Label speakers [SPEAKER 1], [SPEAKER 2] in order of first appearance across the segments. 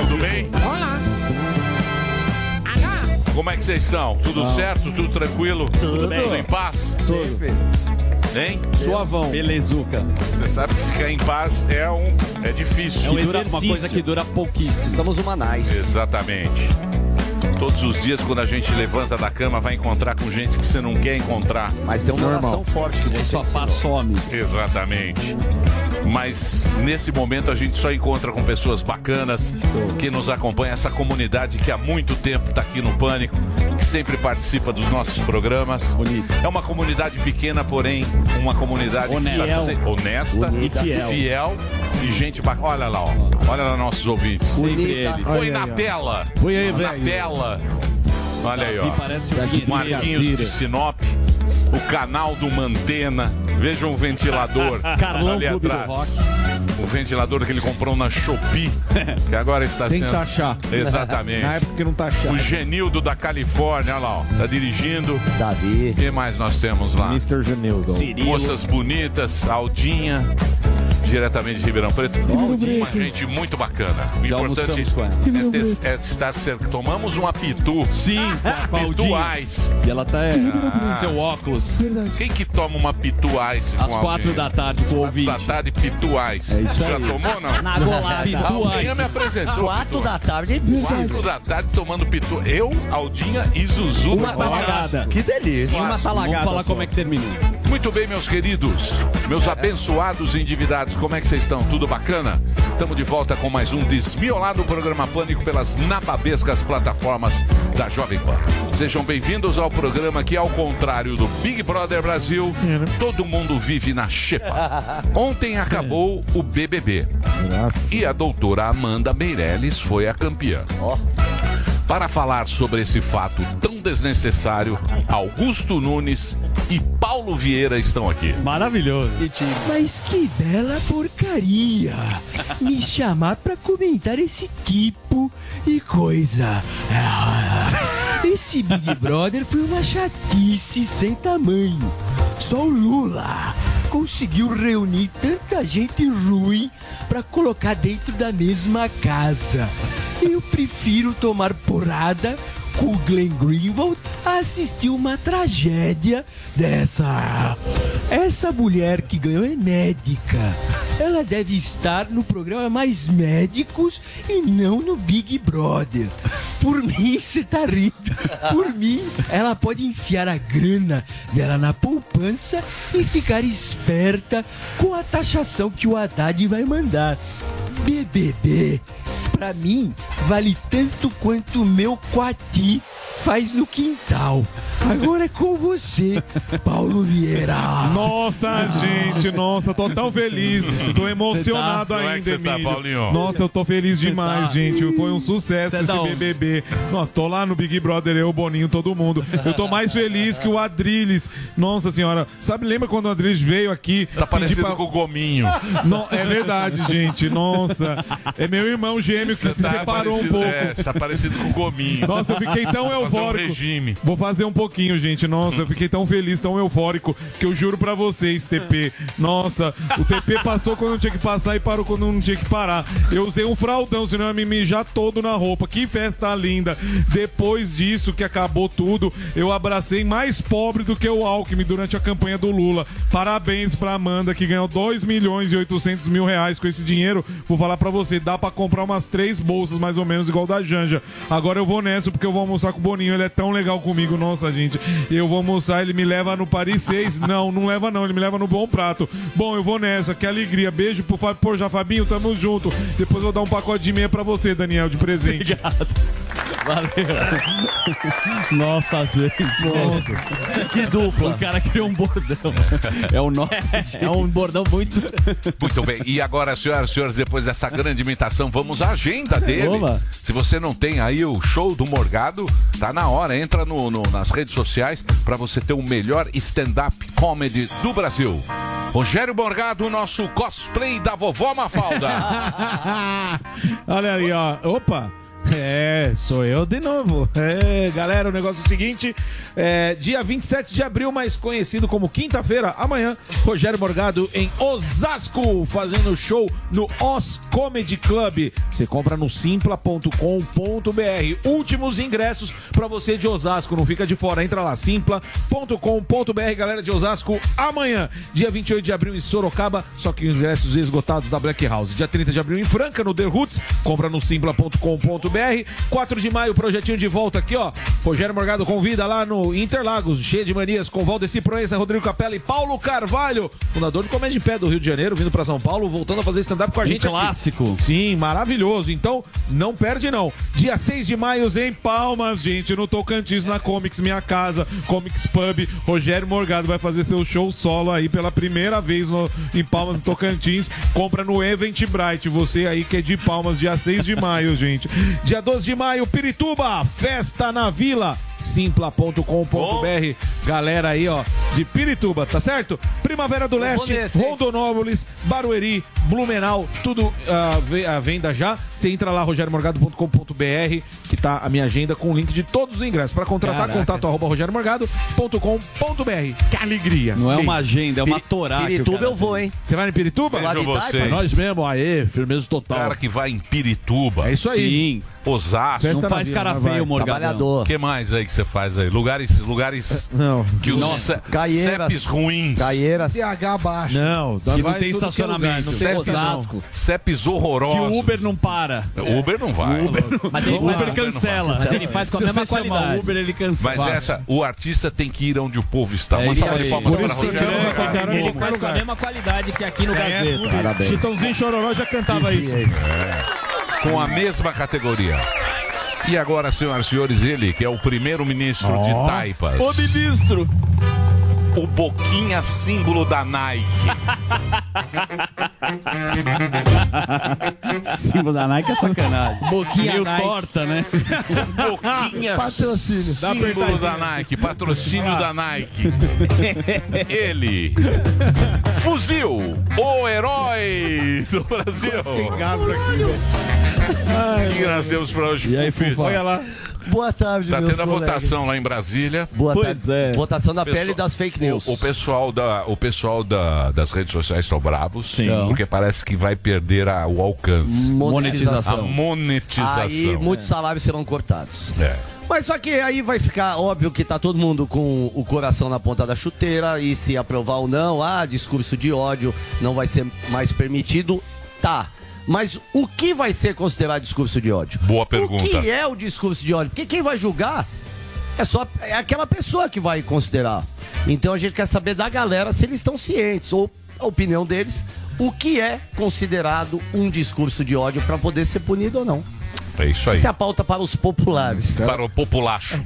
[SPEAKER 1] Tudo bem?
[SPEAKER 2] Olá.
[SPEAKER 1] Como é que vocês estão? Tudo
[SPEAKER 3] Não.
[SPEAKER 1] certo? Tudo tranquilo?
[SPEAKER 3] Tudo bem.
[SPEAKER 1] Tudo em paz?
[SPEAKER 3] Tudo.
[SPEAKER 1] Hein?
[SPEAKER 3] Suavão.
[SPEAKER 1] Belezuca. Você sabe que ficar em paz é um é difícil.
[SPEAKER 3] É um Que dura- uma exercício. coisa que dura pouquíssimo.
[SPEAKER 1] Estamos uma nice. Exatamente. Todos os dias quando a gente levanta da cama vai encontrar com gente que você não quer encontrar.
[SPEAKER 4] Mas tem uma relação forte que você Só faz some.
[SPEAKER 1] Exatamente. Mas nesse momento a gente só encontra com pessoas bacanas que nos acompanham, essa comunidade que há muito tempo está aqui no Pânico, que sempre participa dos nossos programas. É uma comunidade pequena, porém, uma comunidade
[SPEAKER 5] Honesta.
[SPEAKER 1] que tá se- honesta
[SPEAKER 5] Bonita.
[SPEAKER 1] e
[SPEAKER 5] Fiel.
[SPEAKER 1] fiel. e gente bacana. Olha lá, ó. olha lá nossos ouvintes.
[SPEAKER 5] Sempre eles.
[SPEAKER 1] Põe
[SPEAKER 5] Olha
[SPEAKER 1] na
[SPEAKER 5] aí, ó.
[SPEAKER 1] tela.
[SPEAKER 5] Põe aí,
[SPEAKER 1] na
[SPEAKER 5] velho.
[SPEAKER 1] tela. Olha aí, ó.
[SPEAKER 5] Davi parece um guerreiro.
[SPEAKER 1] Marquinhos de Sinop, o canal do Mantena. Veja um ventilador
[SPEAKER 5] Carlão
[SPEAKER 1] ali
[SPEAKER 5] Clube do
[SPEAKER 1] atrás.
[SPEAKER 5] Rock.
[SPEAKER 1] O ventilador que ele comprou na Shopee, que agora está
[SPEAKER 5] Sem
[SPEAKER 1] tá sendo...
[SPEAKER 5] taxar.
[SPEAKER 1] Exatamente.
[SPEAKER 5] Na época que não taxava.
[SPEAKER 1] O Genildo da Califórnia, olha lá, ó, tá dirigindo. Davi. O que mais nós temos lá?
[SPEAKER 6] Mr. Genildo.
[SPEAKER 1] Moças bonitas, Aldinha, diretamente de Ribeirão Preto. Uma gente muito bacana. O importante
[SPEAKER 3] almoçamos com
[SPEAKER 1] é, ter- é estar certo. Tomamos um uma pitu. Sim,
[SPEAKER 3] com a
[SPEAKER 1] pitu
[SPEAKER 3] Aldinha.
[SPEAKER 1] Ice.
[SPEAKER 3] E ela tá é,
[SPEAKER 1] Ah.
[SPEAKER 3] seu óculos.
[SPEAKER 1] Quem que toma uma pitu Ice?
[SPEAKER 3] Às quatro da tarde com o
[SPEAKER 1] ouvinte. da tarde, pitu Ice.
[SPEAKER 3] É isso
[SPEAKER 1] Já
[SPEAKER 3] aí.
[SPEAKER 1] tomou, não?
[SPEAKER 3] Na golada. Pitu
[SPEAKER 1] Aldinha
[SPEAKER 3] Ice.
[SPEAKER 1] me apresentou.
[SPEAKER 4] Quatro
[SPEAKER 1] pitu.
[SPEAKER 4] da tarde é
[SPEAKER 1] Quatro da tarde tomando pitu. Eu, Aldinha e Zuzu.
[SPEAKER 3] Uma
[SPEAKER 1] no
[SPEAKER 3] talagada.
[SPEAKER 1] churrasco.
[SPEAKER 3] Que delícia.
[SPEAKER 1] Churrasco.
[SPEAKER 3] Uma talagada Vamos falar só. como é que terminou.
[SPEAKER 1] Muito bem, meus queridos, meus abençoados endividados, como é que vocês estão? Tudo bacana? Estamos de volta com mais um desmiolado programa Pânico pelas nababescas plataformas da Jovem Pan. Sejam bem-vindos ao programa que, ao contrário do Big Brother Brasil, todo mundo vive na xepa. Ontem acabou o BBB e a doutora Amanda Meirelles foi a campeã. Para falar sobre esse fato tão desnecessário, Augusto Nunes e Paulo Vieira estão aqui.
[SPEAKER 3] Maravilhoso.
[SPEAKER 6] Mas que bela porcaria! Me chamar pra comentar esse tipo de coisa. Esse Big Brother foi uma chatice sem tamanho. Só o Lula conseguiu reunir tanta gente ruim pra colocar dentro da mesma casa. Eu prefiro tomar porrada com o Glenn Greenwald a assistir uma tragédia dessa. Essa mulher que ganhou é médica. Ela deve estar no programa Mais Médicos e não no Big Brother. Por mim, você tá rindo. Por mim, ela pode enfiar a grana dela na poupança e ficar esperta com a taxação que o Haddad vai mandar. BBB, pra mim, vale tanto quanto o meu quati faz no quintal. Agora é com você, Paulo Vieira.
[SPEAKER 5] Nossa, gente, nossa, tô tão feliz. Tô emocionado
[SPEAKER 1] Você tá? Como é que
[SPEAKER 5] ainda,
[SPEAKER 1] você tá,
[SPEAKER 5] Emílio.
[SPEAKER 1] Paulinho?
[SPEAKER 5] nossa, eu tô feliz demais,
[SPEAKER 1] tá?
[SPEAKER 5] gente. Foi um
[SPEAKER 1] Você
[SPEAKER 5] sucesso
[SPEAKER 1] tá
[SPEAKER 5] esse
[SPEAKER 1] onde?
[SPEAKER 5] BBB. Nossa, tô lá no Big Brother, eu, Boninho, todo mundo. Eu tô mais feliz que o Adrilles. Nossa senhora, sabe, lembra quando o Adrilles veio aqui? Você
[SPEAKER 1] Tá parecendo com o Gominho.
[SPEAKER 5] Não, é verdade, gente. Nossa, é meu irmão gêmeo que
[SPEAKER 1] Você
[SPEAKER 5] se
[SPEAKER 1] tá
[SPEAKER 5] separou um
[SPEAKER 1] parecido-
[SPEAKER 5] pouco.
[SPEAKER 1] é, você tá parecido com o Gominho.
[SPEAKER 5] Nossa, eu fiquei tão
[SPEAKER 1] Fazer um
[SPEAKER 5] eufórico.
[SPEAKER 1] regime.
[SPEAKER 5] Vou fazer um pouquinho, gente. Nossa, eu fiquei tão feliz, tão eufórico, que eu juro pra vocês, TP. Nossa, o TP passou quando não tinha que passar e parou quando não tinha que parar. Eu usei um fraldão, senão eu ia me mijar todo na roupa. Que festa linda. Depois disso, que acabou tudo, eu abracei mais pobre do que o Alckmin durante a campanha do Lula. Parabéns pra Amanda, que ganhou 2 milhões e 800 mil reais com esse dinheiro. Vou falar pra você, dá pra comprar umas três bolsas, mais ou menos, igual da Janja. Agora eu vou nessa, porque eu vou almoçar com o Boninho. Ele é tão legal comigo, nossa, gente. Eu vou almoçar, ele me leva no Paris 6. Não, não leva não, ele me leva no Bom Prato. Bom, eu vou nessa, que alegria. Beijo pro Fábio. Pô, já, Fabinho, tamo junto. Depois eu vou dar um pacote de meia pra você, Daniel, de presente. Obrigado.
[SPEAKER 3] Valeu. Nossa, gente.
[SPEAKER 1] Nossa.
[SPEAKER 3] Que dupla. O cara criou um bordão. É o nosso. É, um bordão muito.
[SPEAKER 1] Muito bem. E agora, senhoras e senhores, depois dessa grande imitação, vamos à agenda dele.
[SPEAKER 3] Oba.
[SPEAKER 1] Se você não tem aí o show do Morgado, tá na hora. Entra no, no- nas redes sociais para você ter o melhor stand-up comedy do Brasil. Rogério Morgado, nosso cosplay da vovó Mafalda.
[SPEAKER 5] Olha aí, ó. Opa!
[SPEAKER 7] É, sou eu de novo. É, galera, o negócio é o seguinte: é, dia 27 de abril, mais conhecido como quinta-feira, amanhã, Rogério Morgado em Osasco, fazendo show no Os Comedy Club. Você compra no simpla.com.br. Últimos ingressos pra você de Osasco, não fica de fora. Entra lá, simpla.com.br, galera de Osasco, amanhã, dia 28 de abril em Sorocaba, só que ingressos esgotados da Black House. Dia 30 de abril em Franca, no The Roots, compra no simpla.com.br. 4 de maio, projetinho de volta aqui, ó. Rogério Morgado convida lá no Interlagos, cheio de manias, com Valdeci Proença, Rodrigo Capella e Paulo Carvalho, fundador do Comédia em Pé do Rio de Janeiro, vindo pra São Paulo, voltando a fazer stand-up com
[SPEAKER 5] Um
[SPEAKER 7] a gente. aqui.
[SPEAKER 3] Um clássico.
[SPEAKER 7] Sim, maravilhoso. Então, não perde não. Dia 6 de maio em
[SPEAKER 5] Palmas, gente, no Tocantins, na Comics Minha Casa, Comics Pub. Rogério Morgado vai fazer seu show solo aí pela primeira vez no- em Palmas, no Tocantins. Compra no Eventbrite, você aí que é de Palmas, dia 6 de maio, gente.
[SPEAKER 7] Dia 12 de maio, Pirituba, festa na vila, simpla.com.br. Galera aí, ó, de Pirituba, tá certo? Primavera do Leste, Rondonópolis, Barueri, Blumenau, tudo ah, ve- à venda já. Você entra lá, rogeriomorgado.com.br, que tá a minha agenda com o link de todos os ingressos. Pra contratar,
[SPEAKER 3] Caraca.
[SPEAKER 7] contato arroba rogeriomorgado.com.br. Que alegria!
[SPEAKER 3] Não é
[SPEAKER 7] Ei,
[SPEAKER 3] uma agenda, é uma
[SPEAKER 7] Piri-
[SPEAKER 3] torá. que o
[SPEAKER 8] Pirituba
[SPEAKER 3] cara
[SPEAKER 8] eu vou, hein?
[SPEAKER 7] Você vai em Pirituba?
[SPEAKER 1] Vejo vocês.
[SPEAKER 3] Nós mesmo, aê, firmeza
[SPEAKER 1] O
[SPEAKER 3] total.
[SPEAKER 1] cara que vai em Pirituba,
[SPEAKER 7] É isso aí.
[SPEAKER 3] Sim,
[SPEAKER 1] Osasco.
[SPEAKER 7] Festa
[SPEAKER 1] O
[SPEAKER 7] na
[SPEAKER 3] não faz
[SPEAKER 7] vila,
[SPEAKER 3] cara
[SPEAKER 7] mas vai.
[SPEAKER 3] feio, Morgado.
[SPEAKER 1] que
[SPEAKER 8] Trabalhador.
[SPEAKER 1] mais aí que você faz aí? Lugares, lugares
[SPEAKER 7] Não.
[SPEAKER 1] que os
[SPEAKER 3] Nossa,
[SPEAKER 1] ce-
[SPEAKER 8] Caieiras.
[SPEAKER 1] CEPs ruins.
[SPEAKER 8] Caieiras.
[SPEAKER 9] TH baixo.
[SPEAKER 7] Não,
[SPEAKER 3] Que não
[SPEAKER 7] vai
[SPEAKER 3] tem
[SPEAKER 7] em tudo que é lugar,
[SPEAKER 3] estacionamento.
[SPEAKER 7] não tem
[SPEAKER 1] CEPs,
[SPEAKER 7] Osasco.
[SPEAKER 1] CEPs
[SPEAKER 3] Que
[SPEAKER 1] horrorosos.
[SPEAKER 3] o Uber não para.
[SPEAKER 1] É, Uber não vai.
[SPEAKER 10] Mas ele,
[SPEAKER 3] O
[SPEAKER 10] faz,
[SPEAKER 3] Uber cancela.
[SPEAKER 10] mas ele faz com a
[SPEAKER 3] Se
[SPEAKER 10] mesma
[SPEAKER 3] você chamar
[SPEAKER 10] qualidade.
[SPEAKER 3] Uber, ele cancela.
[SPEAKER 1] Mas essa, o artista tem que ir onde o povo está.
[SPEAKER 3] É
[SPEAKER 1] Uma
[SPEAKER 3] isso
[SPEAKER 1] salva de
[SPEAKER 3] aí.
[SPEAKER 1] palmas
[SPEAKER 5] Por
[SPEAKER 1] para
[SPEAKER 5] isso que
[SPEAKER 1] Rogério
[SPEAKER 5] eu-
[SPEAKER 1] Morgado.
[SPEAKER 5] Cara,
[SPEAKER 10] Ele
[SPEAKER 5] bom,
[SPEAKER 10] faz com a
[SPEAKER 5] lugar.
[SPEAKER 10] mesma qualidade que aqui no Gazeta.
[SPEAKER 8] Parabéns.
[SPEAKER 5] Chitãozinho Chororó já cantava isso.
[SPEAKER 1] É. com a mesma categoria. E agora, senhoras e senhores, ele que é o primeiro-ministro de Taipas.
[SPEAKER 5] Ô, ministro!
[SPEAKER 1] O Boquinha símbolo da Nike.
[SPEAKER 3] cima da Nike é sacanagem.
[SPEAKER 10] Boquinha
[SPEAKER 3] Meio
[SPEAKER 10] Nike.
[SPEAKER 3] torta, né?
[SPEAKER 1] Boquinha símbolo da Nike. Patrocínio da Nike. Ele. Fuzil, o herói do Brasil.
[SPEAKER 5] Gaspa aqui.
[SPEAKER 1] Que nascemos para hoje.
[SPEAKER 3] E aí, Fufá?
[SPEAKER 5] Olha lá.
[SPEAKER 9] Boa tarde,
[SPEAKER 1] Tá
[SPEAKER 9] meus
[SPEAKER 1] tendo a
[SPEAKER 9] colegas.
[SPEAKER 1] votação lá em Brasília.
[SPEAKER 9] Boa
[SPEAKER 3] Pois
[SPEAKER 9] tarde.
[SPEAKER 3] é.
[SPEAKER 9] Votação da
[SPEAKER 1] Pessoal-
[SPEAKER 9] pele das fake news.
[SPEAKER 1] O, o pessoal, da, o pessoal da- das redes sociais estão bravos,
[SPEAKER 3] Sim.
[SPEAKER 1] porque parece que vai perder a- o alcance. A
[SPEAKER 3] Monetização.
[SPEAKER 1] monetização.
[SPEAKER 9] Aí muitos salários serão cortados.
[SPEAKER 1] É.
[SPEAKER 9] Mas só que aí vai ficar óbvio que tá todo mundo com o coração na ponta da chuteira e se aprovar ou não, ah, discurso de ódio não vai ser mais permitido, tá. Mas o que vai ser considerado discurso de ódio?
[SPEAKER 1] Boa
[SPEAKER 9] O
[SPEAKER 1] pergunta.
[SPEAKER 9] que é o discurso de ódio? Porque quem vai julgar é só é aquela pessoa que vai considerar. Então a gente quer saber da galera se eles estão cientes ou a opinião deles, o que é considerado um discurso de ódio para poder ser punido ou não.
[SPEAKER 1] É isso aí.
[SPEAKER 9] Essa é a pauta para os populares.
[SPEAKER 1] Para o populacho.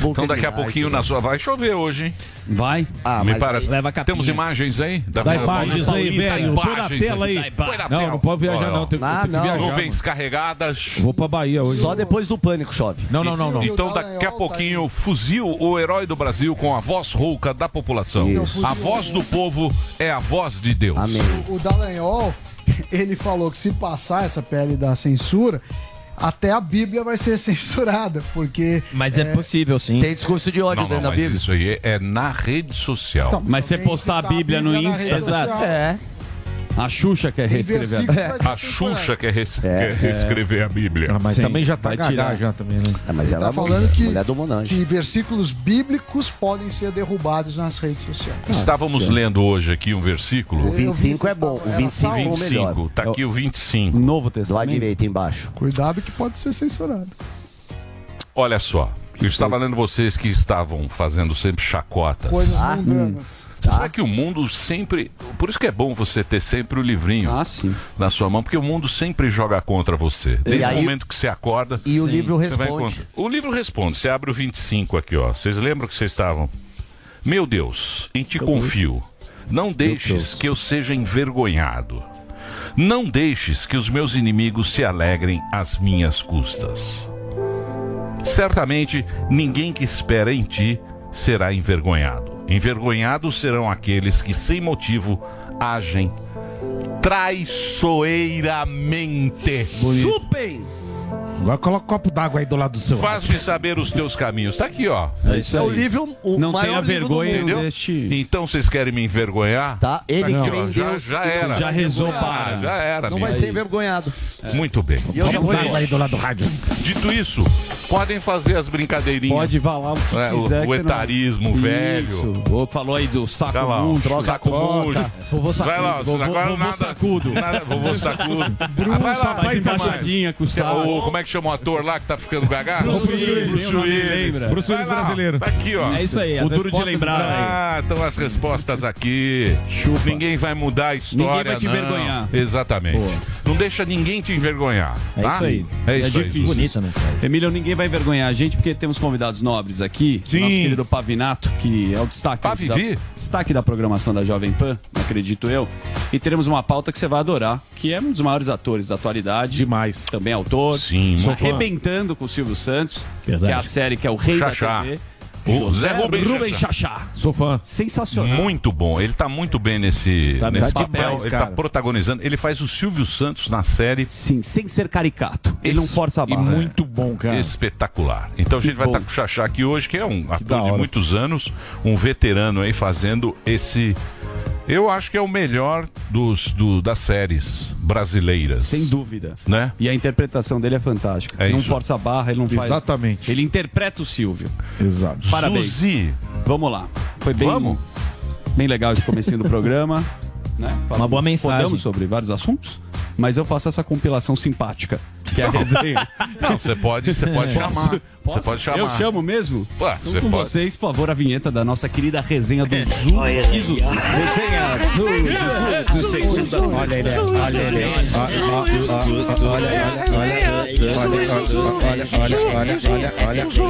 [SPEAKER 9] Boca
[SPEAKER 1] Então
[SPEAKER 9] de
[SPEAKER 1] daqui a
[SPEAKER 9] Nike.
[SPEAKER 1] pouquinho na sua vai chover hoje, hein?
[SPEAKER 3] Vai.
[SPEAKER 9] Ah,
[SPEAKER 1] Me
[SPEAKER 9] mas
[SPEAKER 1] parece.
[SPEAKER 9] aí-
[SPEAKER 10] Leva a capinha.
[SPEAKER 1] Temos imagens aí? Da
[SPEAKER 5] Dá
[SPEAKER 1] minha-
[SPEAKER 5] imagens aí,
[SPEAKER 1] Dá
[SPEAKER 5] velho. Põe na
[SPEAKER 1] imagens
[SPEAKER 5] tela
[SPEAKER 1] aí.
[SPEAKER 5] aí.
[SPEAKER 1] Põe na
[SPEAKER 5] Não,
[SPEAKER 1] tela.
[SPEAKER 5] não pode viajar,
[SPEAKER 1] Olha,
[SPEAKER 5] não.
[SPEAKER 1] ó.
[SPEAKER 5] Tem,
[SPEAKER 9] Ah,
[SPEAKER 5] tem que
[SPEAKER 9] não.
[SPEAKER 5] viajar.
[SPEAKER 1] Nuvens carregadas.
[SPEAKER 5] Vou pra Bahia hoje.
[SPEAKER 9] Só depois do pânico chove.
[SPEAKER 5] Não, não, não, não.
[SPEAKER 1] Então daqui a pouquinho, fuzil, o herói do Brasil com a voz rouca da população. A voz do povo é a voz de Deus.
[SPEAKER 9] Amém.
[SPEAKER 11] O Dallagnol, ele falou que se passar essa pele da censura, até a Bíblia vai ser censurada, porque
[SPEAKER 10] Mas é, possível, sim.
[SPEAKER 9] Tem discurso de ódio
[SPEAKER 1] Não, não,
[SPEAKER 9] dentro da
[SPEAKER 1] mas
[SPEAKER 9] Bíblia?
[SPEAKER 1] isso aí é na rede social.
[SPEAKER 3] Mas você
[SPEAKER 11] alguém
[SPEAKER 3] postar a
[SPEAKER 11] citar
[SPEAKER 3] Bíblia no
[SPEAKER 11] na
[SPEAKER 3] Insta,
[SPEAKER 11] rede
[SPEAKER 3] exato.
[SPEAKER 11] social,
[SPEAKER 9] É.
[SPEAKER 3] A Xuxa quer
[SPEAKER 11] tem
[SPEAKER 3] reescrever.
[SPEAKER 11] versículo que vai ser
[SPEAKER 1] A
[SPEAKER 11] censurado.
[SPEAKER 1] Xuxa quer, res-
[SPEAKER 9] É,
[SPEAKER 1] quer reescrever a Bíblia.
[SPEAKER 5] Ah, mas
[SPEAKER 3] Sim,
[SPEAKER 5] também já tá
[SPEAKER 3] vai
[SPEAKER 5] gagá
[SPEAKER 3] tirar.
[SPEAKER 5] já também, né?
[SPEAKER 9] É, mas ela
[SPEAKER 11] Tá
[SPEAKER 9] é
[SPEAKER 11] falando
[SPEAKER 9] mulher,
[SPEAKER 11] que,
[SPEAKER 9] mulher do Monange.
[SPEAKER 11] que versículos bíblicos podem ser derrubados nas redes sociais.
[SPEAKER 1] Tá. Estávamos lendo hoje aqui um
[SPEAKER 9] O
[SPEAKER 1] versículo.
[SPEAKER 11] vi
[SPEAKER 9] 25
[SPEAKER 11] essa
[SPEAKER 9] é bom. O
[SPEAKER 11] história.
[SPEAKER 9] 25 é o melhor.
[SPEAKER 1] 25. Tá aqui o 25.
[SPEAKER 3] Novo
[SPEAKER 9] Do lado
[SPEAKER 3] Testamento.
[SPEAKER 9] direito embaixo.
[SPEAKER 11] Cuidado que pode ser censurado.
[SPEAKER 1] Olha só. Eu estava lendo vocês que estavam fazendo sempre chacotas.
[SPEAKER 11] Coisas
[SPEAKER 9] Ah,
[SPEAKER 11] mundanas.
[SPEAKER 1] Você sabe que o mundo sempre. Por isso que é bom você ter sempre o livrinho
[SPEAKER 3] Ah, sim.
[SPEAKER 1] na sua mão, porque o mundo sempre joga contra você. Desde
[SPEAKER 9] aí-
[SPEAKER 1] o momento que você acorda,
[SPEAKER 9] E o livro
[SPEAKER 1] você vai
[SPEAKER 9] responde.
[SPEAKER 1] contra. O livro responde. Você abre o 25 aqui, ó. Vocês lembram que vocês estavam? Meu Deus, em ti confio. Não deixes que eu seja envergonhado. Não deixes que os meus inimigos se alegrem às minhas custas. Certamente ninguém que espera em ti será envergonhado. Envergonhados serão aqueles que, sem motivo, agem traiçoeiramente.
[SPEAKER 9] Chupem!
[SPEAKER 5] Agora coloca um copo d'água aí do lado do seu.
[SPEAKER 1] Faz-me saber os teus caminhos. Tá aqui, ó.
[SPEAKER 5] É isso É o aí. livro- o Não maior tenha livro do vergonha mundo.
[SPEAKER 1] entendeu? Então vocês querem me envergonhar?
[SPEAKER 7] Tá, ele
[SPEAKER 1] aqui,
[SPEAKER 7] crê
[SPEAKER 1] ó,
[SPEAKER 7] em
[SPEAKER 1] já-
[SPEAKER 7] Deus
[SPEAKER 1] Já,
[SPEAKER 7] e
[SPEAKER 1] era.
[SPEAKER 7] já rezou
[SPEAKER 1] Ah,
[SPEAKER 7] para.
[SPEAKER 1] Já era.
[SPEAKER 7] Não vai
[SPEAKER 1] amigo.
[SPEAKER 7] ser envergonhado.
[SPEAKER 1] É. Muito bem.
[SPEAKER 7] E eu já vou-
[SPEAKER 1] Dito
[SPEAKER 7] Aí
[SPEAKER 1] isso-
[SPEAKER 7] do
[SPEAKER 5] lado do rádio.
[SPEAKER 1] Dito isso, podem fazer as brincadeirinhas.
[SPEAKER 3] Pode valar o que
[SPEAKER 1] É, o-
[SPEAKER 3] quiser.
[SPEAKER 1] o etarismo velho.
[SPEAKER 3] Ô, falou aí do saco
[SPEAKER 1] Vai lá, ó,
[SPEAKER 3] murcho.
[SPEAKER 1] saco murcho.
[SPEAKER 3] Vovô
[SPEAKER 1] Vai lá, ó,
[SPEAKER 3] sacudo.
[SPEAKER 1] agora
[SPEAKER 3] Vovô
[SPEAKER 1] nada-
[SPEAKER 3] sacudo.
[SPEAKER 1] nada- vovô sacudo.
[SPEAKER 3] Bruno,
[SPEAKER 1] Ah, vai lá,
[SPEAKER 3] faz
[SPEAKER 1] vai
[SPEAKER 3] embaixadinha com o saco.
[SPEAKER 1] O- como é que chama o ator lá que tá ficando gaga?
[SPEAKER 3] Bruce Willis,
[SPEAKER 1] Bruce
[SPEAKER 3] eu não me
[SPEAKER 1] Willis.
[SPEAKER 3] lembro.
[SPEAKER 1] Bruce Willis brasileiro. Tá aqui, ó.
[SPEAKER 3] É isso aí, as
[SPEAKER 1] O duro de
[SPEAKER 3] respostas
[SPEAKER 1] lembrar.
[SPEAKER 3] estão aí.
[SPEAKER 1] Ah, estão as respostas aqui. Ninguém vai mudar a história.
[SPEAKER 3] Ninguém vai te
[SPEAKER 1] não.
[SPEAKER 3] envergonhar.
[SPEAKER 1] Exatamente. Não deixa ninguém te envergonhar.
[SPEAKER 3] É
[SPEAKER 1] tá?
[SPEAKER 3] isso aí.
[SPEAKER 1] É isso aí.
[SPEAKER 3] difícil.
[SPEAKER 1] Bonita,
[SPEAKER 3] né? Emílio, ninguém vai envergonhar a gente porque temos convidados nobres aqui.
[SPEAKER 1] Sim.
[SPEAKER 3] Nosso querido Pavinato, que é o destaque,
[SPEAKER 1] Pavivi?
[SPEAKER 3] da, destaque da programação da Jovem Pan, acredito eu. E teremos uma pauta que você vai adorar, que é um dos maiores atores da atualidade. Demais. Também autor. Sim,
[SPEAKER 1] sou fã.
[SPEAKER 3] Arrebentando com o Silvio Santos,
[SPEAKER 1] Verdade.
[SPEAKER 3] que é a série que é o rei
[SPEAKER 1] Xaxá.
[SPEAKER 3] da TV.
[SPEAKER 1] O Zé Rubem
[SPEAKER 3] Rubem
[SPEAKER 1] Xaxá.
[SPEAKER 3] Xaxá.
[SPEAKER 5] Sou fã.
[SPEAKER 3] Sensacional.
[SPEAKER 1] Muito bom. Ele tá muito bem nesse,
[SPEAKER 3] Tá
[SPEAKER 1] nesse
[SPEAKER 3] demais,
[SPEAKER 1] papel. ele
[SPEAKER 3] cara.
[SPEAKER 1] tá protagonizando. Ele faz o Silvio Santos na série.
[SPEAKER 3] Sim, sem ser caricato. Ele não força a barra.
[SPEAKER 1] muito
[SPEAKER 5] bom,
[SPEAKER 1] cara. Espetacular. Então a gente vai estar com o Xaxá aqui hoje, que é um ator de muitos anos, um veterano aí fazendo esse. Eu acho que é o melhor dos, do- das séries brasileiras.
[SPEAKER 3] Sem dúvida.
[SPEAKER 1] Né?
[SPEAKER 3] E a interpretação dele é fantástica.
[SPEAKER 1] É
[SPEAKER 3] não
[SPEAKER 1] isso.
[SPEAKER 3] força a barra, ele não faz.
[SPEAKER 1] Exatamente.
[SPEAKER 3] Ele interpreta o Silvio.
[SPEAKER 5] Exato.
[SPEAKER 3] Parabéns.
[SPEAKER 1] Suzy.
[SPEAKER 3] Vamos lá. Foi bem,
[SPEAKER 1] Vamos?
[SPEAKER 3] bem legal esse comecinho do programa. Né? Falamos-
[SPEAKER 10] boa mensagem.
[SPEAKER 3] Falamos sobre vários assuntos, mas eu faço essa compilação simpática, que é a resenha.
[SPEAKER 1] Não, você pode, você pode
[SPEAKER 3] Posso?
[SPEAKER 1] chamar. Você
[SPEAKER 3] Posso?
[SPEAKER 1] pode chamar.
[SPEAKER 3] Eu chamo mesmo?
[SPEAKER 1] Ué,
[SPEAKER 3] então,
[SPEAKER 1] você
[SPEAKER 3] com
[SPEAKER 1] pode.
[SPEAKER 3] vocês, por favor, a vinheta da nossa querida resenha do Zu e Zuzu.
[SPEAKER 6] Olha ele, olha ele. Olha, olha, olha, olha, olha, olha.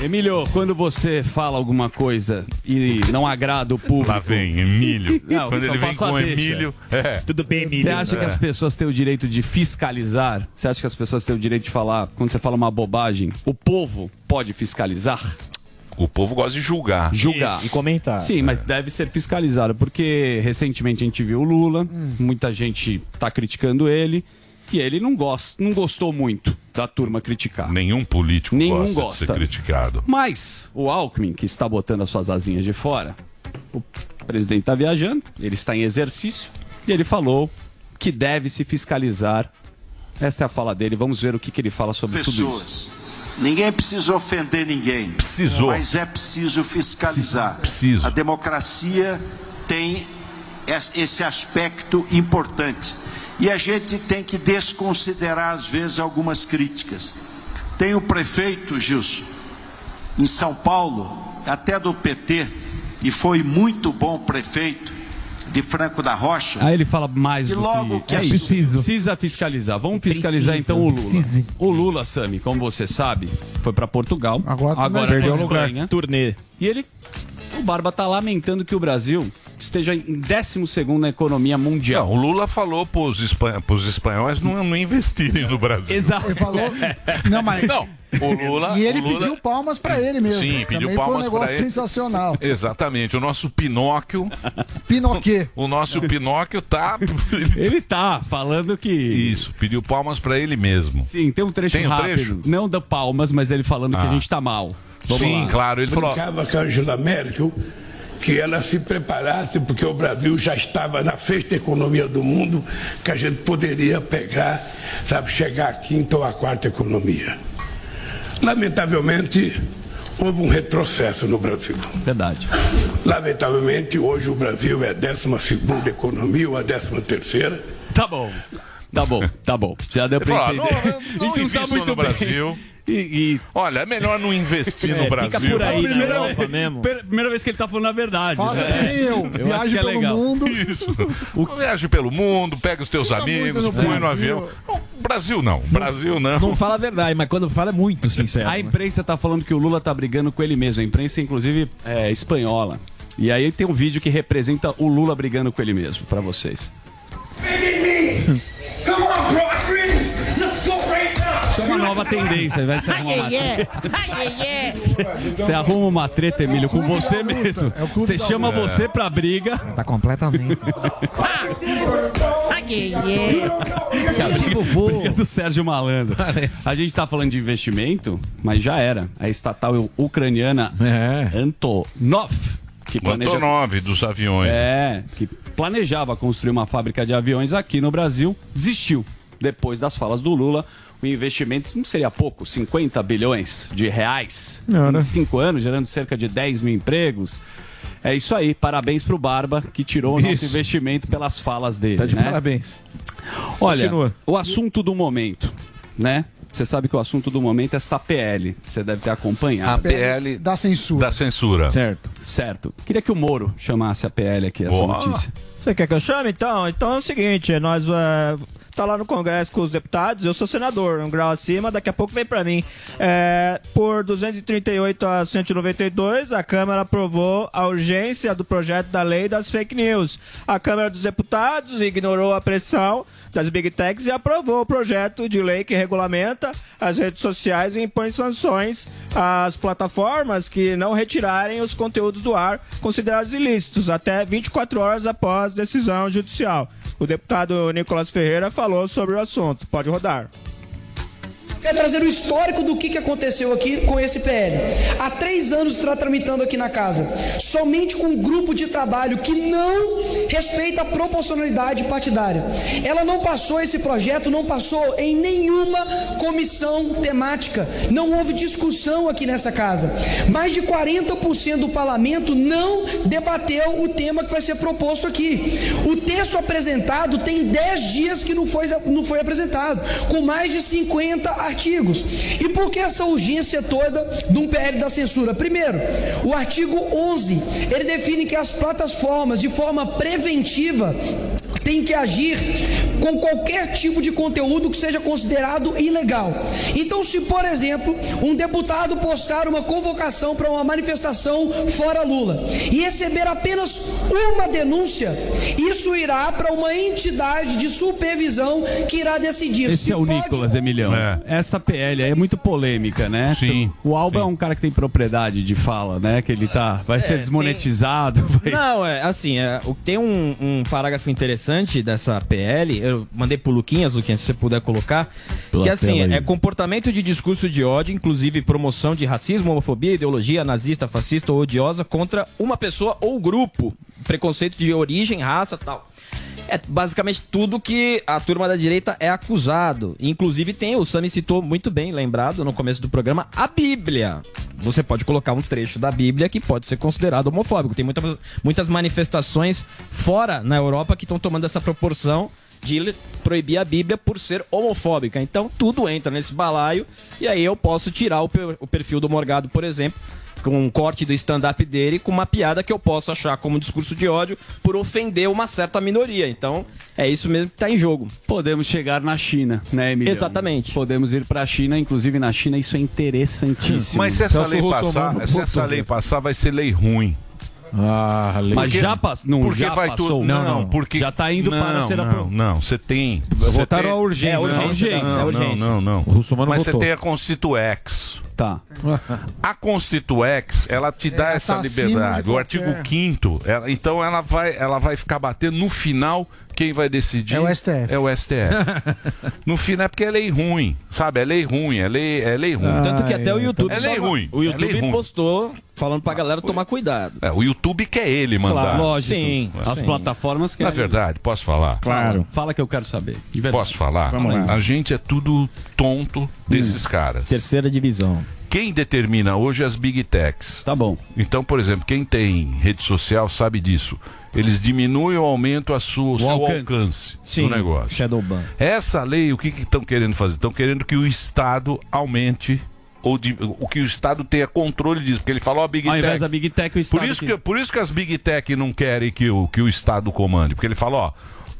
[SPEAKER 3] Emílio, quando você fala alguma coisa e não agrada o público. Lá
[SPEAKER 1] vem, Emílio.
[SPEAKER 3] Não,
[SPEAKER 1] Quando
[SPEAKER 3] só
[SPEAKER 1] ele vem
[SPEAKER 3] faço a
[SPEAKER 1] com
[SPEAKER 3] deixa.
[SPEAKER 1] Emílio, é. Tudo bem, Emílio.
[SPEAKER 3] Você acha que
[SPEAKER 1] É.
[SPEAKER 3] as pessoas têm o direito de fiscalizar? Você acha que as pessoas têm o direito de falar? Quando você fala uma bobagem, o povo pode fiscalizar?
[SPEAKER 1] O povo gosta de julgar.
[SPEAKER 3] Julgar.
[SPEAKER 1] Isso. É.
[SPEAKER 3] Sim, mas deve ser fiscalizado, porque recentemente a gente viu o Lula, muita gente tá criticando ele, e ele não, gosta, não gostou muito da turma criticar.
[SPEAKER 1] Nenhum político
[SPEAKER 3] Nenhum
[SPEAKER 1] gosta,
[SPEAKER 3] gosta.
[SPEAKER 1] de ser criticado.
[SPEAKER 3] Mas o Alckmin, que está botando as suas asinhas de fora, o presidente está viajando, ele está em exercício, e ele falou que deve se fiscalizar. Essa é a fala dele, vamos ver o que, que ele fala sobre tudo isso.
[SPEAKER 12] pessoas. Ninguém precisa ofender ninguém.
[SPEAKER 1] Precisou.
[SPEAKER 12] Mas é preciso fiscalizar.
[SPEAKER 1] Preciso.
[SPEAKER 12] A democracia tem es- esse aspecto importante. E a gente tem que desconsiderar, às vezes, algumas críticas. Tem o prefeito, Gilson, em São Paulo, até do PT, e foi muito bom prefeito de Franco da Rocha.
[SPEAKER 3] Aí ele fala mais
[SPEAKER 12] E
[SPEAKER 3] do
[SPEAKER 12] logo que
[SPEAKER 3] é
[SPEAKER 12] a-
[SPEAKER 3] isso.
[SPEAKER 12] Preciso.
[SPEAKER 3] Precisa fiscalizar. Vamos fiscalizar
[SPEAKER 12] Preciso,
[SPEAKER 3] então o Lula.
[SPEAKER 12] precisa.
[SPEAKER 3] O Lula, Sami, como você sabe, foi para Portugal. Agora,
[SPEAKER 10] na
[SPEAKER 3] perdeu
[SPEAKER 10] Espanha.
[SPEAKER 3] lugar. Turnê. E ele, o Barba tá lamentando que o Brasil esteja em 12 na economia mundial.
[SPEAKER 1] Não, o Lula falou pros, espan... pros espanhóis não, não investirem no Brasil.
[SPEAKER 3] Exato. É.
[SPEAKER 1] Ele
[SPEAKER 11] falou- Não, mas-
[SPEAKER 1] o Lula.
[SPEAKER 11] E ele
[SPEAKER 1] o Lula-
[SPEAKER 11] pediu palmas pra ele mesmo.
[SPEAKER 1] Sim, pediu
[SPEAKER 11] Também
[SPEAKER 1] palmas
[SPEAKER 11] foi um
[SPEAKER 1] pra
[SPEAKER 11] negócio
[SPEAKER 1] ele.
[SPEAKER 11] sensacional.
[SPEAKER 1] Exatamente, o nosso Pinóquio.
[SPEAKER 11] Pinoquet.
[SPEAKER 1] O nosso Pinóquio tá.
[SPEAKER 3] Ele tá falando que.
[SPEAKER 1] Isso, pediu palmas pra ele mesmo.
[SPEAKER 3] Sim, tem um trecho
[SPEAKER 1] Tem um
[SPEAKER 3] rápido.
[SPEAKER 1] trecho?
[SPEAKER 3] Não da palmas, mas ele falando que
[SPEAKER 1] Ah.
[SPEAKER 3] a gente tá mal. Vamos
[SPEAKER 1] Sim,
[SPEAKER 3] lá.
[SPEAKER 1] claro, ele falou.
[SPEAKER 13] brincava com a Angela Merkel que ela se preparasse, porque o Brasil já estava na sexta economia do mundo, que a gente poderia pegar, sabe, chegar à quinta ou à quarta economia. Lamentavelmente, houve um retrocesso no Brasil.
[SPEAKER 3] Verdade.
[SPEAKER 13] Lamentavelmente, hoje o Brasil é a décima segunda economia ou a décima terceira.
[SPEAKER 3] Tá bom. Tá bom, tá bom. Já deu
[SPEAKER 1] Ele
[SPEAKER 3] pra
[SPEAKER 1] falou,
[SPEAKER 3] entender.
[SPEAKER 1] "Ah, não- não
[SPEAKER 3] Isso não tá
[SPEAKER 1] invistam
[SPEAKER 3] muito
[SPEAKER 1] no
[SPEAKER 3] bem.
[SPEAKER 1] Brasil.
[SPEAKER 3] E,
[SPEAKER 1] Olha, é melhor não investir no Brasil.
[SPEAKER 3] É a mesmo. per- primeira vez que ele tá falando a verdade.
[SPEAKER 1] Faça
[SPEAKER 3] né?
[SPEAKER 1] que é nem eu, viaje pelo mundo. Isso. O... Viaje pelo mundo, pega os teus amigos,
[SPEAKER 3] muito no
[SPEAKER 1] põe no
[SPEAKER 3] Brasil.
[SPEAKER 1] avião. Não, Brasil não, Brasil não.
[SPEAKER 3] Não fala a verdade, mas quando fala é muito sincero. A imprensa tá falando que o Lula tá brigando com ele mesmo. A imprensa, inclusive, é espanhola. E aí tem um vídeo que representa o Lula brigando com ele mesmo, pra vocês.
[SPEAKER 14] Come on, bro, I agree. Let's go right now.
[SPEAKER 3] Someone
[SPEAKER 14] you know
[SPEAKER 3] nova tendência, vai se arrumar uma treta. Você arruma uma treta, Emílio, com você mesmo. Você chama você pra briga. Tá completamente. Briga do Sérgio Malandro. A gente tá falando de investimento, mas já era. A estatal ucraniana É. Antonov. Que planeja...
[SPEAKER 1] Antonov dos aviões.
[SPEAKER 3] É, que planejava construir uma fábrica de aviões aqui no Brasil, desistiu. Depois das falas do Lula, o investimento não seria pouco, 50 bilhões de reais
[SPEAKER 5] Não, né?
[SPEAKER 3] em cinco anos, gerando cerca de 10 mil empregos. É isso aí, parabéns pro Barba, que tirou o nosso
[SPEAKER 5] Isso.
[SPEAKER 3] investimento pelas falas dele.
[SPEAKER 5] Tá de
[SPEAKER 3] né?
[SPEAKER 5] parabéns.
[SPEAKER 3] Olha,
[SPEAKER 5] Continua.
[SPEAKER 3] o assunto do momento, né? Você sabe que o assunto do momento é essa PL. Você deve ter acompanhado.
[SPEAKER 1] A PL
[SPEAKER 11] da censura.
[SPEAKER 1] Da censura.
[SPEAKER 3] Certo. Certo. Queria que o Moro chamasse a PL aqui, essa
[SPEAKER 1] Boa.
[SPEAKER 3] notícia.
[SPEAKER 10] Você quer que eu chame? Então, então é o seguinte, nós é, tá lá no Congresso com os deputados, eu sou senador, um grau acima, daqui a pouco vem pra mim. É, por 238 a 192, a Câmara aprovou a urgência do projeto da lei das fake news. A Câmara dos Deputados ignorou a pressão das Big Techs e aprovou o projeto de lei que regulamenta as redes sociais e impõe sanções às plataformas que não retirarem os conteúdos do ar considerados ilícitos até 24 horas após decisão judicial. O deputado Nicolas Ferreira falou sobre o assunto. Pode rodar.
[SPEAKER 14] Quer É trazer o histórico do que, que aconteceu aqui com esse PL. Há três anos está tramitando aqui na casa, somente com um grupo de trabalho que não respeita a proporcionalidade partidária. Ela não passou esse projeto, não passou em nenhuma comissão temática, não houve discussão aqui nessa casa. Mais de 40% do parlamento não debateu o tema que vai ser proposto aqui. O texto apresentado tem 10 dias que não foi, não foi apresentado, com mais de 50 artigos. E por que essa urgência toda de um PL da censura? Primeiro, o artigo 11, ele define que as plataformas, de forma preventiva, têm que agir com qualquer tipo de conteúdo que seja considerado ilegal. Então, se, por exemplo, um deputado postar uma convocação para uma manifestação fora Lula e receber apenas uma denúncia, isso irá para uma entidade de supervisão que irá decidir
[SPEAKER 3] Esse
[SPEAKER 14] se
[SPEAKER 3] é o Nicolas Emilhão. Essa PL aí é muito polêmica, né? Sim. O Alba é um cara que tem propriedade de fala, né? Que ele tá. Vai ser
[SPEAKER 10] É,
[SPEAKER 3] desmonetizado. vai-
[SPEAKER 10] Não, é assim, é, o- tem um, um parágrafo interessante dessa PL, eu mandei pro Luquinhas, Luquinhas, se você puder colocar,
[SPEAKER 15] Pela
[SPEAKER 10] que assim,
[SPEAKER 15] tela aí.
[SPEAKER 10] é comportamento de discurso de ódio, inclusive promoção de racismo, homofobia, ideologia nazista, fascista ou odiosa contra uma pessoa ou grupo, preconceito de origem, raça tal. É basicamente tudo que a turma da direita é acusado. Inclusive tem, o Sami citou muito bem, lembrado no começo do programa, a Bíblia. Você pode colocar um trecho da Bíblia que pode ser considerado homofóbico. Tem muitas, muitas manifestações fora na Europa que estão tomando essa proporção de ele proibir a Bíblia por ser homofóbica. Então tudo entra nesse balaio e aí eu posso tirar o per- o perfil do Morgado, por exemplo, com um corte do stand-up dele, com uma piada que eu posso achar como um discurso de ódio por ofender uma certa minoria. Então, é isso mesmo que está em jogo.
[SPEAKER 3] Podemos chegar na China, né, Emílio? Exatamente. Podemos ir pra China, inclusive na China isso é interessantíssimo.
[SPEAKER 1] Mas se essa lei
[SPEAKER 3] é um
[SPEAKER 1] passar, se essa lei passar, vai ser lei ruim.
[SPEAKER 3] Ah, lei. Mas
[SPEAKER 1] Porque-
[SPEAKER 3] já passou. Não,
[SPEAKER 1] porque
[SPEAKER 3] já
[SPEAKER 1] vai
[SPEAKER 3] passou.
[SPEAKER 1] tudo. Não, não, porque.
[SPEAKER 3] Já tá indo
[SPEAKER 1] não,
[SPEAKER 3] para ser
[SPEAKER 1] Não,
[SPEAKER 3] aprovado.
[SPEAKER 1] não, você tem.
[SPEAKER 3] Votaram
[SPEAKER 1] você tem-
[SPEAKER 3] a urgência.
[SPEAKER 1] Não,
[SPEAKER 3] É urgência,
[SPEAKER 1] não,
[SPEAKER 3] não, é urgência.
[SPEAKER 1] Não, não, não.
[SPEAKER 3] O Russomano
[SPEAKER 1] Mas
[SPEAKER 3] votou.
[SPEAKER 1] você tem a Constituex.
[SPEAKER 3] Tá.
[SPEAKER 1] A Constituex, ela te dá
[SPEAKER 3] Ela tá
[SPEAKER 1] essa
[SPEAKER 3] acima de
[SPEAKER 1] liberdade. O
[SPEAKER 3] qualquer-
[SPEAKER 1] artigo 5 então ela vai, ela vai ficar batendo no final. Quem vai decidir
[SPEAKER 11] É o STF.
[SPEAKER 1] É o STF. no final é porque é lei ruim, sabe? É lei ruim, é lei, é lei ruim.
[SPEAKER 10] Ah, Tanto que até o YouTube.
[SPEAKER 1] É lei
[SPEAKER 10] toma-
[SPEAKER 1] ruim.
[SPEAKER 10] O
[SPEAKER 1] é
[SPEAKER 10] YouTube
[SPEAKER 1] lei ruim. Ah,
[SPEAKER 10] postou falando pra galera tomar cuidado.
[SPEAKER 1] É, o YouTube quer ele mandar.
[SPEAKER 10] Claro, lógico. Sim,
[SPEAKER 3] as plataformas
[SPEAKER 1] Na
[SPEAKER 3] querem.
[SPEAKER 1] verdade, posso falar?
[SPEAKER 3] Claro. Fala que eu quero saber.
[SPEAKER 1] Posso falar?
[SPEAKER 3] Vamos lá.
[SPEAKER 1] A gente é tudo tonto desses
[SPEAKER 10] Hum.
[SPEAKER 1] caras.
[SPEAKER 10] Terceira divisão.
[SPEAKER 1] Quem determina hoje é as big techs.
[SPEAKER 3] Tá bom.
[SPEAKER 1] Então, por exemplo, quem tem rede social sabe disso. Eles diminuem ou aumentam a sua, o seu alcance,
[SPEAKER 10] Sim,
[SPEAKER 1] do é um negócio.
[SPEAKER 10] Shadowban.
[SPEAKER 1] Essa lei, o que estão querendo fazer? Estão querendo que o Estado aumente ou de- o que o Estado tenha controle disso, porque ele falou a Big
[SPEAKER 3] Ao invés
[SPEAKER 1] Tech.
[SPEAKER 3] da Big Tech, o Estado
[SPEAKER 1] por isso
[SPEAKER 3] que-
[SPEAKER 1] que por isso que as Big Tech não querem que o que o Estado comande, porque ele falou, ó,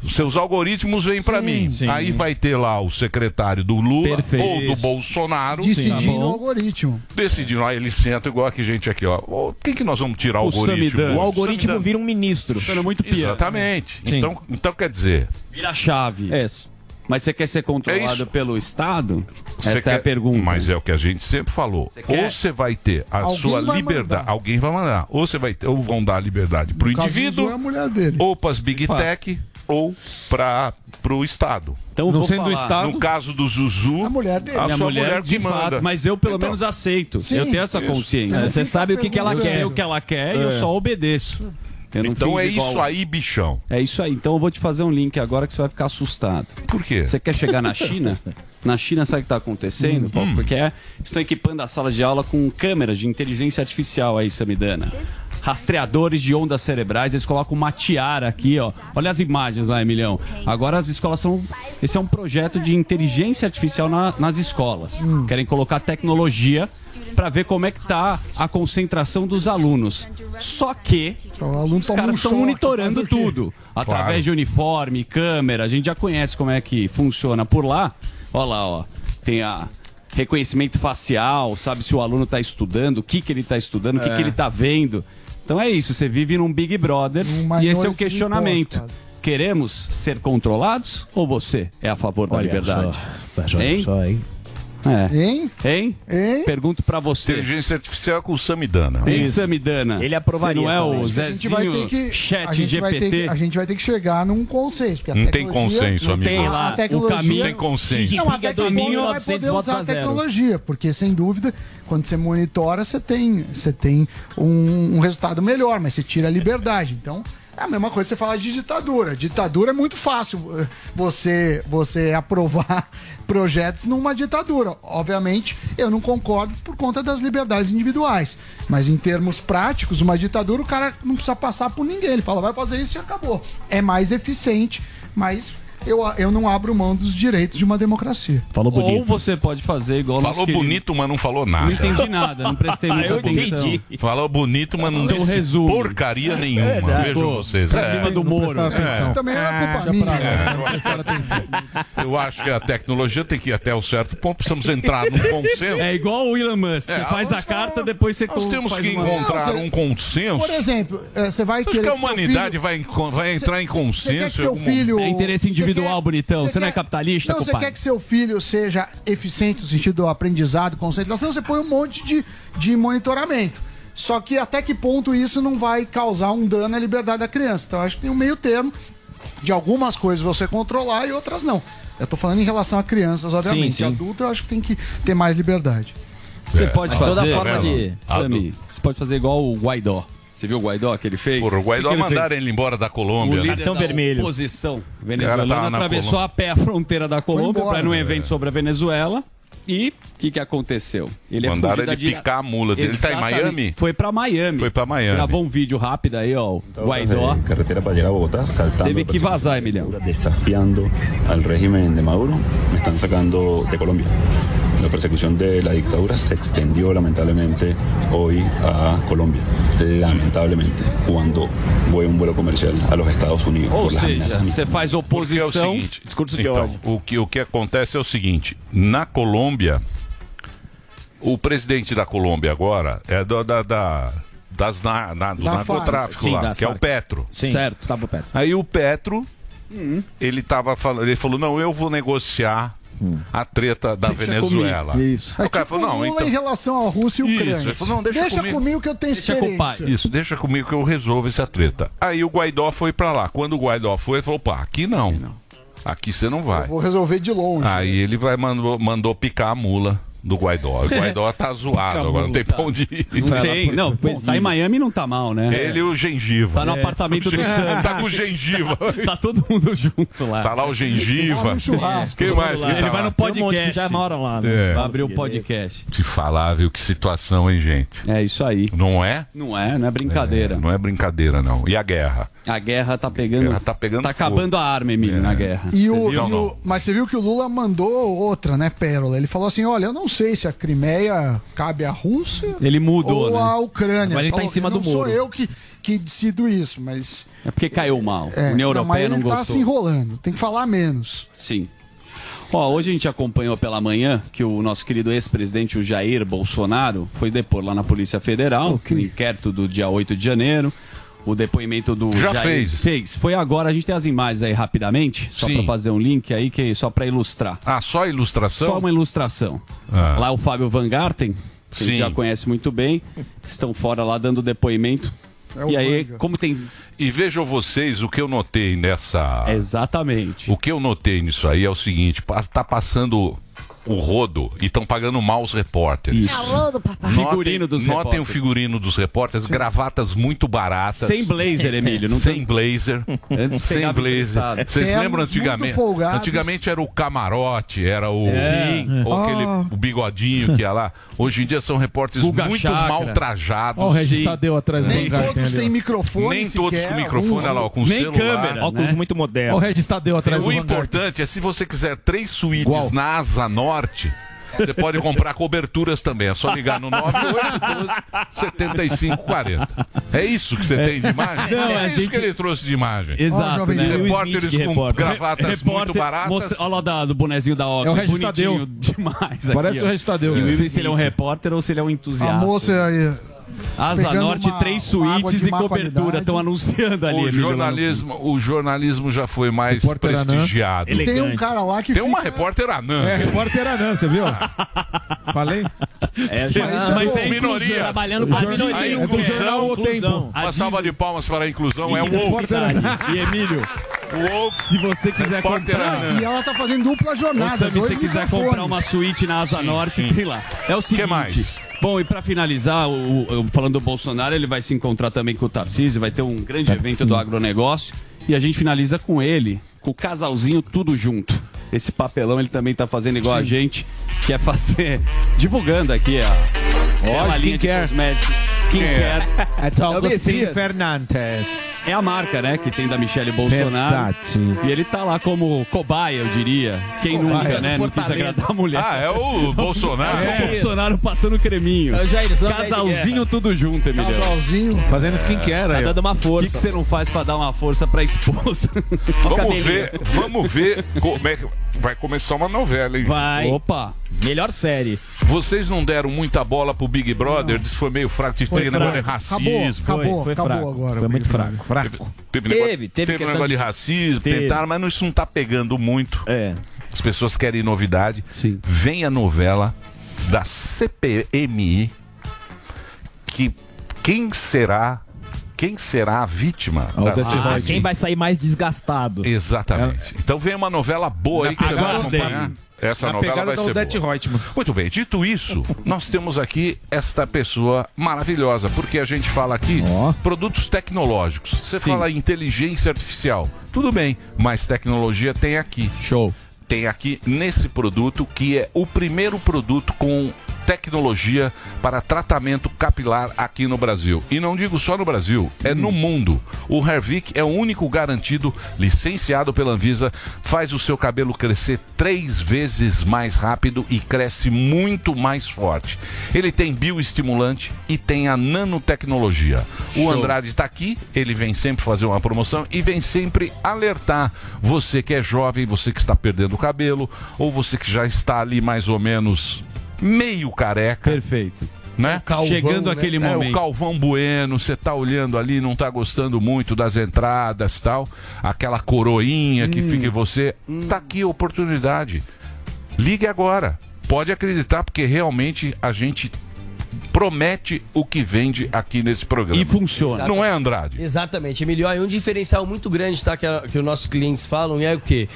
[SPEAKER 1] os seus algoritmos vêm pra mim. Aí vai ter lá o secretário do Lula
[SPEAKER 11] Perfeito.
[SPEAKER 1] ou do Bolsonaro
[SPEAKER 3] Tá
[SPEAKER 11] Decidindo o algoritmo.
[SPEAKER 1] decidindo, aí ele senta igual aqui, gente aqui, ó. Ô, Por que, que nós vamos tirar o,
[SPEAKER 10] O
[SPEAKER 1] algoritmo?
[SPEAKER 10] Samidana. O algoritmo
[SPEAKER 1] Samidana. é
[SPEAKER 10] vira um ministro.
[SPEAKER 1] Exatamente. Então, então quer dizer. É
[SPEAKER 3] Vira chave.
[SPEAKER 10] É isso.
[SPEAKER 3] Mas você quer ser controlado pelo Estado?
[SPEAKER 1] Você
[SPEAKER 3] Essa é a
[SPEAKER 1] quer-
[SPEAKER 3] pergunta.
[SPEAKER 1] Mas é o que a gente sempre falou. Ou
[SPEAKER 3] quer?
[SPEAKER 1] você vai ter a
[SPEAKER 3] Alguém
[SPEAKER 1] sua
[SPEAKER 3] vai
[SPEAKER 1] liberdade, alguém vai mandar. Ou você vai ter, ou vão dar a liberdade pro
[SPEAKER 11] caso do
[SPEAKER 1] indivíduo,
[SPEAKER 11] Zulu, é a mulher dele.
[SPEAKER 1] ou para as Big Tech, ou para pro Estado.
[SPEAKER 3] Então, Não vou sendo o falar. Estado?
[SPEAKER 1] no caso do Zuzu, a mulher
[SPEAKER 3] A minha
[SPEAKER 1] sua mulher,
[SPEAKER 3] mulher,
[SPEAKER 1] que
[SPEAKER 3] de fato,
[SPEAKER 1] manda.
[SPEAKER 3] mas eu pelo
[SPEAKER 1] Então,
[SPEAKER 3] menos aceito.
[SPEAKER 1] Sim,
[SPEAKER 3] eu tenho essa
[SPEAKER 1] isso.
[SPEAKER 3] consciência.
[SPEAKER 1] Você
[SPEAKER 3] Você
[SPEAKER 1] fica
[SPEAKER 3] sabe o que, que ela
[SPEAKER 1] perguntando.
[SPEAKER 3] quer, o que ela quer, e eu
[SPEAKER 1] É.
[SPEAKER 3] só obedeço. Eu não
[SPEAKER 1] Então
[SPEAKER 3] fiz
[SPEAKER 1] é
[SPEAKER 3] igual-
[SPEAKER 1] isso aí, bichão.
[SPEAKER 3] É isso aí. Então eu vou te fazer um link agora que você vai ficar assustado.
[SPEAKER 1] Por quê?
[SPEAKER 3] Você quer chegar na China? Na China, sabe o que está acontecendo, Paulo? Porque é, estão equipando as salas de aula com câmeras de inteligência artificial aí, Samidana. Rastreadores de ondas cerebrais, eles colocam uma tiara aqui, ó. Olha as imagens lá, Emilhão. Agora as escolas são. Esse é um projeto de inteligência artificial na- nas escolas. Querem colocar tecnologia para ver como é que tá a concentração dos alunos. Só que
[SPEAKER 11] O aluno
[SPEAKER 3] os
[SPEAKER 11] toma
[SPEAKER 3] caras
[SPEAKER 11] um
[SPEAKER 3] estão
[SPEAKER 11] choque,
[SPEAKER 3] monitorando
[SPEAKER 11] fazer o quê?
[SPEAKER 3] tudo. Através de uniforme, câmera, a gente já conhece como é que funciona por lá. Olha lá, ó. Tem a reconhecimento facial, sabe se o aluno está estudando, o que, que ele está estudando, o que,
[SPEAKER 15] É.
[SPEAKER 3] que ele está vendo. Então é isso, você vive num Big Brother e esse é o
[SPEAKER 15] Minority
[SPEAKER 3] questionamento.
[SPEAKER 15] Report,
[SPEAKER 3] Queremos ser controlados ou você é a favor da
[SPEAKER 15] Olha
[SPEAKER 3] liberdade?
[SPEAKER 15] só, mas olha só, hein?
[SPEAKER 3] É.
[SPEAKER 11] Hein?
[SPEAKER 3] Hein? Pergunto pra você.
[SPEAKER 1] Inteligência artificial com o Samidana.
[SPEAKER 3] Hein, Samidana?
[SPEAKER 1] Ele
[SPEAKER 3] aprovaria Você não é essa o lei.
[SPEAKER 11] A gente vai ter que.
[SPEAKER 3] Chat
[SPEAKER 11] a, gente vai ter
[SPEAKER 3] GPT.
[SPEAKER 11] que a gente vai ter que chegar num consenso. porque a
[SPEAKER 1] Não tem
[SPEAKER 11] tecnologia-
[SPEAKER 1] consenso,
[SPEAKER 11] a-
[SPEAKER 1] amigo. Tem lá,
[SPEAKER 11] A
[SPEAKER 1] o
[SPEAKER 11] tecnologia,
[SPEAKER 1] caminho é tem consenso.
[SPEAKER 11] Não, a
[SPEAKER 1] Xinjiang,
[SPEAKER 11] tecnologia
[SPEAKER 1] 2.900
[SPEAKER 11] vai poder usar a
[SPEAKER 1] votos a zero.
[SPEAKER 11] tecnologia, porque sem dúvida, quando você monitora, você tem, você tem um, um resultado melhor, mas você tira a liberdade. Então. É a mesma coisa que você falar de ditadura. Ditadura é muito fácil eh, você você aprovar projetos numa ditadura. Obviamente, eu não concordo por conta das liberdades individuais. Mas em termos práticos, uma ditadura, o cara não precisa passar por ninguém. Ele fala, vai fazer isso e acabou. É mais eficiente, mas eu, eu não abro mão dos direitos de uma democracia.
[SPEAKER 3] Falou Ou você pode fazer igual
[SPEAKER 1] Falou
[SPEAKER 3] nosso querido-
[SPEAKER 1] bonito, mas não falou nada.
[SPEAKER 3] Não entendi nada, não prestei muita
[SPEAKER 1] Eu
[SPEAKER 3] atenção.
[SPEAKER 1] entendi. Falou bonito, mas não
[SPEAKER 3] Então,
[SPEAKER 1] disse
[SPEAKER 3] resumo.
[SPEAKER 1] porcaria nenhuma.
[SPEAKER 3] É Verdade.
[SPEAKER 1] Vejam vocês.
[SPEAKER 3] Pra cima do Moro.
[SPEAKER 1] É.
[SPEAKER 11] Também não é culpa
[SPEAKER 1] já
[SPEAKER 11] minha.
[SPEAKER 1] pra lá, Eu acho que a tecnologia tem que ir até um certo ponto. Precisamos entrar num consenso.
[SPEAKER 3] É igual o Elon Musk.
[SPEAKER 1] É,
[SPEAKER 3] você faz a
[SPEAKER 1] nós-
[SPEAKER 3] carta, depois você
[SPEAKER 1] Nós
[SPEAKER 3] co-
[SPEAKER 1] temos
[SPEAKER 3] faz
[SPEAKER 1] que
[SPEAKER 3] uma-
[SPEAKER 1] encontrar
[SPEAKER 11] Não, você-
[SPEAKER 1] um consenso.
[SPEAKER 11] Por exemplo, eh, você vai
[SPEAKER 1] Acho
[SPEAKER 11] querer
[SPEAKER 1] que a
[SPEAKER 11] seu
[SPEAKER 1] humanidade
[SPEAKER 11] filho-
[SPEAKER 1] vai, enco- vai
[SPEAKER 11] Cê-
[SPEAKER 1] entrar em
[SPEAKER 11] cê quer que
[SPEAKER 1] consenso. em
[SPEAKER 11] seu
[SPEAKER 1] algum
[SPEAKER 11] filho-
[SPEAKER 1] momento.
[SPEAKER 3] É interesse
[SPEAKER 11] Cê
[SPEAKER 3] individual,
[SPEAKER 11] quer-
[SPEAKER 3] bonitão.
[SPEAKER 11] cê
[SPEAKER 3] Você não é
[SPEAKER 11] quer-
[SPEAKER 3] capitalista,
[SPEAKER 11] Não, você
[SPEAKER 3] compadre?
[SPEAKER 11] quer que seu filho seja eficiente no sentido do aprendizado, concentração, você põe um monte de, de monitoramento. Só que até que ponto isso não vai causar um dano à liberdade da criança? Então acho que tem um meio termo de algumas coisas você controlar e outras não. Eu tô falando em relação a crianças, obviamente.
[SPEAKER 3] sim.
[SPEAKER 11] Adulto eu acho que tem que ter mais liberdade.
[SPEAKER 3] Você pode
[SPEAKER 11] Mas
[SPEAKER 3] fazer.
[SPEAKER 11] toda forma
[SPEAKER 3] Tá
[SPEAKER 11] de-
[SPEAKER 3] vendo? Sammy, você pode fazer igual o Guaidó. Você viu o Guaidó que ele fez?
[SPEAKER 1] Porra, o Guaidó
[SPEAKER 3] Que que ele
[SPEAKER 1] mandaram
[SPEAKER 3] fez?
[SPEAKER 1] ele embora da
[SPEAKER 3] O
[SPEAKER 1] Colômbia.
[SPEAKER 3] líder
[SPEAKER 1] né?
[SPEAKER 3] da oposição venezuelana
[SPEAKER 1] Cara, tá na
[SPEAKER 3] atravessou
[SPEAKER 1] Colômbia.
[SPEAKER 3] a pé a fronteira da Colômbia
[SPEAKER 1] embora,
[SPEAKER 3] para num
[SPEAKER 1] né?
[SPEAKER 3] evento sobre a Venezuela. E o que, que aconteceu? Ele é
[SPEAKER 1] Mandaram
[SPEAKER 3] fugido
[SPEAKER 1] ele
[SPEAKER 3] da dire-
[SPEAKER 1] picar a mula dele. Ele tá em
[SPEAKER 3] Exatamente.
[SPEAKER 1] Miami?
[SPEAKER 3] Foi para Miami. Foi
[SPEAKER 1] para Miami.
[SPEAKER 3] Gravou um vídeo rápido aí, ó. o Guaidó.
[SPEAKER 16] carretera para llegar a Bogotá, saltando.
[SPEAKER 3] Teve que
[SPEAKER 1] Tá
[SPEAKER 3] vazar, Emiliano.
[SPEAKER 16] Desafiando al régimen de Maduro, me están sacando de Colombia. La persecución de la dictadura se extendió lamentablemente hoy a Colombia. Lamentablemente, cuando voy a un vuelo comercial a los Estados Unidos.
[SPEAKER 3] Ou
[SPEAKER 16] por las
[SPEAKER 3] seja,
[SPEAKER 16] amenazas
[SPEAKER 3] você faz
[SPEAKER 1] Porque é o
[SPEAKER 3] oposição.
[SPEAKER 1] seguinte, então, o que, o que acontece é o seguinte: na Colômbia, o presidente da Colômbia agora é do, da, da- das na- na- do
[SPEAKER 15] Da
[SPEAKER 1] narcotráfico
[SPEAKER 15] Farc. Sim,
[SPEAKER 1] lá,
[SPEAKER 15] da
[SPEAKER 1] que é o
[SPEAKER 15] Farc.
[SPEAKER 1] Petro.
[SPEAKER 15] Sim.
[SPEAKER 3] Certo.
[SPEAKER 15] Tá pro Petro.
[SPEAKER 1] Aí o Petro, ele tava falando, ele falou: não, eu vou negociar a treta da
[SPEAKER 15] Deixa
[SPEAKER 1] Venezuela.
[SPEAKER 15] comigo. Hum. Isso. É tipo
[SPEAKER 1] Aí o cara falou: não,
[SPEAKER 11] É tipo Lula
[SPEAKER 1] então.
[SPEAKER 11] em relação à Rússia e
[SPEAKER 1] Isso,
[SPEAKER 11] Ucrânia.
[SPEAKER 1] ele falou, não, deixa comigo.
[SPEAKER 11] que eu tenho
[SPEAKER 1] com o
[SPEAKER 11] experiência.
[SPEAKER 1] pai. Isso, deixa comigo que eu resolvo essa treta. Aí o Guaidó foi pra lá. Quando o Guaidó foi, ele falou: pá, aqui não. Aqui você não vai.
[SPEAKER 11] Vou resolver de longe. né?
[SPEAKER 1] Aí ele vai, mandou, mandou picar a mula do Guaidó. O Guaidó tá zoado agora, não tem pra onde ir.
[SPEAKER 3] tá. Não tem, não, bom, tá em Miami não tá mal, né?
[SPEAKER 1] Ele e o gengiva.
[SPEAKER 3] Tá no apartamento do Sam.
[SPEAKER 1] É. Tá com o gengiva.
[SPEAKER 3] Tá todo mundo junto lá.
[SPEAKER 1] Tá lá o gengiva.
[SPEAKER 11] um
[SPEAKER 1] Quem
[SPEAKER 3] Todo
[SPEAKER 1] mais?
[SPEAKER 3] mundo
[SPEAKER 1] que
[SPEAKER 3] lá.
[SPEAKER 1] tá
[SPEAKER 3] Ele vai
[SPEAKER 1] lá?
[SPEAKER 3] no podcast.
[SPEAKER 1] que já mora
[SPEAKER 3] lá,
[SPEAKER 1] né? É.
[SPEAKER 3] Vai abrir o podcast.
[SPEAKER 1] Te falar, viu? Que situação, hein, gente?
[SPEAKER 3] É isso aí.
[SPEAKER 1] Não é?
[SPEAKER 3] Não é, não é brincadeira.
[SPEAKER 1] não é brincadeira, não. E a guerra?
[SPEAKER 3] A guerra tá pegando.
[SPEAKER 1] Guerra tá pegando
[SPEAKER 3] Tá
[SPEAKER 1] fogo. É.
[SPEAKER 3] acabando a arma, Emílio, na guerra.
[SPEAKER 11] E o,
[SPEAKER 3] Entendeu?
[SPEAKER 11] e o- mas você viu que o Lula mandou outra, né, Pérola? Ele falou assim: olha, eu não sei se a Crimeia cabe à Rússia
[SPEAKER 3] Ele mudou,
[SPEAKER 11] ou
[SPEAKER 3] né?
[SPEAKER 11] à Ucrânia.
[SPEAKER 3] Agora ele tá
[SPEAKER 11] Falou
[SPEAKER 3] em cima
[SPEAKER 11] que não
[SPEAKER 3] do
[SPEAKER 11] sou
[SPEAKER 3] muro.
[SPEAKER 11] eu que, que decido isso, mas.
[SPEAKER 3] É porque caiu mal.
[SPEAKER 11] É,
[SPEAKER 3] a União
[SPEAKER 11] não, mas
[SPEAKER 3] Europeia
[SPEAKER 11] ele
[SPEAKER 3] não,
[SPEAKER 11] tá
[SPEAKER 3] gostou.
[SPEAKER 11] se enrolando, tem que falar menos.
[SPEAKER 3] Sim. Ó, hoje a gente acompanhou pela manhã que o nosso querido ex-presidente o Jair Bolsonaro foi depor lá na Polícia Federal, no inquérito do dia 8 de janeiro. o depoimento do
[SPEAKER 1] Já
[SPEAKER 3] Jair
[SPEAKER 1] fez.
[SPEAKER 3] Fez. Foi agora, a gente tem as imagens aí rapidamente, só
[SPEAKER 1] Sim.
[SPEAKER 3] para fazer um link aí, que só para ilustrar.
[SPEAKER 1] Ah, só ilustração?
[SPEAKER 3] Só uma ilustração.
[SPEAKER 1] Ah.
[SPEAKER 3] Lá o Fábio Van Garten, que a gente
[SPEAKER 1] Sim.
[SPEAKER 3] já conhece muito bem, estão fora lá dando depoimento.
[SPEAKER 1] É
[SPEAKER 3] e aí, como tem
[SPEAKER 1] E vejam vocês o que eu notei nessa.
[SPEAKER 3] Exatamente.
[SPEAKER 1] O que eu notei nisso aí é o seguinte: pa- tá passando o rodo e estão pagando mal os repórteres. Notem-
[SPEAKER 3] Figurino dos
[SPEAKER 1] notem o
[SPEAKER 3] repórteres.
[SPEAKER 1] figurino dos repórteres, gravatas muito baratas.
[SPEAKER 3] Sem blazer, Emílio, não
[SPEAKER 1] sem
[SPEAKER 3] tem-
[SPEAKER 1] blazer.
[SPEAKER 3] Antes
[SPEAKER 1] sem
[SPEAKER 3] pegava
[SPEAKER 1] blazer.
[SPEAKER 3] emprestado.
[SPEAKER 1] Vocês
[SPEAKER 3] Ternos
[SPEAKER 1] lembram
[SPEAKER 3] muito
[SPEAKER 1] antigamente?
[SPEAKER 3] folgados.
[SPEAKER 1] Antigamente era o camarote, era o.
[SPEAKER 3] É. Sim.
[SPEAKER 1] Ou aquele
[SPEAKER 15] Ah.
[SPEAKER 1] o bigodinho que ia lá. Hoje em dia são repórteres
[SPEAKER 15] Guga
[SPEAKER 1] muito
[SPEAKER 15] Chakra.
[SPEAKER 1] mal trajados.
[SPEAKER 15] Olha o Regis
[SPEAKER 3] tá
[SPEAKER 15] Tadeu atrás do
[SPEAKER 1] Nem
[SPEAKER 15] Van Garten
[SPEAKER 1] todos
[SPEAKER 15] ali, ó.
[SPEAKER 1] têm
[SPEAKER 11] microfone.
[SPEAKER 1] Nem todos com microfone, olha lá, ó, com celular.
[SPEAKER 15] Óculos muito modernos. Olha o Regis Tadeu atrás
[SPEAKER 1] O
[SPEAKER 15] do Van Garten.
[SPEAKER 1] importante é se você quiser três suítes
[SPEAKER 15] Igual.
[SPEAKER 1] na Asa Norte. Você pode comprar coberturas também. É só ligar no 982-7540. É isso que você tem de imagem?
[SPEAKER 3] Não,
[SPEAKER 1] é
[SPEAKER 3] a
[SPEAKER 1] isso
[SPEAKER 3] gente-
[SPEAKER 1] que ele trouxe de imagem.
[SPEAKER 3] Exato, né?
[SPEAKER 1] Repórteres com gravatas muito baratas.
[SPEAKER 3] olha lá da- do bonezinho da obra.
[SPEAKER 1] É o Regis
[SPEAKER 3] bonitinho
[SPEAKER 1] Tadeu.
[SPEAKER 3] demais.
[SPEAKER 1] Parece
[SPEAKER 3] aqui,
[SPEAKER 1] o
[SPEAKER 3] ó.
[SPEAKER 1] Regis Tadeu.
[SPEAKER 3] E eu não sei
[SPEAKER 1] Sim.
[SPEAKER 3] se ele é um repórter ou se ele é um entusiasta.
[SPEAKER 11] A moça aí.
[SPEAKER 3] Asa
[SPEAKER 11] pegando
[SPEAKER 3] Norte,
[SPEAKER 11] uma-
[SPEAKER 3] três
[SPEAKER 11] uma água
[SPEAKER 3] suítes
[SPEAKER 11] de
[SPEAKER 3] e
[SPEAKER 11] má
[SPEAKER 3] cobertura.
[SPEAKER 11] qualidade.
[SPEAKER 3] Estão anunciando ali.
[SPEAKER 1] O
[SPEAKER 3] Emílio, lá no-
[SPEAKER 1] jornalismo, o jornalismo já foi mais
[SPEAKER 3] Repórter anã.
[SPEAKER 1] prestigiado.
[SPEAKER 11] E tem um cara lá que
[SPEAKER 1] Tem uma
[SPEAKER 11] fica-
[SPEAKER 1] repórter anã.
[SPEAKER 15] É, repórter anã, você viu? Falei?
[SPEAKER 1] É,
[SPEAKER 15] Sim,
[SPEAKER 1] mas,
[SPEAKER 15] mas
[SPEAKER 1] é
[SPEAKER 15] é
[SPEAKER 1] minorias.
[SPEAKER 15] inclusão, trabalhando com
[SPEAKER 1] a
[SPEAKER 15] minorias.
[SPEAKER 1] A
[SPEAKER 15] É
[SPEAKER 1] inclusão,
[SPEAKER 15] inclusão, inclusão.
[SPEAKER 1] Uma salva de palmas para a inclusão. É o woke.
[SPEAKER 15] Inclusividade.
[SPEAKER 3] E Emílio, se você quiser
[SPEAKER 1] Repórter
[SPEAKER 3] comprar...
[SPEAKER 1] anã.
[SPEAKER 11] E ela tá fazendo dupla
[SPEAKER 3] Ô,
[SPEAKER 11] jornada.
[SPEAKER 3] Sammy,
[SPEAKER 11] dois
[SPEAKER 3] se quiser
[SPEAKER 11] microfones.
[SPEAKER 3] comprar uma suíte na Asa Norte, tem lá. É o seguinte.
[SPEAKER 1] mais?
[SPEAKER 3] Bom, e pra finalizar, o- o- falando do Bolsonaro, ele vai se encontrar também com o Tarcísio, vai ter um grande evento do agronegócio. E a gente finaliza com ele, com o casalzinho tudo junto. Esse papelão ele também tá fazendo igual a gente, que é fazer. divulgando aqui a.
[SPEAKER 10] Ó,
[SPEAKER 3] bela linha de
[SPEAKER 10] skincare.
[SPEAKER 3] cosméticos. Skincare.
[SPEAKER 10] É. É tal Agostinho
[SPEAKER 3] Fernandes. É a marca, né, que tem da Michelle Bolsonaro. E ele tá lá como cobaia, eu diria. Quem
[SPEAKER 10] Cobaia
[SPEAKER 3] nunca,
[SPEAKER 10] do
[SPEAKER 3] né? Não quis
[SPEAKER 10] Fortaleza.
[SPEAKER 3] agradar a mulher.
[SPEAKER 1] Ah, é o Bolsonaro.
[SPEAKER 3] É o Bolsonaro passando creminho.
[SPEAKER 10] É o Jair Sandro aí de
[SPEAKER 3] Casalzinho
[SPEAKER 10] guerra.
[SPEAKER 3] tudo junto, Emílio.
[SPEAKER 10] Casalzinho. Fazendo skincare
[SPEAKER 4] Tá
[SPEAKER 10] aí, ó.
[SPEAKER 3] força. O que que você não faz pra dar uma força pra esposa?
[SPEAKER 1] Vamos ver, vamos ver como é que vai começar uma novela, hein?
[SPEAKER 10] Vai.
[SPEAKER 3] Opa.
[SPEAKER 1] Melhor série. Vocês não deram muita bola pro Big Brother, disse que foi meio fraco, tive
[SPEAKER 15] Foi
[SPEAKER 1] teve negócio de
[SPEAKER 15] fraco.
[SPEAKER 1] racismo.
[SPEAKER 15] Acabou, acabou, Foi, foi acabou fraco. agora, Foi muito Big fraco, Brother. fraco.
[SPEAKER 1] Teve, negócio, teve,
[SPEAKER 15] Teve, teve questão
[SPEAKER 1] negócio de,
[SPEAKER 15] de-
[SPEAKER 1] racismo,
[SPEAKER 15] Teve.
[SPEAKER 1] tentaram, mas isso não tá pegando muito.
[SPEAKER 15] É.
[SPEAKER 1] As pessoas querem novidade. Sim. Vem a novela da CPMI que quem será quem será a vítima da
[SPEAKER 15] Ah,
[SPEAKER 1] CPMI?
[SPEAKER 15] quem vai sair mais desgastado?
[SPEAKER 1] Exatamente.
[SPEAKER 15] É.
[SPEAKER 1] Então vem uma novela boa aí que você vai
[SPEAKER 15] Agora
[SPEAKER 1] acompanhar.
[SPEAKER 15] odeio.
[SPEAKER 1] Essa
[SPEAKER 15] Na
[SPEAKER 1] novela
[SPEAKER 15] pegada
[SPEAKER 1] vai
[SPEAKER 15] tá o
[SPEAKER 1] ser
[SPEAKER 15] Det
[SPEAKER 1] boa. Muito bem, dito isso, nós temos aqui esta pessoa maravilhosa, porque a gente fala aqui produtos tecnológicos. Você fala inteligência artificial, tudo bem, mas tecnologia tem aqui.
[SPEAKER 3] Show.
[SPEAKER 1] Tem aqui nesse produto que é o primeiro produto com tecnologia para tratamento capilar aqui no Brasil. E não digo só no Brasil, é no mundo. O Hervik é o único garantido, licenciado pela Anvisa, faz o seu cabelo crescer três vezes mais rápido e cresce muito mais forte. Ele tem bioestimulante e tem a nanotecnologia. O
[SPEAKER 15] Show.
[SPEAKER 1] Andrade está aqui, ele vem sempre fazer uma promoção e vem sempre alertar você que é jovem, você que está perdendo o cabelo, ou você que já está ali mais ou menos meio careca.
[SPEAKER 3] Perfeito.
[SPEAKER 1] Né?
[SPEAKER 3] Calvão, Chegando né? aquele
[SPEAKER 1] É, o
[SPEAKER 3] momento.
[SPEAKER 1] Calvão Bueno, você tá olhando ali, não tá gostando muito das entradas tal, aquela coroinha que fica em você. Tá aqui a oportunidade. Ligue agora. Pode acreditar, porque realmente a gente promete o que vende aqui nesse programa.
[SPEAKER 3] E funciona.
[SPEAKER 1] Não é, Andrade?
[SPEAKER 4] Exatamente, Emilio. E um diferencial muito grande tá, que, a- que os nossos clientes falam é o quê?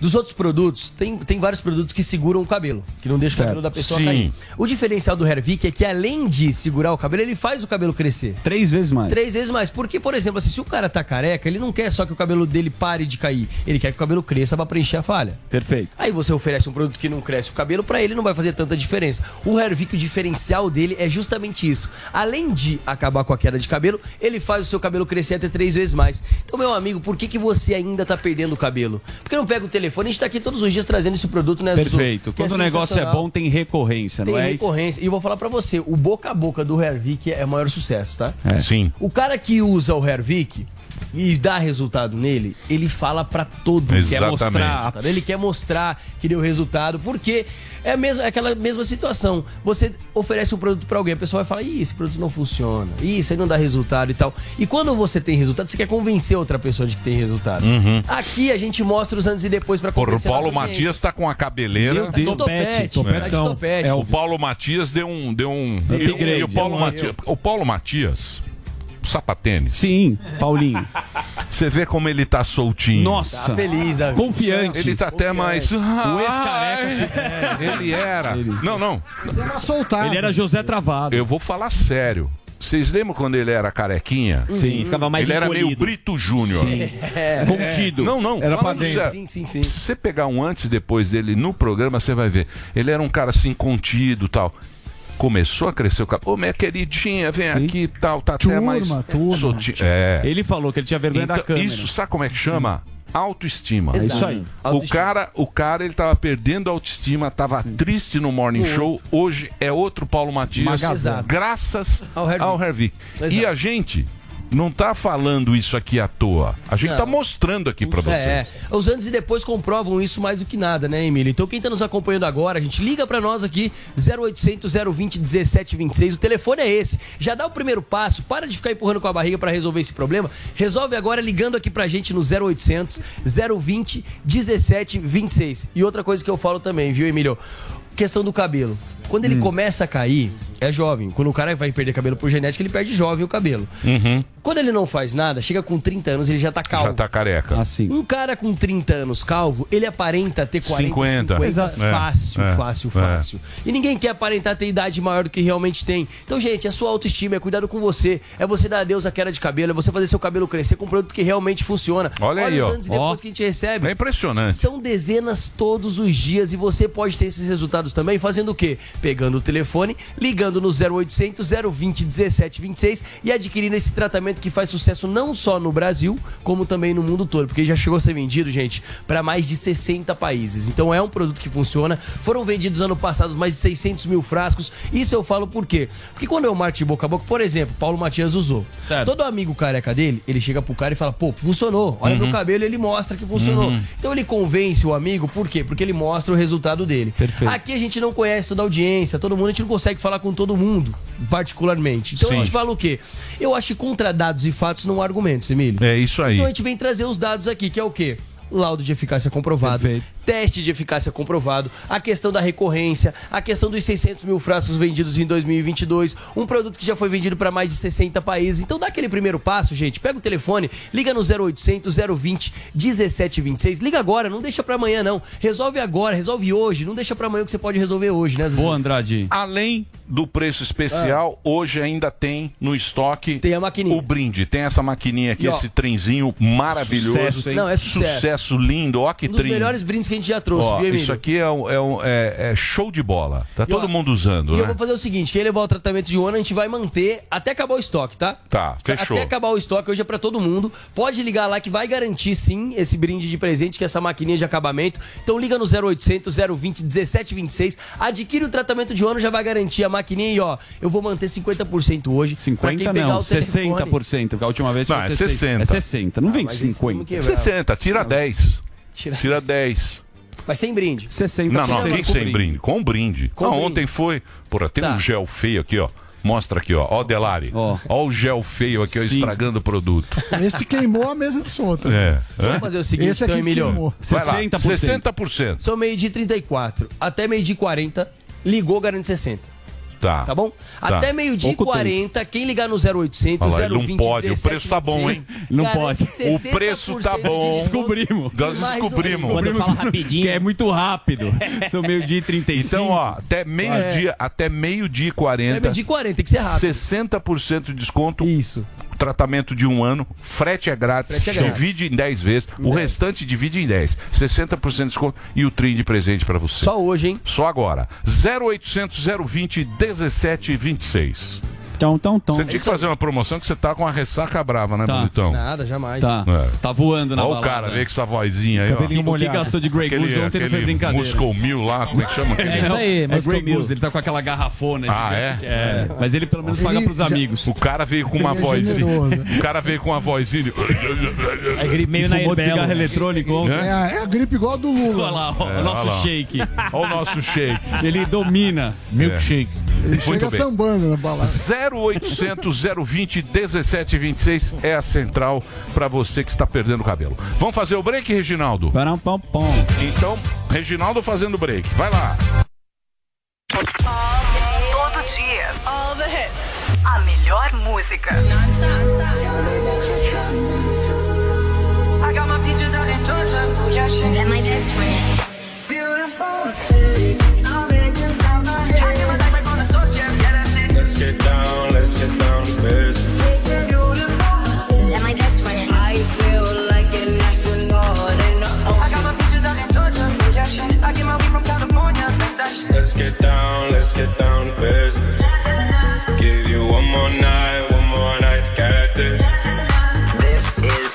[SPEAKER 4] Dos outros produtos, tem, tem vários produtos que seguram o cabelo, que não deixam
[SPEAKER 3] Certo.
[SPEAKER 4] o cabelo da pessoa
[SPEAKER 3] Sim.
[SPEAKER 4] cair. O diferencial do Hervik é que além de segurar o cabelo, ele faz o cabelo crescer.
[SPEAKER 3] Três vezes mais.
[SPEAKER 4] Três vezes mais. Porque, por exemplo, assim, se o cara tá careca, ele não quer só que o cabelo dele pare de cair. Ele quer que o cabelo cresça pra preencher a falha.
[SPEAKER 3] Perfeito.
[SPEAKER 4] Aí você oferece um produto que não cresce o cabelo, pra ele não vai fazer tanta diferença. O Hervik, o diferencial dele é justamente isso. Além de acabar com a queda de cabelo, ele faz o seu cabelo crescer até três vezes mais. Então, meu amigo, por que, que você ainda tá perdendo o cabelo? Porque não pega o telefone, a gente tá aqui todos os dias trazendo esse produto, né, Zuzu?
[SPEAKER 3] Perfeito.
[SPEAKER 4] Que
[SPEAKER 3] Quando o negócio é
[SPEAKER 4] sensacional.
[SPEAKER 3] bom, tem recorrência,
[SPEAKER 4] Tem
[SPEAKER 3] não é isso?
[SPEAKER 4] recorrência. E eu vou falar pra você, o boca a boca do Hervik é o maior sucesso, tá?
[SPEAKER 1] Sim.
[SPEAKER 4] O cara que usa o Hervik, e dá resultado nele, ele fala pra todo mundo. Quer
[SPEAKER 1] Exatamente.
[SPEAKER 4] mostrar, tá? ele quer mostrar que deu resultado, porque é, mesmo, é aquela mesma situação. Você oferece um produto pra alguém, a pessoa vai falar, Ih, esse produto não funciona, Ih, isso aí não dá resultado e tal. E quando você tem resultado, você quer convencer outra pessoa de que tem resultado.
[SPEAKER 1] Uhum.
[SPEAKER 4] Aqui a gente mostra os antes e depois pra
[SPEAKER 1] Porra, o
[SPEAKER 4] convencer a
[SPEAKER 1] Paulo
[SPEAKER 4] nossa audiência.
[SPEAKER 1] Matias tá com a cabeleira.
[SPEAKER 4] Meu Deus. Tá de topete,
[SPEAKER 1] É.
[SPEAKER 4] tá de topete.
[SPEAKER 1] É, o Paulo Matias deu um. Deu um e, o- e o Paulo Matias. O Paulo Matias. o Sapatênis.
[SPEAKER 3] Sim, Paulinho.
[SPEAKER 1] Você vê como ele tá soltinho.
[SPEAKER 3] Nossa. Tá feliz, Davi. Confiante.
[SPEAKER 1] Ele tá até mais.
[SPEAKER 3] O
[SPEAKER 1] ex-careca. Ele era. Não, não.
[SPEAKER 11] Ele era soltado.
[SPEAKER 1] Ele era
[SPEAKER 3] José Travado.
[SPEAKER 1] Eu vou falar sério. Vocês lembram quando ele era carequinha?
[SPEAKER 3] Sim,
[SPEAKER 1] Uhum.
[SPEAKER 3] ficava mais
[SPEAKER 1] Ele era
[SPEAKER 3] encolhido.
[SPEAKER 1] meio Brito Júnior.
[SPEAKER 3] Sim.
[SPEAKER 4] É.
[SPEAKER 1] É. Não, não.
[SPEAKER 4] Era
[SPEAKER 1] falando
[SPEAKER 4] pra dentro.
[SPEAKER 1] sério.
[SPEAKER 4] Sim, sim, sim.
[SPEAKER 1] Se você pegar um antes e depois dele no programa, você vai ver. Ele era um cara assim contido, tal. Começou a crescer o cabelo. Ô, minha queridinha, vem aqui, tal, tá até mais. solti- É.
[SPEAKER 3] Ele falou que ele tinha vergonha da
[SPEAKER 1] Então,
[SPEAKER 3] câmera.
[SPEAKER 1] Isso, sabe como é que chama? Autoestima.
[SPEAKER 3] É isso aí.
[SPEAKER 1] O cara, o cara, ele tava perdendo a autoestima, tava triste no morning show. Hoje é outro Paulo Matias,
[SPEAKER 4] Magazão.
[SPEAKER 1] graças ao Hervik.
[SPEAKER 4] é.
[SPEAKER 1] E a gente não tá falando isso aqui à toa. A gente
[SPEAKER 4] Não.
[SPEAKER 1] tá mostrando aqui pra vocês.
[SPEAKER 4] É, é. os antes e depois comprovam isso mais do que nada, né, Emílio? Então quem tá nos acompanhando agora, a gente liga pra nós aqui 0800 020 1726. O telefone é esse. Já dá o primeiro passo, para de ficar empurrando com a barriga pra resolver esse problema. Resolve agora ligando aqui pra gente no 0800 020 1726. E outra coisa que eu falo também, viu, Emílio? Questão do cabelo. Quando
[SPEAKER 1] Hum.
[SPEAKER 4] ele começa a cair, é jovem. Quando o cara vai perder cabelo por genética, ele perde jovem o cabelo.
[SPEAKER 1] Uhum.
[SPEAKER 4] Quando ele não faz nada, chega com 30 anos, ele já tá calvo.
[SPEAKER 1] Já tá careca.
[SPEAKER 4] Um cara com 30 anos calvo, ele aparenta ter 40,
[SPEAKER 1] 50.
[SPEAKER 4] 50.
[SPEAKER 1] É,
[SPEAKER 4] Fácil,
[SPEAKER 1] é,
[SPEAKER 4] fácil,
[SPEAKER 1] é.
[SPEAKER 4] fácil. E ninguém quer aparentar ter idade maior do que realmente tem. Então, gente, é sua autoestima, é cuidado com você. É você dar adeus à queda de cabelo, é você fazer seu cabelo crescer com um produto que realmente funciona.
[SPEAKER 1] Olha aí,
[SPEAKER 4] os
[SPEAKER 1] ó.
[SPEAKER 4] anos e depois
[SPEAKER 1] Ó.
[SPEAKER 4] que a gente recebe.
[SPEAKER 1] É impressionante.
[SPEAKER 4] São dezenas todos os dias e você pode ter esses resultados também fazendo o quê? Pegando o telefone, ligando no 0800 020 1726 e adquirindo esse tratamento que faz sucesso não só no Brasil, como também no mundo todo, porque já chegou a ser vendido, gente, para mais de 60 países. Então é um produto que funciona. Foram vendidos ano passado mais de 600 mil frascos. Isso eu falo por quê? Porque quando eu marketing boca a boca, por exemplo, Paulo Matias usou.
[SPEAKER 3] Certo.
[SPEAKER 4] Todo amigo careca dele, ele chega pro cara e fala: pô, funcionou. Olha
[SPEAKER 3] Uhum.
[SPEAKER 4] meu cabelo, ele mostra que funcionou.
[SPEAKER 3] Uhum.
[SPEAKER 4] Então ele convence o amigo, por quê? Porque ele mostra o resultado dele.
[SPEAKER 3] Perfeito.
[SPEAKER 4] Aqui a gente não conhece toda a audiência, todo mundo, a gente não consegue falar com todo mundo, particularmente. Então
[SPEAKER 1] Sim.
[SPEAKER 4] a gente fala o quê? Eu acho que contra dados e fatos não há argumentos, Emílio.
[SPEAKER 1] É isso aí.
[SPEAKER 4] Então a gente vem trazer os dados aqui, que é o quê? Laudo de eficácia comprovado, teste de eficácia comprovado, a questão da recorrência, a questão dos 600 mil frascos vendidos em 2022, um produto que já foi vendido para mais de 60 países. Então dá aquele primeiro passo, gente. Pega o telefone, liga no 0800 020 1726. Liga agora, não deixa para amanhã não. Resolve agora, resolve hoje, não deixa para amanhã o que você pode resolver hoje, né, Zuzu?
[SPEAKER 3] Boa, Andrade.
[SPEAKER 1] Além do preço
[SPEAKER 4] Ah.
[SPEAKER 1] especial, hoje ainda tem no estoque tem a maquininha. o brinde. Tem essa maquininha aqui,
[SPEAKER 4] E, ó,
[SPEAKER 1] esse trenzinho maravilhoso.
[SPEAKER 4] sucesso, hein? Não, é sucesso.
[SPEAKER 1] lindo, ó que
[SPEAKER 4] Um dos
[SPEAKER 1] trin.
[SPEAKER 4] melhores brindes que a gente já trouxe,
[SPEAKER 1] Ó,
[SPEAKER 4] viu, Emílio?
[SPEAKER 1] isso aqui é, um- é um- é- é show de bola. Tá
[SPEAKER 4] E,
[SPEAKER 1] todo
[SPEAKER 4] ó,
[SPEAKER 1] mundo usando,
[SPEAKER 4] E eu
[SPEAKER 1] né?
[SPEAKER 4] vou fazer o seguinte: quem levar o tratamento de um ano, a gente vai manter até acabar o estoque, tá?
[SPEAKER 1] Tá, fechou.
[SPEAKER 4] Até acabar o estoque, hoje é pra todo mundo. Pode ligar lá que vai garantir sim esse brinde de presente, que é essa maquininha de acabamento. Então liga no 0800 020 1726, adquire o tratamento de um ano, já vai garantir a maquininha e ó, eu vou manter 50% hoje. 50 pra quem
[SPEAKER 3] 50
[SPEAKER 4] pegar
[SPEAKER 3] não,
[SPEAKER 4] o telefone.
[SPEAKER 3] 60%, porque a última vez
[SPEAKER 1] Não,
[SPEAKER 3] foi
[SPEAKER 1] é
[SPEAKER 3] 60.
[SPEAKER 1] 60.
[SPEAKER 3] É 60, não
[SPEAKER 4] Ah,
[SPEAKER 3] vem
[SPEAKER 1] mas isso
[SPEAKER 3] 50.
[SPEAKER 1] vamos quebrar. 60, tira 10. Tira, 10.
[SPEAKER 4] Mas sem brinde. Tá
[SPEAKER 3] 60
[SPEAKER 1] Não, não,
[SPEAKER 3] com
[SPEAKER 1] quem sem
[SPEAKER 3] brinde.
[SPEAKER 1] brinde? Com brinde.
[SPEAKER 3] Com
[SPEAKER 1] Ah,
[SPEAKER 3] brinde.
[SPEAKER 1] Ontem foi. Porra, tem
[SPEAKER 4] Tá.
[SPEAKER 1] um gel feio aqui, ó. Mostra aqui, ó. Ó, Delari. Ó o gel feio aqui, ó, estragando o produto.
[SPEAKER 11] Esse queimou a mesa de som. tá?
[SPEAKER 1] É.
[SPEAKER 4] Vamos
[SPEAKER 1] Hã?
[SPEAKER 4] fazer o seguinte,
[SPEAKER 11] Esse
[SPEAKER 4] então,
[SPEAKER 11] aqui
[SPEAKER 4] Emílio.
[SPEAKER 11] queimou.
[SPEAKER 1] Vai lá, 60%.
[SPEAKER 4] São meio-dia e 34. Até meio-dia e 40, ligou, garante 60.
[SPEAKER 1] Tá.
[SPEAKER 4] Tá bom?
[SPEAKER 1] Tá.
[SPEAKER 4] Até meio-dia e
[SPEAKER 1] Pouco
[SPEAKER 4] 40, quem ligar no 0800,
[SPEAKER 1] Olha lá,
[SPEAKER 4] 020
[SPEAKER 1] ele não pode, o
[SPEAKER 4] 17,
[SPEAKER 1] preço tá bom, hein?
[SPEAKER 4] 26,
[SPEAKER 1] Não
[SPEAKER 4] garante
[SPEAKER 1] pode. O
[SPEAKER 4] 60%
[SPEAKER 1] preço tá
[SPEAKER 4] de
[SPEAKER 1] bom.
[SPEAKER 4] desconto.
[SPEAKER 3] Descobrimos.
[SPEAKER 1] Nós
[SPEAKER 4] Mais um.
[SPEAKER 1] descobrimos.
[SPEAKER 3] Quando eu falo rapidinho. Que é muito rápido. São meio-dia e 35.
[SPEAKER 1] Então, ó, até meio-dia,
[SPEAKER 11] É.
[SPEAKER 1] até meio-dia e 40.
[SPEAKER 4] Até meio-dia e 40, tem que ser rápido.
[SPEAKER 1] 60% de desconto. Isso. Tratamento de um ano, frete é grátis,
[SPEAKER 4] Frete é grátis.
[SPEAKER 1] divide em 10 vezes, o restante divide em 10. 60% de desconto e o trim de presente pra você. Só
[SPEAKER 4] hoje, hein?
[SPEAKER 1] Só agora. 0800 020 1726.
[SPEAKER 3] Então, então, então.
[SPEAKER 1] Você tinha que fazer uma promoção que você tá com a ressaca brava, né,
[SPEAKER 3] Tá.
[SPEAKER 1] bonitão? É.
[SPEAKER 4] Nada, jamais.
[SPEAKER 3] Tá. Tá voando na
[SPEAKER 1] Olha o
[SPEAKER 3] balada.
[SPEAKER 1] cara, vê com essa vozinha aí, ó.
[SPEAKER 3] Cabelinho O que molhado. gastou de Grey Goose ontem não foi brincadeira.
[SPEAKER 1] Muscle Mil lá, como é que chama?
[SPEAKER 3] É isso aí, é Grey Goose, ele tá com aquela garrafona
[SPEAKER 1] Ah,
[SPEAKER 3] gigante.
[SPEAKER 1] é?
[SPEAKER 3] Mas ele pelo menos paga pros amigos.
[SPEAKER 1] O cara veio com uma
[SPEAKER 3] Ele é
[SPEAKER 1] vozinha.
[SPEAKER 3] generoso.
[SPEAKER 1] O cara veio com uma vozinha.
[SPEAKER 3] É gripe meio na Fumou de Irbelo. cigarro eletrônico ontem.
[SPEAKER 1] Né?
[SPEAKER 11] É, a- é a gripe igual a do Lula.
[SPEAKER 3] Olha lá, ó, o nosso shake.
[SPEAKER 1] É, Olha o nosso shake. É.
[SPEAKER 3] Ele domina.
[SPEAKER 1] Milkshake.
[SPEAKER 11] Ele chega sambando na balada.
[SPEAKER 1] 0800 020 1726 é a central para você que está perdendo o cabelo. Vamos fazer o break, Reginaldo? Então, Reginaldo fazendo break. Vai lá.
[SPEAKER 17] Todo dia. All the hits. A melhor música. I got my peaches out in Georgia. Booyah shit. That my best friend. Beautiful city. I'm in just out my head. I give a life like on the source, yeah. Yeah, that's it.
[SPEAKER 18] Let's get down, let's get down to business.
[SPEAKER 17] Beautiful city. That my best friend. I feel like an astronaut in the ocean. I got my peaches out in Georgia. Booyah shit. I get my weed from California. That's that shit.
[SPEAKER 18] Let's get down, let's get down to business. Give you one more night, one more night to get this.
[SPEAKER 17] This is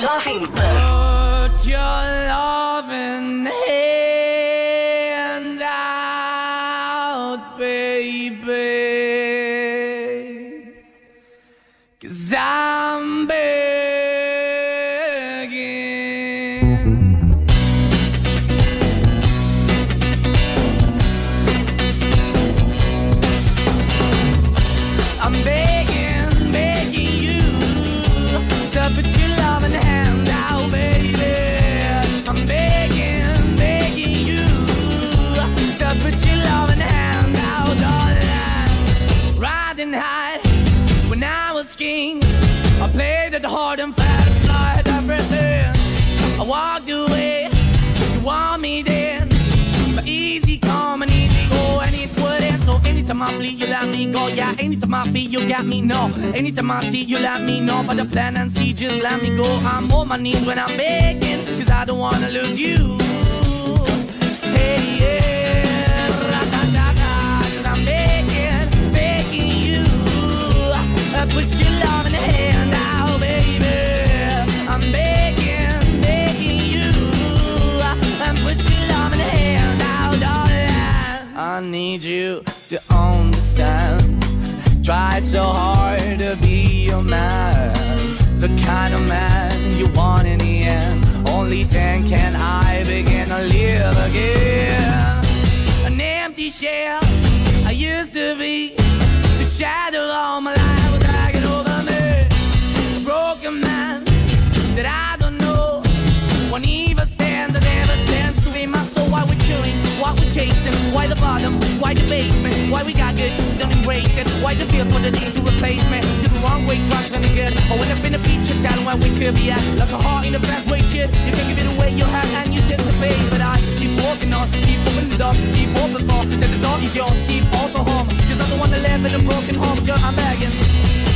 [SPEAKER 17] Jovem Pan.
[SPEAKER 19] Put your loving hand out, baby. Cause I'm begging. I'm begging, begging you to put your loving hand out, baby. I'm begging, begging you to put your loving hand out, darling. Riding high when I was king, I played it hard and fast, like everything. I walked away, you want me then. But easy come and easy go, and it wouldn't. So anytime I bleed, you let me go. Yeah, anytime I feel, you got me. No, anytime I see, you let me know. But the plan and see, just let me go. I'm on my knees when I'm begging, cause I don't wanna lose you. Hey, yeah, ra-da-da-da, cause I'm begging, begging you. I put your love in the hand out, baby. I'm begging, begging you. And put your love in the hand out, darling. I need you to understand. Try so hard to be your man. The kind of man you want in the end. Only then can I begin to live again. An empty shell I used to be. The shadow all my life was dragging over me. A broken man that I don't know. Won't even stand, I never stand to be my soul. Why we're chilling, why we're chasing, why the bottom, why the basement, why we got good, don't embrace it, why the feel for the need to replace me. You're the wrong way, trying to the good. I went up in the feature town where we could be at, like a heart in the best way, shit. You can give it away, you have, and you take the bait. But I keep walking on, keep moving the door, keep open for, that the dog is yours, keep also home. Cause I'm the one that live in a broken home, girl, I'm begging.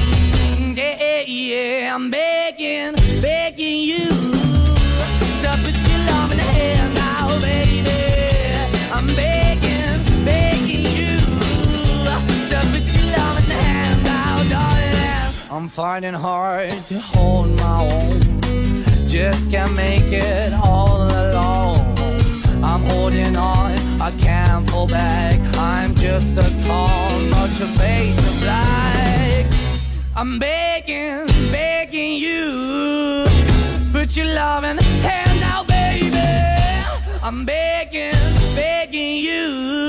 [SPEAKER 19] Yeah, yeah, yeah, I'm begging, begging you. Stop put your love in the hand now, baby. I'm begging, begging you. Stop put your love in the hand now, darling. I'm finding hard to hold my own. Just can't make it all alone. I'm holding on, I can't fall back. I'm just a call, not your face of black. I'm begging, begging you. Put your loving hand out, baby. I'm begging, begging you.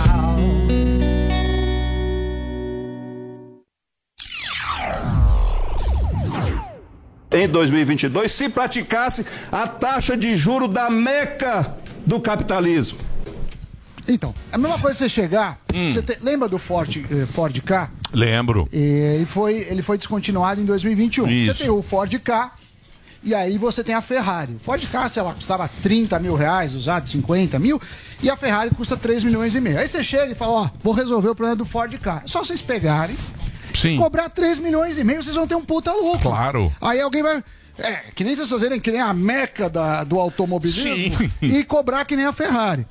[SPEAKER 20] em 2022 se praticasse a taxa de juro da meca do capitalismo.
[SPEAKER 11] Então, é a mesma coisa você chegar.
[SPEAKER 1] Hum.
[SPEAKER 11] Você tem- lembra do Ford, eh, Ford K?
[SPEAKER 1] Lembro.
[SPEAKER 11] Eh, Ele foi, ele foi descontinuado em 2021.
[SPEAKER 1] Isso.
[SPEAKER 11] Você tem o Ford K e aí você tem a Ferrari. O Ford K, sei lá, custava 30 mil reais, usado 50 mil, e a Ferrari custa 3 milhões e meio. Aí você chega e fala, ó, vou resolver o problema do Ford K. É só vocês pegarem,
[SPEAKER 1] Sim.
[SPEAKER 11] cobrar 3 milhões e meio, vocês vão ter um puta lucro.
[SPEAKER 1] Claro.
[SPEAKER 11] Aí alguém vai... É, que nem vocês fazerem que nem a meca da- do automobilismo
[SPEAKER 1] Sim.
[SPEAKER 11] e cobrar que nem a Ferrari.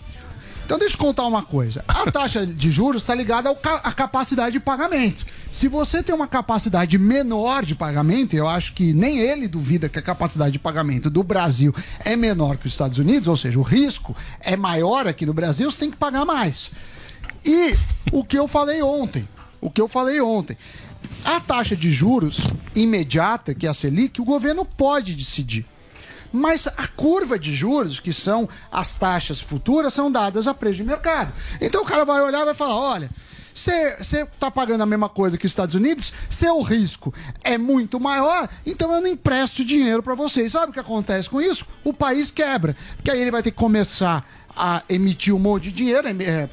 [SPEAKER 11] Então deixa eu contar uma coisa. A taxa de juros está ligada ao ca- à capacidade de pagamento. Se você tem uma capacidade menor de pagamento, eu acho que nem ele duvida que a capacidade de pagamento do Brasil é menor que os Estados Unidos, ou seja, o risco é maior aqui no Brasil, você tem que pagar mais. E o que eu falei ontem, o que eu falei ontem, a taxa de juros imediata, que é a Selic, o governo pode decidir. Mas a curva de juros, que são as taxas futuras, são dadas a preço de mercado. Então o cara vai olhar e vai falar: olha, você está pagando a mesma coisa que os Estados Unidos, seu risco é muito maior, então eu não empresto dinheiro para vocês. Sabe o que acontece com isso? O país quebra. Porque aí ele vai ter que começar a emitir um monte de dinheiro. em- é,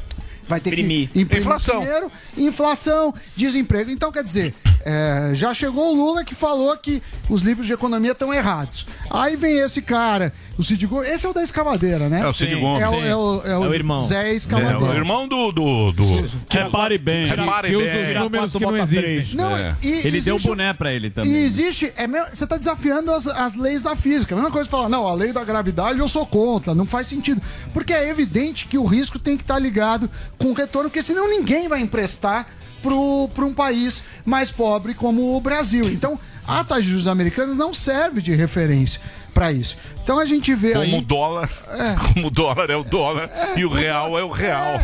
[SPEAKER 11] vai ter que imprimir
[SPEAKER 1] Inflação.
[SPEAKER 11] dinheiro, inflação, desemprego. Então, quer dizer, é, já chegou o Lula que falou que os livros de economia estão errados. Aí vem esse cara, o Cid Gomes. Esse é o da escavadeira, né?
[SPEAKER 1] É o Cid
[SPEAKER 11] Sim.
[SPEAKER 1] Gomes.
[SPEAKER 11] É o, é o- é o
[SPEAKER 1] É o irmão.
[SPEAKER 11] Zé
[SPEAKER 1] É,
[SPEAKER 11] Escavadeira.
[SPEAKER 1] o irmão do. do, do...
[SPEAKER 11] Repare bem.
[SPEAKER 1] Repare
[SPEAKER 11] Que
[SPEAKER 1] bem. É.
[SPEAKER 11] usa os números que não existem. Não, e- e
[SPEAKER 1] Ele
[SPEAKER 11] existe
[SPEAKER 1] deu
[SPEAKER 11] um-
[SPEAKER 1] o boné
[SPEAKER 3] pra ele
[SPEAKER 1] né?
[SPEAKER 11] E existe. é mesmo- você está desafiando as, as leis da física. A mesma coisa de falar, não, a lei da gravidade eu sou contra, não faz sentido. Porque é evidente que o risco tem que estar ligado com o retorno, porque senão ninguém vai emprestar para um país mais pobre como o Brasil. Então, a taxa de juros americanas não serve de referência para isso. Então a gente vê aí.
[SPEAKER 1] Como o dólar. Como o dólar é o dólar e o real é o real.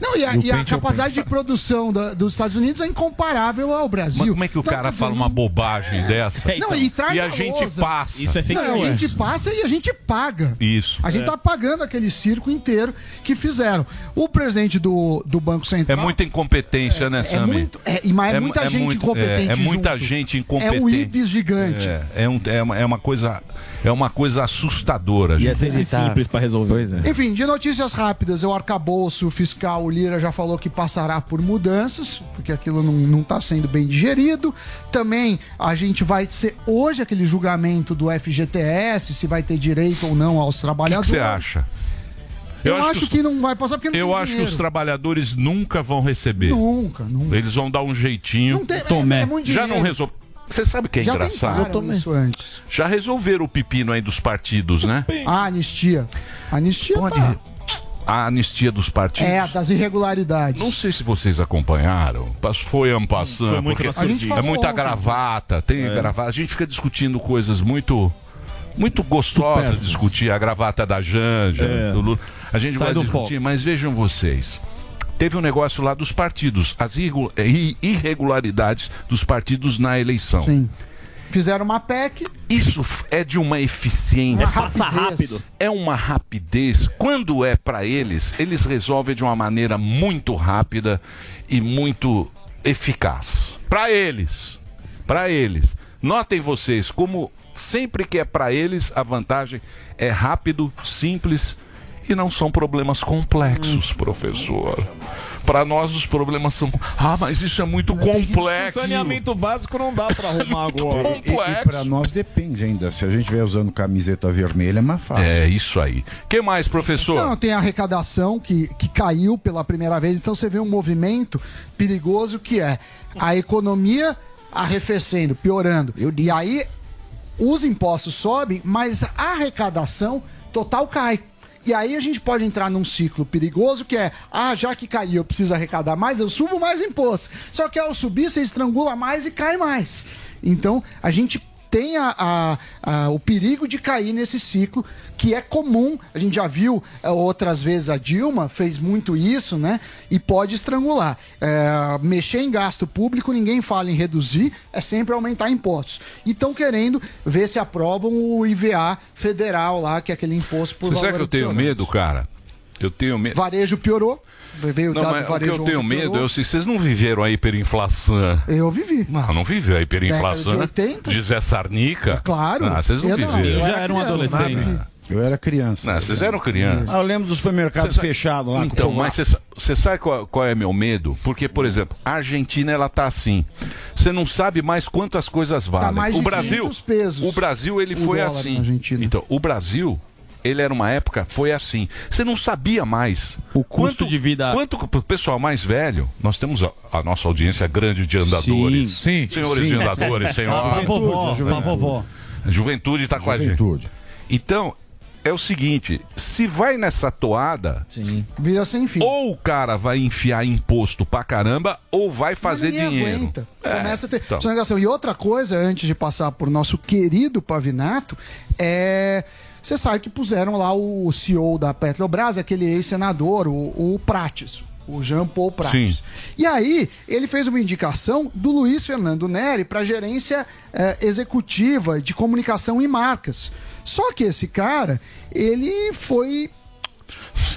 [SPEAKER 11] Não, e a,
[SPEAKER 1] E o
[SPEAKER 11] e a
[SPEAKER 1] pente é o
[SPEAKER 11] capacidade de produção da- dos Estados Unidos é incomparável ao Brasil.
[SPEAKER 1] Como é que o cara fala uma bobagem dessa?
[SPEAKER 11] É, então. Não, e traz
[SPEAKER 1] a
[SPEAKER 11] a
[SPEAKER 1] gente
[SPEAKER 11] lousa.
[SPEAKER 1] passa.
[SPEAKER 11] Não, a gente passa e a gente paga.
[SPEAKER 1] Isso. É.
[SPEAKER 11] A gente tá pagando aquele circo inteiro que fizeram. O presidente do, do Banco
[SPEAKER 1] É
[SPEAKER 11] Central.
[SPEAKER 1] muita incompetência, né, Sami?
[SPEAKER 11] muito- é, e mas é muita gente
[SPEAKER 1] muito-
[SPEAKER 11] incompetente
[SPEAKER 1] É, é muita
[SPEAKER 11] junto.
[SPEAKER 1] gente incompetente.
[SPEAKER 11] É um ibis gigante.
[SPEAKER 1] É, é um- é uma, é uma coisa, é uma coisa assustadora. gente.
[SPEAKER 15] é sempre simples
[SPEAKER 1] pra resolver. Pois é.
[SPEAKER 11] Enfim, de notícias rápidas, é o arcabouço fiscal, o Lira já falou que passará por mudanças, porque aquilo não- não está sendo bem digerido. Também a gente vai ser hoje aquele julgamento do FGTS, se vai ter direito ou não aos
[SPEAKER 1] O que
[SPEAKER 11] trabalhadores.
[SPEAKER 1] você acha?
[SPEAKER 11] Eu, acho,
[SPEAKER 1] os-
[SPEAKER 11] que, não vai passar porque não
[SPEAKER 1] Eu
[SPEAKER 11] tem
[SPEAKER 1] acho que
[SPEAKER 11] dinheiro.
[SPEAKER 1] os trabalhadores nunca vão receber.
[SPEAKER 11] Nunca, nunca.
[SPEAKER 1] Eles vão dar um jeitinho.
[SPEAKER 11] Não tem- é- Tomé. é muito
[SPEAKER 1] Já
[SPEAKER 11] dinheiro.
[SPEAKER 1] não resolve. Você sabe o que é
[SPEAKER 11] Já
[SPEAKER 1] engraçado?
[SPEAKER 11] tentaram Tomé. isso antes.
[SPEAKER 1] Já resolveram o pepino aí dos partidos, né?
[SPEAKER 11] A anistia. A anistia tá-
[SPEAKER 1] A anistia dos partidos.
[SPEAKER 11] é a das irregularidades.
[SPEAKER 1] Não sei se vocês acompanharam, mas foi ampassando.
[SPEAKER 11] Foi muito
[SPEAKER 1] porque
[SPEAKER 11] na A gente surdina. É.
[SPEAKER 1] é
[SPEAKER 11] falou
[SPEAKER 1] muita
[SPEAKER 11] ontem.
[SPEAKER 1] gravata, tem gravata. A gente fica discutindo coisas muito muito gostosa
[SPEAKER 21] Supérfluas.
[SPEAKER 1] discutir a gravata da Janja,
[SPEAKER 21] É.
[SPEAKER 1] do Lula. A gente
[SPEAKER 21] Sai
[SPEAKER 1] vai
[SPEAKER 21] do
[SPEAKER 1] discutir, mas vejam vocês. Teve um negócio lá dos partidos, as irregu- i- irregularidades dos partidos na eleição.
[SPEAKER 11] Sim. Fizeram uma PEC.
[SPEAKER 1] Isso f- é de uma eficiência.
[SPEAKER 11] Uma É passa rapidez. rápido.
[SPEAKER 1] É uma rapidez. Quando é pra eles, eles resolvem de uma maneira muito rápida e muito eficaz. Pra eles. Pra eles. Notem vocês como sempre que é pra eles, a vantagem é rápido, simples e não são problemas complexos, professor. Pra nós os problemas são, ah, mas isso é muito complexo.
[SPEAKER 15] Saneamento básico não dá pra arrumar
[SPEAKER 10] É
[SPEAKER 15] agora.
[SPEAKER 21] E, e para nós depende ainda. Se a gente vier usando camiseta vermelha, é mais fácil.
[SPEAKER 1] É isso aí. Que mais, professor?
[SPEAKER 11] Não, tem a arrecadação que, que caiu pela primeira vez, então você vê um movimento perigoso que é a economia arrefecendo, piorando. E aí os impostos sobem, mas a arrecadação total cai. E aí a gente pode entrar num ciclo perigoso que é, ah, já que caiu, eu preciso arrecadar mais, eu subo mais imposto. Só que ao subir, você estrangula mais e cai mais. Então, a gente tem a- a- a- o perigo de cair nesse ciclo, que é comum. A gente já viu é, outras vezes a Dilma fez muito isso, né? E pode estrangular. É, mexer em gasto público, ninguém fala em reduzir, é sempre aumentar impostos. E estão querendo ver se aprovam o IVA federal lá, que é aquele imposto por
[SPEAKER 1] Você
[SPEAKER 11] valor
[SPEAKER 1] sabe que eu tenho
[SPEAKER 11] adicional.
[SPEAKER 1] medo, cara? Eu tenho medo.
[SPEAKER 11] Varejo piorou. Veio
[SPEAKER 1] Não,
[SPEAKER 11] dado
[SPEAKER 1] mas o que
[SPEAKER 11] varejo
[SPEAKER 1] eu tenho
[SPEAKER 11] ontem
[SPEAKER 1] medo
[SPEAKER 11] piorou.
[SPEAKER 1] é se vocês não viveram a hiperinflação. Ah,
[SPEAKER 11] Eu vivi.
[SPEAKER 1] Não, não viveu a hiperinflação.
[SPEAKER 11] Década de 80.
[SPEAKER 1] De Zé Sarnica.
[SPEAKER 11] Claro.
[SPEAKER 1] Ah, vocês não
[SPEAKER 21] Eu não,
[SPEAKER 1] viveram.
[SPEAKER 21] eu era um criança, sabe? Eu era criança.
[SPEAKER 1] Não, vocês eram criança.
[SPEAKER 21] Ah, eu lembro do supermercado
[SPEAKER 1] Você sabe-
[SPEAKER 21] fechado lá. com
[SPEAKER 1] Então,
[SPEAKER 21] o
[SPEAKER 1] mas você sa- você sabe qual, qual é meu medo? Porque, por exemplo, a Argentina ela tá assim. Você não sabe mais quantas coisas valem.
[SPEAKER 11] Tá mais
[SPEAKER 1] o
[SPEAKER 11] de
[SPEAKER 1] Brasil,
[SPEAKER 11] 500 pesos
[SPEAKER 1] o Brasil ele
[SPEAKER 11] o
[SPEAKER 1] foi
[SPEAKER 11] dólar
[SPEAKER 1] assim.
[SPEAKER 11] na
[SPEAKER 1] Então, o Brasil ele era uma época foi assim. Você não sabia mais o
[SPEAKER 10] custo
[SPEAKER 1] de vida. Quanto que o pessoal mais velho? Nós temos a, a nossa audiência grande de andadores,
[SPEAKER 21] sim,
[SPEAKER 1] senhores
[SPEAKER 21] sim.
[SPEAKER 1] de andadores, senhoras.
[SPEAKER 11] Tá
[SPEAKER 21] A vovó, a vovó.
[SPEAKER 1] A Juventude está com a gente. Então, é o seguinte, se vai nessa toada,
[SPEAKER 11] vira sem fim.
[SPEAKER 1] Ou o cara vai enfiar imposto pra caramba, ou vai fazer
[SPEAKER 11] Ninguém
[SPEAKER 1] dinheiro.
[SPEAKER 11] aguenta.
[SPEAKER 1] É,
[SPEAKER 11] Começa a ter
[SPEAKER 1] então.
[SPEAKER 11] sonegação. E outra coisa, antes de passar por nosso querido Pavinato, é. Você sabe que puseram lá o CEO da Petrobras, aquele ex-senador, o, o Prates, o Jean Paul Prates.
[SPEAKER 17] Sim.
[SPEAKER 11] E aí, ele fez uma indicação do Luiz Fernando Neri para gerência eh, executiva de comunicação e marcas. Só que esse cara, ele foi.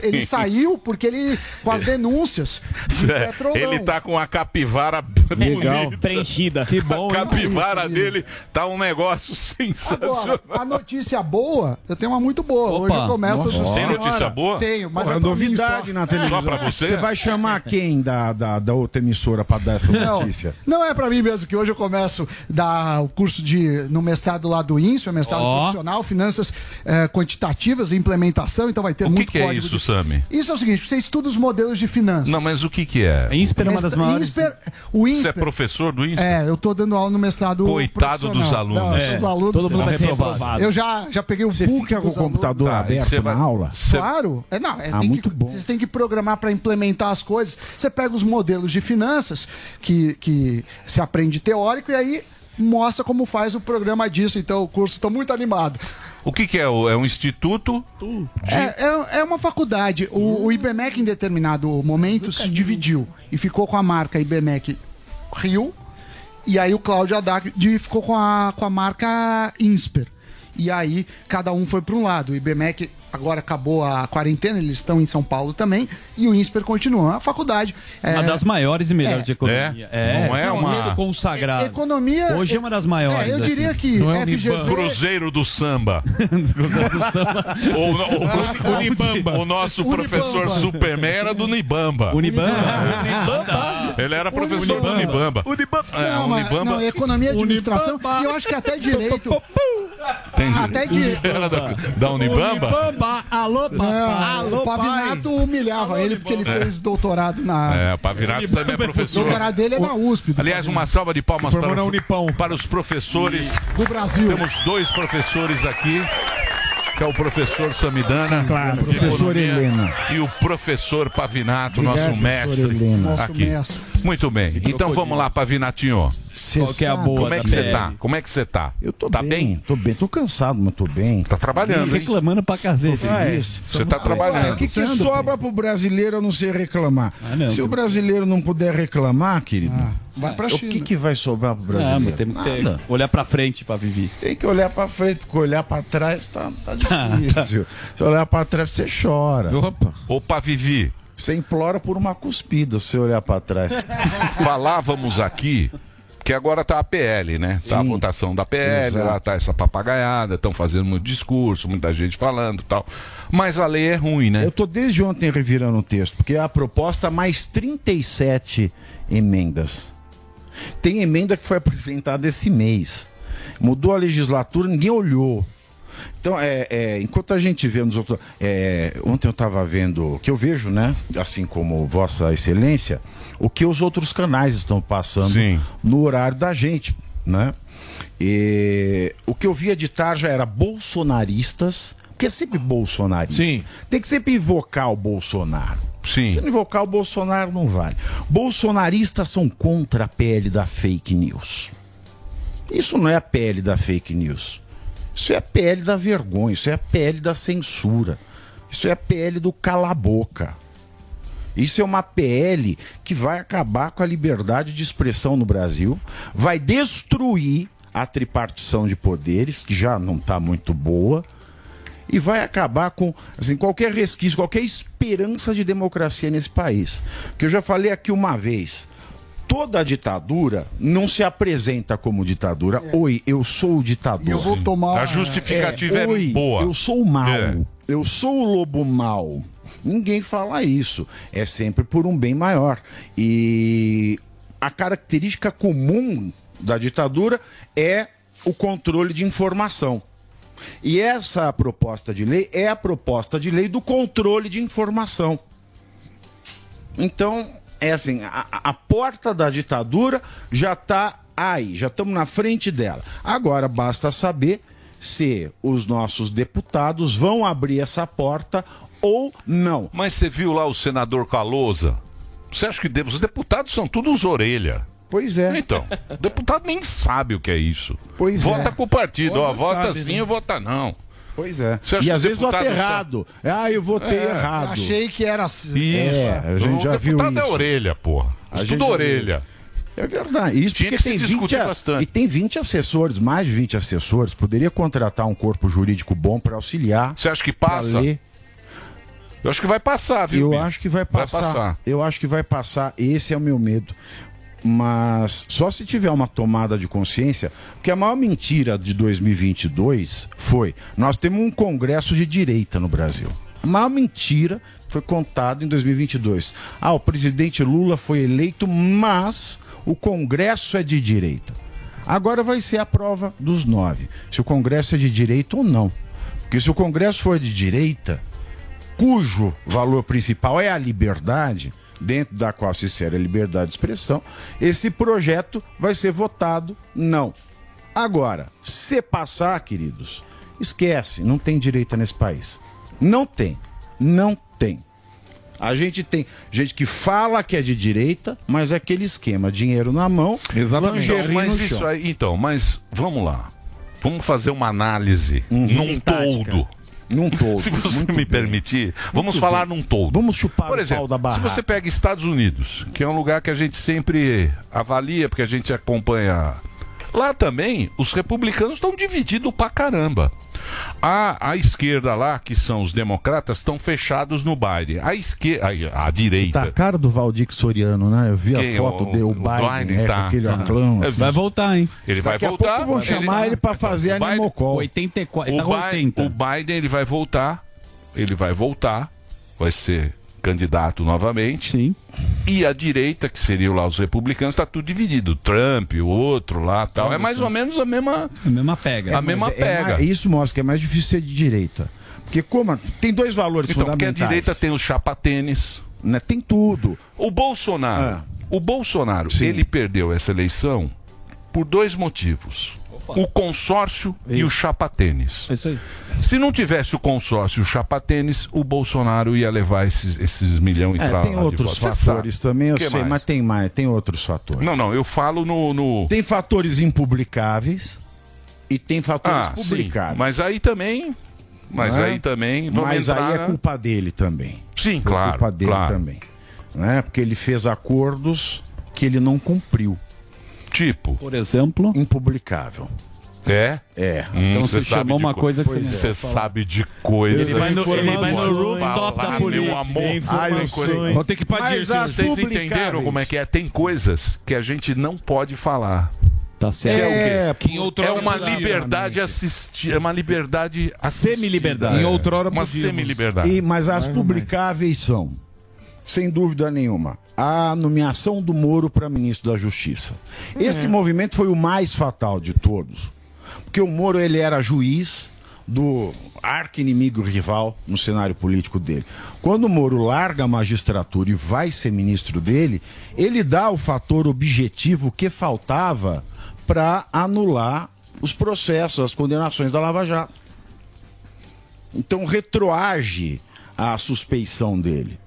[SPEAKER 11] Ele saiu porque ele. com as denúncias. de
[SPEAKER 1] É,
[SPEAKER 11] Petrolão.
[SPEAKER 1] ele tá com a capivara
[SPEAKER 11] Legal,
[SPEAKER 1] bonita. preenchida.
[SPEAKER 15] Que
[SPEAKER 1] bom, a capivara dele tá um negócio sensacional.
[SPEAKER 11] Agora, a notícia boa, eu tenho uma muito boa. Hoje começa
[SPEAKER 1] Nossa
[SPEAKER 11] do
[SPEAKER 1] Tem
[SPEAKER 11] Senhora.
[SPEAKER 1] notícia boa?
[SPEAKER 11] Tenho, mas
[SPEAKER 21] Porra,
[SPEAKER 11] é pra mim
[SPEAKER 21] novidade
[SPEAKER 11] só.
[SPEAKER 21] na televisão.
[SPEAKER 1] Só pra você?
[SPEAKER 21] Você vai chamar quem da, da, da outra emissora pra dar essa
[SPEAKER 11] Não,
[SPEAKER 21] notícia?
[SPEAKER 11] não é pra mim mesmo, que hoje eu começo da, o curso de no mestrado lá do INSPE, mestrado
[SPEAKER 1] Ó.
[SPEAKER 11] profissional, finanças eh, quantitativas e implementação, então vai ter
[SPEAKER 1] O que,
[SPEAKER 11] muito
[SPEAKER 1] que é
[SPEAKER 11] código
[SPEAKER 1] isso, Sami?
[SPEAKER 11] de- Isso é o seguinte, você estuda os modelos de finanças.
[SPEAKER 1] Não, mas o que que é?
[SPEAKER 11] INSPER é uma das Mestre- maiores- INSPER- o
[SPEAKER 1] Você é
[SPEAKER 11] INSPER-
[SPEAKER 1] professor do INSPER?
[SPEAKER 11] É, eu tô dando aula no mestrado
[SPEAKER 1] Coitado
[SPEAKER 11] profissional.
[SPEAKER 1] dos alunos.
[SPEAKER 11] Não,
[SPEAKER 1] É,
[SPEAKER 11] dos alunos.
[SPEAKER 1] todo mundo vai ser reprovado.
[SPEAKER 11] Eu já, já peguei o book
[SPEAKER 21] Fica com o
[SPEAKER 11] dos alunos.
[SPEAKER 21] computador aberto
[SPEAKER 1] você
[SPEAKER 21] na
[SPEAKER 1] Tá, vai-
[SPEAKER 21] aula?
[SPEAKER 11] Claro. É, não, é,
[SPEAKER 21] Ah,
[SPEAKER 11] tem
[SPEAKER 21] muito
[SPEAKER 11] que, Você tem que programar para implementar as coisas. Você pega os modelos de finanças que, que se aprende teórico e aí mostra como faz o programa disso. Então, o curso, estou muito animado.
[SPEAKER 1] O que que é? O- É um instituto?
[SPEAKER 11] É, é- é uma faculdade. O, o IBMEC, em determinado momento, se dividiu e ficou com a marca IBMEC Rio. E aí o Cláudio Haddad de- ficou com a, com a marca INSPER. E aí cada um foi para um lado. O IBMEC agora acabou a quarentena, eles estão em São Paulo também. E o INSPER continua. A faculdade. é-
[SPEAKER 22] Uma das maiores e melhores
[SPEAKER 11] é.
[SPEAKER 22] de economia.
[SPEAKER 1] É? Não é
[SPEAKER 22] um
[SPEAKER 1] uma-
[SPEAKER 22] medo consagrado.
[SPEAKER 11] Economia.
[SPEAKER 22] Hoje é uma das maiores.
[SPEAKER 11] É, eu diria
[SPEAKER 22] assim.
[SPEAKER 11] que
[SPEAKER 1] um
[SPEAKER 11] FGV.
[SPEAKER 1] Cruzeiro do Samba.
[SPEAKER 22] Cruzeiro do Samba.
[SPEAKER 1] Ou,
[SPEAKER 11] Ah,
[SPEAKER 1] ou- O nosso professor Superman era do Nibamba.
[SPEAKER 22] Unibamba?
[SPEAKER 1] Ele era professor do Unibamba. É,
[SPEAKER 11] Não, mas-
[SPEAKER 1] Unibamba.
[SPEAKER 11] não, economia administração. E eu acho que até direito.
[SPEAKER 1] Entendi.
[SPEAKER 11] Até de-
[SPEAKER 1] Era da, da Unibamba?
[SPEAKER 22] alô,
[SPEAKER 11] Não, o Pavinato humilhava ele porque ele
[SPEAKER 1] É.
[SPEAKER 11] fez doutorado na.
[SPEAKER 1] É, o Pavinato também é professor.
[SPEAKER 11] O doutorado dele é na USP. do
[SPEAKER 1] Aliás, uma salva de palmas para, o- para os professores
[SPEAKER 11] do Brasil.
[SPEAKER 1] Temos dois professores aqui. Que é o professor Samidana,
[SPEAKER 21] Claro.
[SPEAKER 1] de
[SPEAKER 21] Professor
[SPEAKER 1] economia,
[SPEAKER 21] Helena.
[SPEAKER 1] e o professor Pavinato,
[SPEAKER 21] Obrigado,
[SPEAKER 1] nosso
[SPEAKER 21] professor
[SPEAKER 1] mestre. Tá
[SPEAKER 21] Helena. Nosso
[SPEAKER 1] aqui.
[SPEAKER 21] mestre.
[SPEAKER 1] Muito bem. Então vamos lá, Pavinatinho.
[SPEAKER 21] Qual que é a boa
[SPEAKER 1] Como é
[SPEAKER 21] da
[SPEAKER 1] que você
[SPEAKER 21] PL?
[SPEAKER 1] tá? Como é que você tá? Eu tô tá bem.
[SPEAKER 21] Tô bem, tô cansado, mas tô bem. Tá
[SPEAKER 1] trabalhando, hein?
[SPEAKER 22] Reclamando pra cacete.
[SPEAKER 1] Você tá trabalhando.
[SPEAKER 21] O que, que sobra pro brasileiro a não ser reclamar? Se o brasileiro não puder reclamar, querido,
[SPEAKER 3] É.
[SPEAKER 11] vai pra
[SPEAKER 21] o que, que vai sobrar pro brasileiro?
[SPEAKER 22] Não, mas tem que ter-
[SPEAKER 21] Nada.
[SPEAKER 22] olhar pra frente pra viver.
[SPEAKER 21] Tem que olhar pra frente, porque olhar pra trás tá, tá difícil. Se olhar pra trás, você chora.
[SPEAKER 1] Opa. Opa, Vivi.
[SPEAKER 21] Você implora por uma cuspida se você olhar pra trás.
[SPEAKER 1] Falávamos aqui que agora tá a PL, né? Tá a votação da PL,
[SPEAKER 21] Exato.
[SPEAKER 1] lá tá essa papagaiada, estão fazendo muito discurso, muita gente falando e tal. Mas a lei é ruim, né?
[SPEAKER 21] Eu tô desde ontem revirando o texto, porque é a proposta mais 37 emendas. Tem emenda que foi apresentada esse mês. Mudou a legislatura, ninguém olhou. Então, é, é, enquanto a gente vê nos outros. é, ontem eu estava vendo, o que eu vejo, né? Assim como Vossa Excelência, o que os outros canais estão passando no horário da gente, né? E o que eu via de tarde era bolsonaristas, porque é sempre bolsonarista. Sim. Tem que sempre invocar o Bolsonaro.
[SPEAKER 1] Sim.
[SPEAKER 21] Se não invocar o Bolsonaro, não vale. Bolsonaristas são contra a pele da fake news. Isso não é a pele da fake news. Isso é a pele da vergonha, isso é a pele da censura. Isso é a pele do cala-boca. Isso é uma PL que vai acabar com a liberdade de expressão no Brasil, vai destruir a tripartição de poderes, que já não está muito boa, e vai acabar com assim, qualquer resquício, qualquer esperança de democracia nesse país. Que eu já falei aqui uma vez. Toda ditadura não se apresenta como ditadura. Oi, eu sou o ditador.
[SPEAKER 11] É. Eu vou tomar-
[SPEAKER 1] A justificativa é
[SPEAKER 21] Oi,
[SPEAKER 1] boa."
[SPEAKER 21] Eu sou o mal.
[SPEAKER 1] É.
[SPEAKER 21] Eu sou o lobo mal. Ninguém fala isso. É sempre por um bem maior. E a característica comum da ditadura é o controle de informação. E essa proposta de lei é a proposta de lei do controle de informação. Então, é assim, a, a- a porta da ditadura já está aí, já estamos na frente dela. Agora basta saber se os nossos deputados vão abrir essa porta ou não.
[SPEAKER 1] Mas você viu lá o senador Calosa? Você acha que de- os deputados são todos orelha?
[SPEAKER 21] Pois é.
[SPEAKER 1] Então, o deputado nem sabe o que é isso.
[SPEAKER 21] Pois
[SPEAKER 1] vota
[SPEAKER 21] é.
[SPEAKER 1] com o partido, ó,
[SPEAKER 21] Calosa
[SPEAKER 1] vota
[SPEAKER 21] sabe,
[SPEAKER 1] sim
[SPEAKER 21] né?
[SPEAKER 1] ou vota não.
[SPEAKER 21] Pois é.
[SPEAKER 1] Você acha
[SPEAKER 21] E
[SPEAKER 1] que
[SPEAKER 21] às
[SPEAKER 1] os
[SPEAKER 21] vezes vota
[SPEAKER 1] deputados são-
[SPEAKER 21] errado. Ah, eu votei
[SPEAKER 1] É,
[SPEAKER 21] errado.
[SPEAKER 11] Achei que era assim.
[SPEAKER 1] Isso.
[SPEAKER 21] É, a gente
[SPEAKER 1] o
[SPEAKER 21] já viu
[SPEAKER 1] deputado é
[SPEAKER 21] isso.
[SPEAKER 1] orelha, porra.
[SPEAKER 21] A gente
[SPEAKER 1] Estuda
[SPEAKER 21] já viu.
[SPEAKER 1] orelha.
[SPEAKER 21] É verdade. Isso
[SPEAKER 1] Tinha
[SPEAKER 21] porque
[SPEAKER 1] que se
[SPEAKER 21] tem
[SPEAKER 1] discutir
[SPEAKER 21] 20 a-
[SPEAKER 1] bastante.
[SPEAKER 21] E tem 20 assessores, mais de 20 assessores. Poderia contratar um corpo jurídico bom para auxiliar.
[SPEAKER 1] Você acha que
[SPEAKER 21] pra
[SPEAKER 1] passa?
[SPEAKER 21] ler.
[SPEAKER 1] Eu acho que vai passar, viu?
[SPEAKER 21] Eu
[SPEAKER 1] bicho?
[SPEAKER 21] acho que vai passar.
[SPEAKER 1] passar.
[SPEAKER 21] Eu acho que vai passar. Esse é o meu medo. Mas só se tiver uma tomada de consciência, porque a maior mentira de 2022 foi: nós temos um congresso de direita no Brasil. A maior mentira foi contada em 2022. Ah, o presidente Lula foi eleito, mas o congresso é de direita. Agora vai ser a prova dos nove: se o congresso é de direita ou não. Porque se o congresso for de direita, cujo valor principal é a liberdade, dentro da qual se insere a liberdade de expressão, esse projeto vai ser votado não. Agora, se passar, queridos, esquece, não tem direita nesse país. Não tem. Não tem. A gente tem gente que fala que é de direita, mas é aquele esquema, dinheiro na mão,
[SPEAKER 1] Então,
[SPEAKER 21] lingerie no
[SPEAKER 1] mas
[SPEAKER 21] chão.
[SPEAKER 1] isso aí, então, mas vamos lá. Vamos fazer uma análise num
[SPEAKER 21] Sintática.
[SPEAKER 1] todo.
[SPEAKER 21] Hum. Num todo.
[SPEAKER 1] Se você me permitir, vamos
[SPEAKER 21] Muito
[SPEAKER 1] falar
[SPEAKER 21] bem.
[SPEAKER 1] num todo.
[SPEAKER 21] Vamos chupar
[SPEAKER 1] Por
[SPEAKER 21] o
[SPEAKER 1] exemplo,
[SPEAKER 21] pau da
[SPEAKER 1] se
[SPEAKER 21] barraca.
[SPEAKER 1] você pega Estados Unidos, que é um lugar que a gente sempre avalia, porque a gente acompanha. Lá também, os republicanos estão divididos pra caramba. A, a esquerda lá, que são os democratas, estão fechados no baile. A esquerda, a, a direita,
[SPEAKER 21] Tá a cara do Valdir Soriano, né? Eu vi
[SPEAKER 1] Quem?
[SPEAKER 21] a foto
[SPEAKER 1] O-
[SPEAKER 21] dele,
[SPEAKER 1] o
[SPEAKER 21] o Biden,
[SPEAKER 1] Biden,
[SPEAKER 21] é,
[SPEAKER 1] tá.
[SPEAKER 21] com aquele assim.
[SPEAKER 1] Tá.
[SPEAKER 21] óculão.
[SPEAKER 1] É, vai
[SPEAKER 21] voltar, hein?
[SPEAKER 1] Ele vai
[SPEAKER 21] Daqui a
[SPEAKER 1] voltar.
[SPEAKER 21] pouco vão
[SPEAKER 1] Ele-
[SPEAKER 21] chamar ele pra fazer
[SPEAKER 1] Biden-
[SPEAKER 21] animocol.
[SPEAKER 1] 84,
[SPEAKER 21] ele tá com
[SPEAKER 1] o, Biden, o Biden ele vai voltar, ele vai voltar, vai ser candidato novamente.
[SPEAKER 3] Sim.
[SPEAKER 1] E a direita, que seriam lá os republicanos, está tudo dividido. Trump, o outro lá, tal. É mais ou menos a mesma
[SPEAKER 3] A mesma pega.
[SPEAKER 1] a mesma
[SPEAKER 21] Mas é- é
[SPEAKER 1] pega.
[SPEAKER 21] mais- isso mostra que é mais difícil ser de direita. Porque como a- tem dois valores
[SPEAKER 1] Então, porque a
[SPEAKER 21] fundamentais.
[SPEAKER 1] direita tem o chapa-tênis.
[SPEAKER 21] Né? Tem tudo. É.
[SPEAKER 1] O Bolsonaro, o Bolsonaro, ele perdeu essa eleição por dois motivos. O consórcio e o chapa-tênis.
[SPEAKER 3] É Isso aí.
[SPEAKER 1] Se não tivesse o consórcio e o chapa-tênis, o Bolsonaro ia levar esses, esses milhão e
[SPEAKER 21] É,
[SPEAKER 1] trala
[SPEAKER 21] tem
[SPEAKER 1] lá de
[SPEAKER 21] outros
[SPEAKER 1] voto. Você
[SPEAKER 21] fatores
[SPEAKER 1] sabe.
[SPEAKER 21] também, eu
[SPEAKER 1] Que
[SPEAKER 21] sei,
[SPEAKER 1] mais?
[SPEAKER 21] mas tem mais, tem outros fatores.
[SPEAKER 1] Não, não, eu falo no... no...
[SPEAKER 21] Tem fatores impublicáveis e tem fatores
[SPEAKER 1] Ah, sim,
[SPEAKER 21] publicáveis.
[SPEAKER 1] mas aí também... Mas
[SPEAKER 21] né?
[SPEAKER 1] aí também... Vamos
[SPEAKER 21] Mas
[SPEAKER 1] entrar
[SPEAKER 21] aí é
[SPEAKER 1] na-
[SPEAKER 21] culpa dele também.
[SPEAKER 1] Sim,
[SPEAKER 21] Foi
[SPEAKER 1] claro,
[SPEAKER 21] culpa dele
[SPEAKER 1] claro.
[SPEAKER 21] também. Né? Porque ele fez acordos que ele não cumpriu.
[SPEAKER 1] Tipo?
[SPEAKER 21] Por exemplo? Impublicável.
[SPEAKER 1] É?
[SPEAKER 21] É.
[SPEAKER 1] Hum,
[SPEAKER 21] Então você
[SPEAKER 1] sabe
[SPEAKER 21] chamou
[SPEAKER 1] de
[SPEAKER 21] uma
[SPEAKER 1] co-
[SPEAKER 21] coisa que você
[SPEAKER 1] Pois
[SPEAKER 21] não
[SPEAKER 1] é.
[SPEAKER 21] quer
[SPEAKER 1] Você
[SPEAKER 21] falar.
[SPEAKER 1] sabe de coisa.
[SPEAKER 21] Ele vai no- ele vai no rooftop da política, tem informações. Vou ter que ir pra
[SPEAKER 1] Mas
[SPEAKER 21] Dirceu.
[SPEAKER 1] as Vocês
[SPEAKER 21] publicáveis.
[SPEAKER 1] entenderam como é que é? Tem coisas que a gente não pode falar.
[SPEAKER 3] Tá certo.
[SPEAKER 1] Que é,
[SPEAKER 3] É,
[SPEAKER 1] o quê?
[SPEAKER 3] que em outrora
[SPEAKER 1] é uma
[SPEAKER 3] podia,
[SPEAKER 1] liberdade assistida. É uma liberdade assistida.
[SPEAKER 3] Semi-liberdade.
[SPEAKER 1] É.
[SPEAKER 3] Em outrora
[SPEAKER 1] Uma
[SPEAKER 3] podíamos.
[SPEAKER 1] semi-liberdade.
[SPEAKER 21] E, mas as publicáveis são, sem dúvida nenhuma, a nomeação do Moro para ministro da Justiça. Esse movimento foi o mais fatal de todos. Porque o Moro ele era juiz do arqui-inimigo rival no cenário político dele. Quando o Moro larga a magistratura e vai ser ministro dele, ele dá o fator objetivo que faltava para anular os processos, as condenações da Lava Jato. Então retroage a suspeição dele.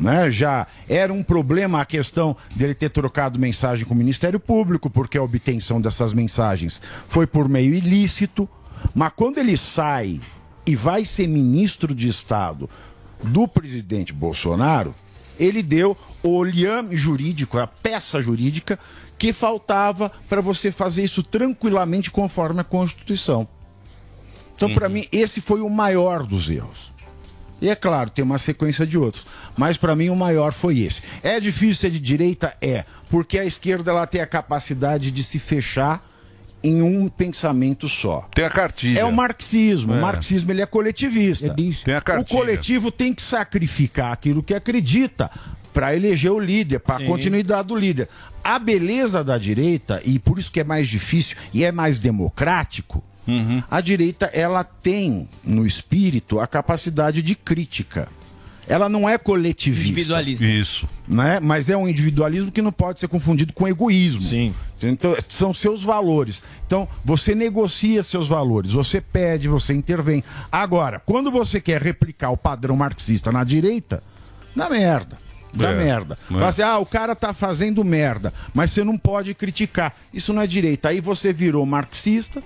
[SPEAKER 21] né? Já era um problema a questão dele ter trocado mensagem com o Ministério Público, porque a obtenção dessas mensagens foi por meio ilícito. Mas quando ele sai e vai ser ministro de Estado do presidente Bolsonaro, ele deu o olhame jurídico, a peça jurídica que faltava para você fazer isso tranquilamente conforme a Constituição. Então, para mim, esse foi o maior dos erros. E é claro, tem uma sequência de outros, mas para mim o maior foi esse. É difícil ser de direita? É, porque a esquerda ela tem a capacidade de se fechar em um pensamento só.
[SPEAKER 1] Tem a cartilha.
[SPEAKER 21] É o marxismo.
[SPEAKER 1] É.
[SPEAKER 21] O marxismo ele é coletivista.
[SPEAKER 1] Tem a
[SPEAKER 21] o
[SPEAKER 1] cartilha.
[SPEAKER 21] coletivo tem que sacrificar aquilo que acredita para eleger o líder, para
[SPEAKER 1] Sim.
[SPEAKER 21] a continuidade do líder. A beleza da direita, e por isso que é mais difícil e é mais democrático,
[SPEAKER 1] Uhum.
[SPEAKER 21] a direita ela tem no espírito a capacidade de crítica. Ela não é coletivista.
[SPEAKER 1] Individualista. Isso.
[SPEAKER 21] Né? Mas é um individualismo que não pode ser confundido com egoísmo. Sim. Então, são seus valores. Então, você negocia seus valores, você pede, você intervém. Agora, quando você quer replicar o padrão marxista na direita, dá merda. Dá
[SPEAKER 2] É,
[SPEAKER 21] merda.
[SPEAKER 1] né?
[SPEAKER 2] é.
[SPEAKER 21] Fala assim, ah, o cara tá fazendo merda, mas você não pode criticar. Isso não é direita. Aí você virou marxista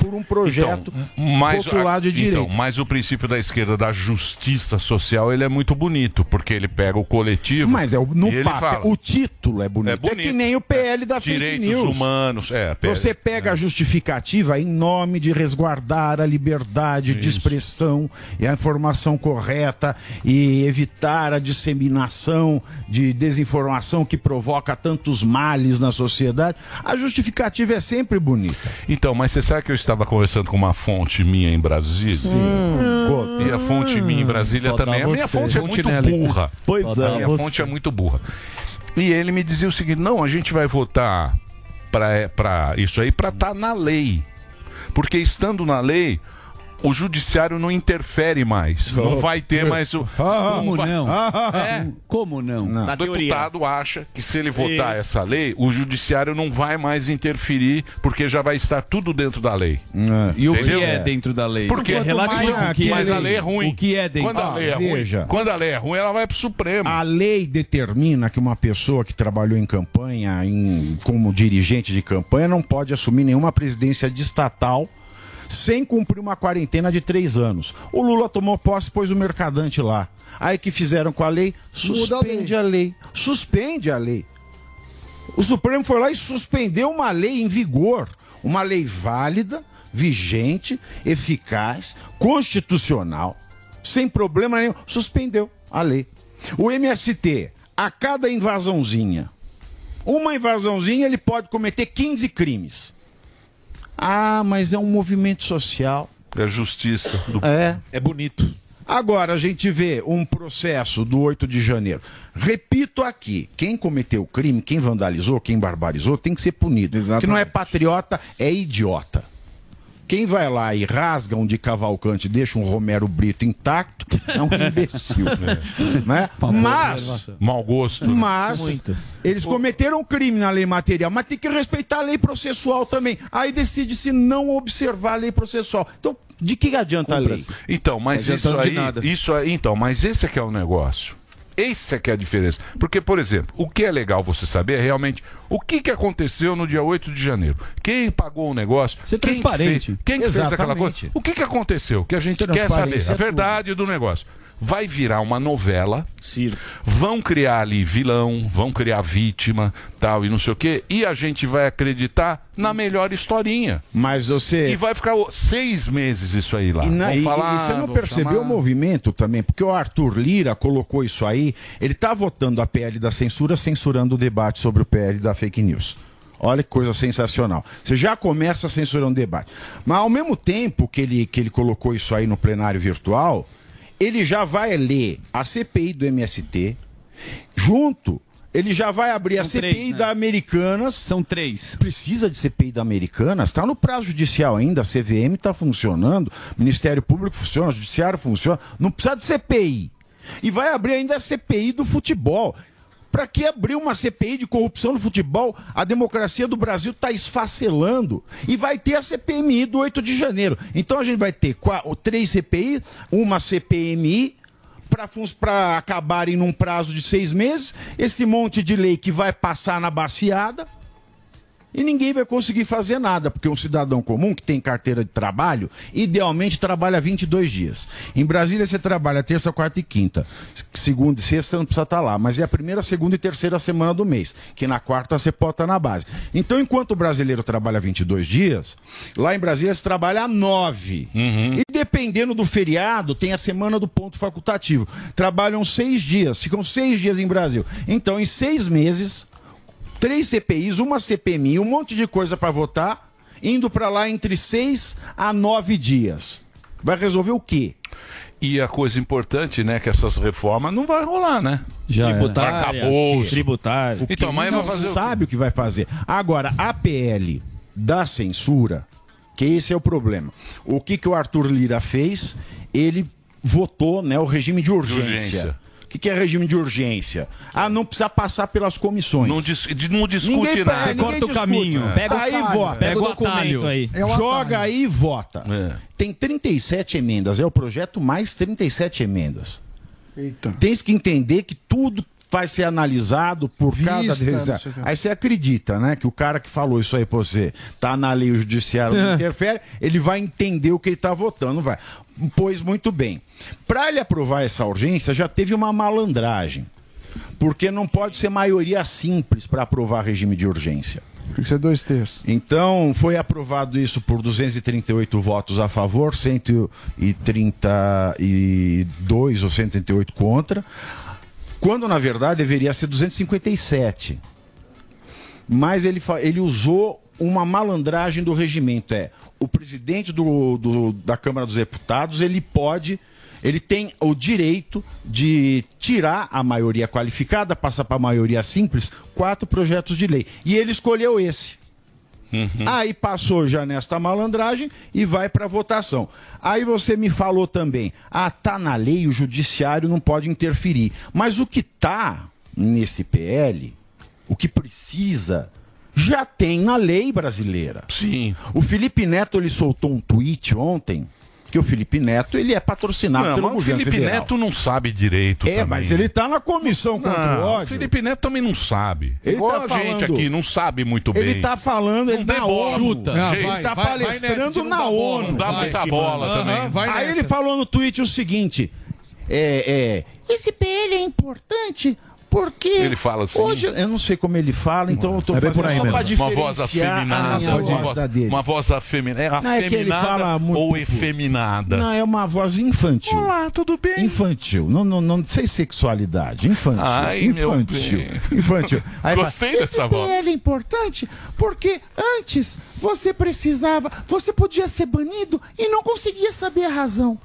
[SPEAKER 21] por um projeto
[SPEAKER 1] Então, mas,
[SPEAKER 21] popular de
[SPEAKER 1] a-
[SPEAKER 21] direita.
[SPEAKER 1] Então, mas o princípio da esquerda da justiça social ele é muito bonito, porque ele pega o coletivo.
[SPEAKER 21] Mas é o, no
[SPEAKER 1] e ele
[SPEAKER 21] papel,
[SPEAKER 1] fala,
[SPEAKER 21] o título é bonito. É, que
[SPEAKER 1] bonito. né?
[SPEAKER 21] nem o PL da fake
[SPEAKER 1] direitos
[SPEAKER 21] news.
[SPEAKER 1] humanos. É, pera.
[SPEAKER 21] Você pega a justificativa em nome de resguardar a liberdade de expressão e a informação correta e evitar a disseminação de desinformação que provoca tantos males na sociedade. A justificativa é sempre bonita.
[SPEAKER 1] Então, mas você sabe que eu estava conversando com uma fonte minha em Brasília? Hum. E a fonte minha em Brasília
[SPEAKER 2] Só dá
[SPEAKER 1] também. A minha
[SPEAKER 2] você.
[SPEAKER 1] fonte é
[SPEAKER 2] Fonte
[SPEAKER 1] muito
[SPEAKER 2] nela.
[SPEAKER 1] burra.
[SPEAKER 2] Pois
[SPEAKER 1] Só
[SPEAKER 2] é,
[SPEAKER 1] dá A minha
[SPEAKER 2] você.
[SPEAKER 1] fonte é muito burra. E ele me dizia o seguinte: não, a gente vai votar para isso aí para estar na lei. Porque estando na lei. O judiciário não interfere mais. Não
[SPEAKER 2] Oh.
[SPEAKER 1] vai ter mais o.
[SPEAKER 2] Ah,
[SPEAKER 3] Como
[SPEAKER 1] vai-
[SPEAKER 3] não?
[SPEAKER 1] É.
[SPEAKER 3] Como não?
[SPEAKER 1] O deputado acha que se ele votar
[SPEAKER 3] Isso.
[SPEAKER 1] essa lei, o judiciário não vai mais interferir, porque já vai estar tudo dentro da lei.
[SPEAKER 3] E o
[SPEAKER 1] Entendeu?
[SPEAKER 3] que é dentro da lei?
[SPEAKER 1] Porque
[SPEAKER 3] é relativo
[SPEAKER 1] mais,
[SPEAKER 3] o que é
[SPEAKER 1] mas a lei é ruim.
[SPEAKER 3] O que é dentro
[SPEAKER 1] Quando a lei é
[SPEAKER 21] veja.
[SPEAKER 1] ruim, quando a lei é ruim, ela vai pro Supremo.
[SPEAKER 21] A lei determina que uma pessoa que trabalhou em campanha, em- como dirigente de campanha, não pode assumir nenhuma presidência de estatal sem cumprir uma quarentena de três anos. O Lula tomou posse, pôs o mercadante lá. Aí que fizeram com a lei? Suspende a lei. Suspende a lei. O Supremo foi lá e suspendeu uma lei em vigor. Uma lei válida, vigente, eficaz, constitucional, sem problema nenhum. Suspendeu a lei. O MST, a cada invasãozinha, uma invasãozinha ele pode cometer 15 crimes. Ah, mas é um movimento social.
[SPEAKER 1] É justiça. Do...
[SPEAKER 21] É.
[SPEAKER 1] É bonito.
[SPEAKER 21] Agora a gente vê um processo do 8 de janeiro. Repito aqui, quem cometeu o crime, quem vandalizou, quem barbarizou, tem que ser punido. Que não é patriota, é idiota. Quem vai lá e rasga um de Cavalcante, e deixa um Romero Brito intacto, é um imbecil. né? Mas
[SPEAKER 1] É. Mau gosto. né?
[SPEAKER 21] mas eles cometeram um crime na lei material, mas tem que respeitar a lei processual também. Aí decide se não observar a lei processual. Então, de que adianta a lei?
[SPEAKER 3] Tá
[SPEAKER 1] Então, mas
[SPEAKER 21] Não
[SPEAKER 1] isso
[SPEAKER 21] Tá adiantando de
[SPEAKER 1] aí,
[SPEAKER 21] nada.
[SPEAKER 1] isso aí, então, mas esse é que é o negócio. Esse é que é a diferença. Porque, por exemplo, o que é legal você saber é realmente o que, que aconteceu no dia 8 de janeiro. Quem pagou o negócio? Ser quem
[SPEAKER 3] transparente.
[SPEAKER 1] Fez, quem que fez aquela coisa?
[SPEAKER 3] Exatamente.
[SPEAKER 1] O que, que aconteceu? Que a gente quer
[SPEAKER 3] Transparência
[SPEAKER 1] saber. A
[SPEAKER 3] é tudo.
[SPEAKER 1] verdade do negócio. Vai virar uma novela. Vão criar ali vilão, vão criar vítima, tal, e não sei o quê. E a gente vai acreditar na melhor historinha.
[SPEAKER 21] Mas você.
[SPEAKER 1] E vai ficar ô, seis meses isso aí lá.
[SPEAKER 21] E, na-
[SPEAKER 1] Vão
[SPEAKER 21] e-
[SPEAKER 1] falar,
[SPEAKER 21] e você não
[SPEAKER 1] vão
[SPEAKER 21] percebeu
[SPEAKER 1] chamar.
[SPEAKER 21] o movimento também? Porque o Arthur Lira colocou isso aí. Ele está votando a PL da censura, censurando o debate sobre o PL da fake news. Olha que coisa sensacional. Você já começa censurando o debate. Mas ao mesmo tempo que ele, que ele colocou isso aí no plenário virtual, ele já vai ler a CPI do MST, junto, ele já vai abrir a CPI da Americanas.
[SPEAKER 3] né? São três.
[SPEAKER 21] Precisa de CPI da Americanas, está no prazo judicial ainda, a CVM está tá funcionando, Ministério Público funciona, Judiciário funciona, não precisa de CPI. E vai abrir ainda a CPI do futebol. Para que abrir uma CPI de corrupção no futebol? A democracia do Brasil está esfacelando. E vai ter a CPMI do 8 de janeiro. Então a gente vai ter qua- três CPI, uma CPMI, para acabarem num prazo de seis meses, esse monte de lei que vai passar na baciada e ninguém vai conseguir fazer nada, porque um cidadão comum que tem carteira de trabalho, idealmente trabalha 22 dias. Em Brasília você trabalha terça, quarta e quinta. S- Segunda e sexta você não precisa estar lá, mas é a primeira, segunda e terceira semana do mês, que na quarta você pode estar na base. Então, enquanto o brasileiro trabalha 22 dias, lá em Brasília você trabalha 9. E dependendo do feriado, tem a semana do ponto facultativo. Trabalham seis dias, ficam seis dias em Brasil. Então, em seis meses, três CPIs, uma CPMI, um monte de coisa para votar, indo para lá entre seis a nove dias. Vai resolver o quê?
[SPEAKER 1] E a coisa importante, né, que essas reformas não vai rolar, né?
[SPEAKER 21] Já é. era.
[SPEAKER 1] Arcabouço.
[SPEAKER 21] tributário.
[SPEAKER 1] Então, mas
[SPEAKER 21] não
[SPEAKER 1] vai fazer o
[SPEAKER 21] sabe o que vai fazer. Agora, a PL da censura, que esse é o problema. O que, que o Arthur Lira fez? Ele votou né, o regime de urgência.
[SPEAKER 1] urgência.
[SPEAKER 21] O que, que é regime de urgência? Ah, não precisa passar pelas comissões.
[SPEAKER 1] Não dis- de- não discute né?
[SPEAKER 21] Ninguém-
[SPEAKER 1] nada.
[SPEAKER 21] é,
[SPEAKER 1] Você
[SPEAKER 21] ninguém
[SPEAKER 1] corta o
[SPEAKER 21] discute. É.
[SPEAKER 1] caminho, pega o
[SPEAKER 21] aí
[SPEAKER 1] atalho.
[SPEAKER 21] vota.
[SPEAKER 1] Pega o documento aí. É o
[SPEAKER 21] Joga
[SPEAKER 1] atalho.
[SPEAKER 21] aí e vota.
[SPEAKER 1] É.
[SPEAKER 21] Tem 37 emendas. É o projeto mais 37 emendas. Tens que entender que tudo vai ser analisado por cada
[SPEAKER 11] Vista,
[SPEAKER 21] decisão.
[SPEAKER 11] não sei o quê.
[SPEAKER 21] Aí você acredita, né, que o cara que falou isso aí pra você, tá na lei o judiciário não
[SPEAKER 11] É.
[SPEAKER 21] interfere, ele vai entender o que ele tá votando, não vai. Pois muito bem. Para ele aprovar essa urgência, já teve uma malandragem. Porque não pode ser maioria simples para aprovar regime de urgência.
[SPEAKER 11] Tem que ser dois terços.
[SPEAKER 21] Então, foi aprovado isso por 238 votos a favor, 132 ou 138 contra, quando na verdade deveria ser 257. Mas ele, fa- ele usou uma malandragem do regimento. É, o presidente do- do- da Câmara dos Deputados, ele pode. Ele tem o direito de tirar a maioria qualificada, passar para a maioria simples, quatro projetos de lei. E ele escolheu esse. Uhum. Aí passou já nesta malandragem e vai para votação. Aí você me falou também, ah, tá na lei, o judiciário não pode interferir. Mas o que tá nesse PL, o que precisa, já tem na lei brasileira.
[SPEAKER 1] Sim.
[SPEAKER 21] O Felipe Neto ele soltou um tweet ontem que o Felipe Neto ele é patrocinado
[SPEAKER 1] Não,
[SPEAKER 21] pelo
[SPEAKER 1] mas o
[SPEAKER 21] governo
[SPEAKER 1] Felipe
[SPEAKER 21] federal.
[SPEAKER 1] Neto não sabe direito
[SPEAKER 21] É,
[SPEAKER 1] também.
[SPEAKER 21] mas ele tá na comissão contra
[SPEAKER 1] Não,
[SPEAKER 21] o
[SPEAKER 1] O
[SPEAKER 21] ódio.
[SPEAKER 1] Felipe Neto também não sabe.
[SPEAKER 21] Ele
[SPEAKER 1] Igual
[SPEAKER 21] tá
[SPEAKER 1] a gente
[SPEAKER 21] falando-
[SPEAKER 1] aqui, não sabe muito bem.
[SPEAKER 21] Ele tá falando, ele
[SPEAKER 1] dê
[SPEAKER 21] tá
[SPEAKER 1] bola.
[SPEAKER 21] ONU.
[SPEAKER 1] Chuta.
[SPEAKER 21] Ele
[SPEAKER 1] Gente,
[SPEAKER 21] tá
[SPEAKER 1] vai- vai nessa,
[SPEAKER 21] palestrando
[SPEAKER 1] não
[SPEAKER 21] na
[SPEAKER 1] dá bola,
[SPEAKER 21] ONU.
[SPEAKER 1] não dá Vai, muita Silvano. bola Aham, também. vai
[SPEAKER 21] Aí
[SPEAKER 1] nessa.
[SPEAKER 21] ele falou no tweet o seguinte: é, é, esse PL é importante. Porque
[SPEAKER 1] Ele fala assim?
[SPEAKER 21] hoje eu não sei como ele fala, então eu tô
[SPEAKER 1] Vai ver
[SPEAKER 21] fazendo só pra
[SPEAKER 1] uma voz
[SPEAKER 21] diferenciar a
[SPEAKER 1] afeminada.
[SPEAKER 21] minha
[SPEAKER 1] uma,
[SPEAKER 21] voz
[SPEAKER 1] voz-
[SPEAKER 21] da dele.
[SPEAKER 1] uma voz afeminada. É
[SPEAKER 21] Não, é que ele
[SPEAKER 1] afeminada
[SPEAKER 21] fala muito
[SPEAKER 1] ou
[SPEAKER 21] pouco.
[SPEAKER 1] efeminada?
[SPEAKER 21] Não, é uma voz infantil. Olá,
[SPEAKER 1] tudo bem?
[SPEAKER 21] Infantil. Não, não, não sei sexualidade. Infantil.
[SPEAKER 1] Ai, meu
[SPEAKER 21] infantil.
[SPEAKER 1] bem.
[SPEAKER 21] Infantil.
[SPEAKER 1] Gostei
[SPEAKER 21] "Esse
[SPEAKER 1] dessa voz."
[SPEAKER 21] PL é importante porque antes você precisava, você podia ser banido e não conseguia saber a razão.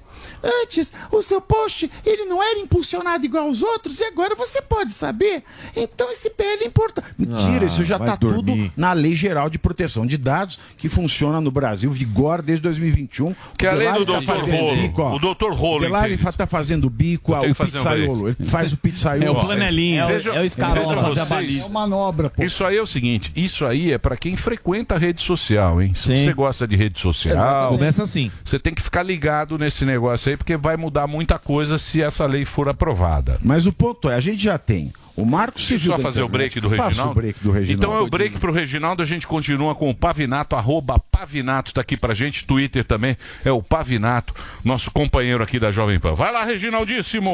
[SPEAKER 21] Antes, o seu post, ele não era impulsionado igual aos outros e agora você pode saber. Então esse PL é importante. Mentira,
[SPEAKER 1] Ah,
[SPEAKER 21] isso já
[SPEAKER 1] vai
[SPEAKER 21] está tudo na Lei Geral de Proteção de Dados que funciona no Brasil, vigor desde 2021.
[SPEAKER 1] Que é a lei do
[SPEAKER 21] Delari tá
[SPEAKER 1] Dr.
[SPEAKER 21] fazendo
[SPEAKER 1] Rolo.
[SPEAKER 21] bico, ó.
[SPEAKER 1] O Dr. Rolo
[SPEAKER 21] O Delari
[SPEAKER 1] entende.
[SPEAKER 21] tá fazendo bico,
[SPEAKER 1] Eu
[SPEAKER 21] ó,
[SPEAKER 1] tenho
[SPEAKER 21] o
[SPEAKER 1] que fazer um É
[SPEAKER 21] pizzaiolo.
[SPEAKER 1] break.
[SPEAKER 21] ele faz É o pizzaiolo.
[SPEAKER 1] Ó, veja- veja vocês.
[SPEAKER 11] É uma manobra, pô.
[SPEAKER 1] Isso aí é o seguinte, isso aí é pra quem frequenta a rede social, hein? Se
[SPEAKER 15] Sim.
[SPEAKER 1] você gosta de rede social,
[SPEAKER 15] Exatamente. Começa
[SPEAKER 1] assim. Você tem que ficar ligado nesse negócio aí, porque vai mudar muita coisa se essa lei for aprovada.
[SPEAKER 21] Mas o ponto é, a gente já tem o Marco
[SPEAKER 1] Deixa eu
[SPEAKER 21] Civil
[SPEAKER 1] só
[SPEAKER 21] da
[SPEAKER 1] fazer o
[SPEAKER 21] Internet.
[SPEAKER 1] break do
[SPEAKER 21] Faça
[SPEAKER 1] Reginaldo.
[SPEAKER 21] o break do Reginaldo.
[SPEAKER 1] Então é o break pro Reginaldo, a gente continua com o Pavinato, arroba Pavinato tá aqui pra gente, Twitter também é o Pavinato, nosso companheiro aqui da Jovem Pan. Vai lá, Reginaldíssimo!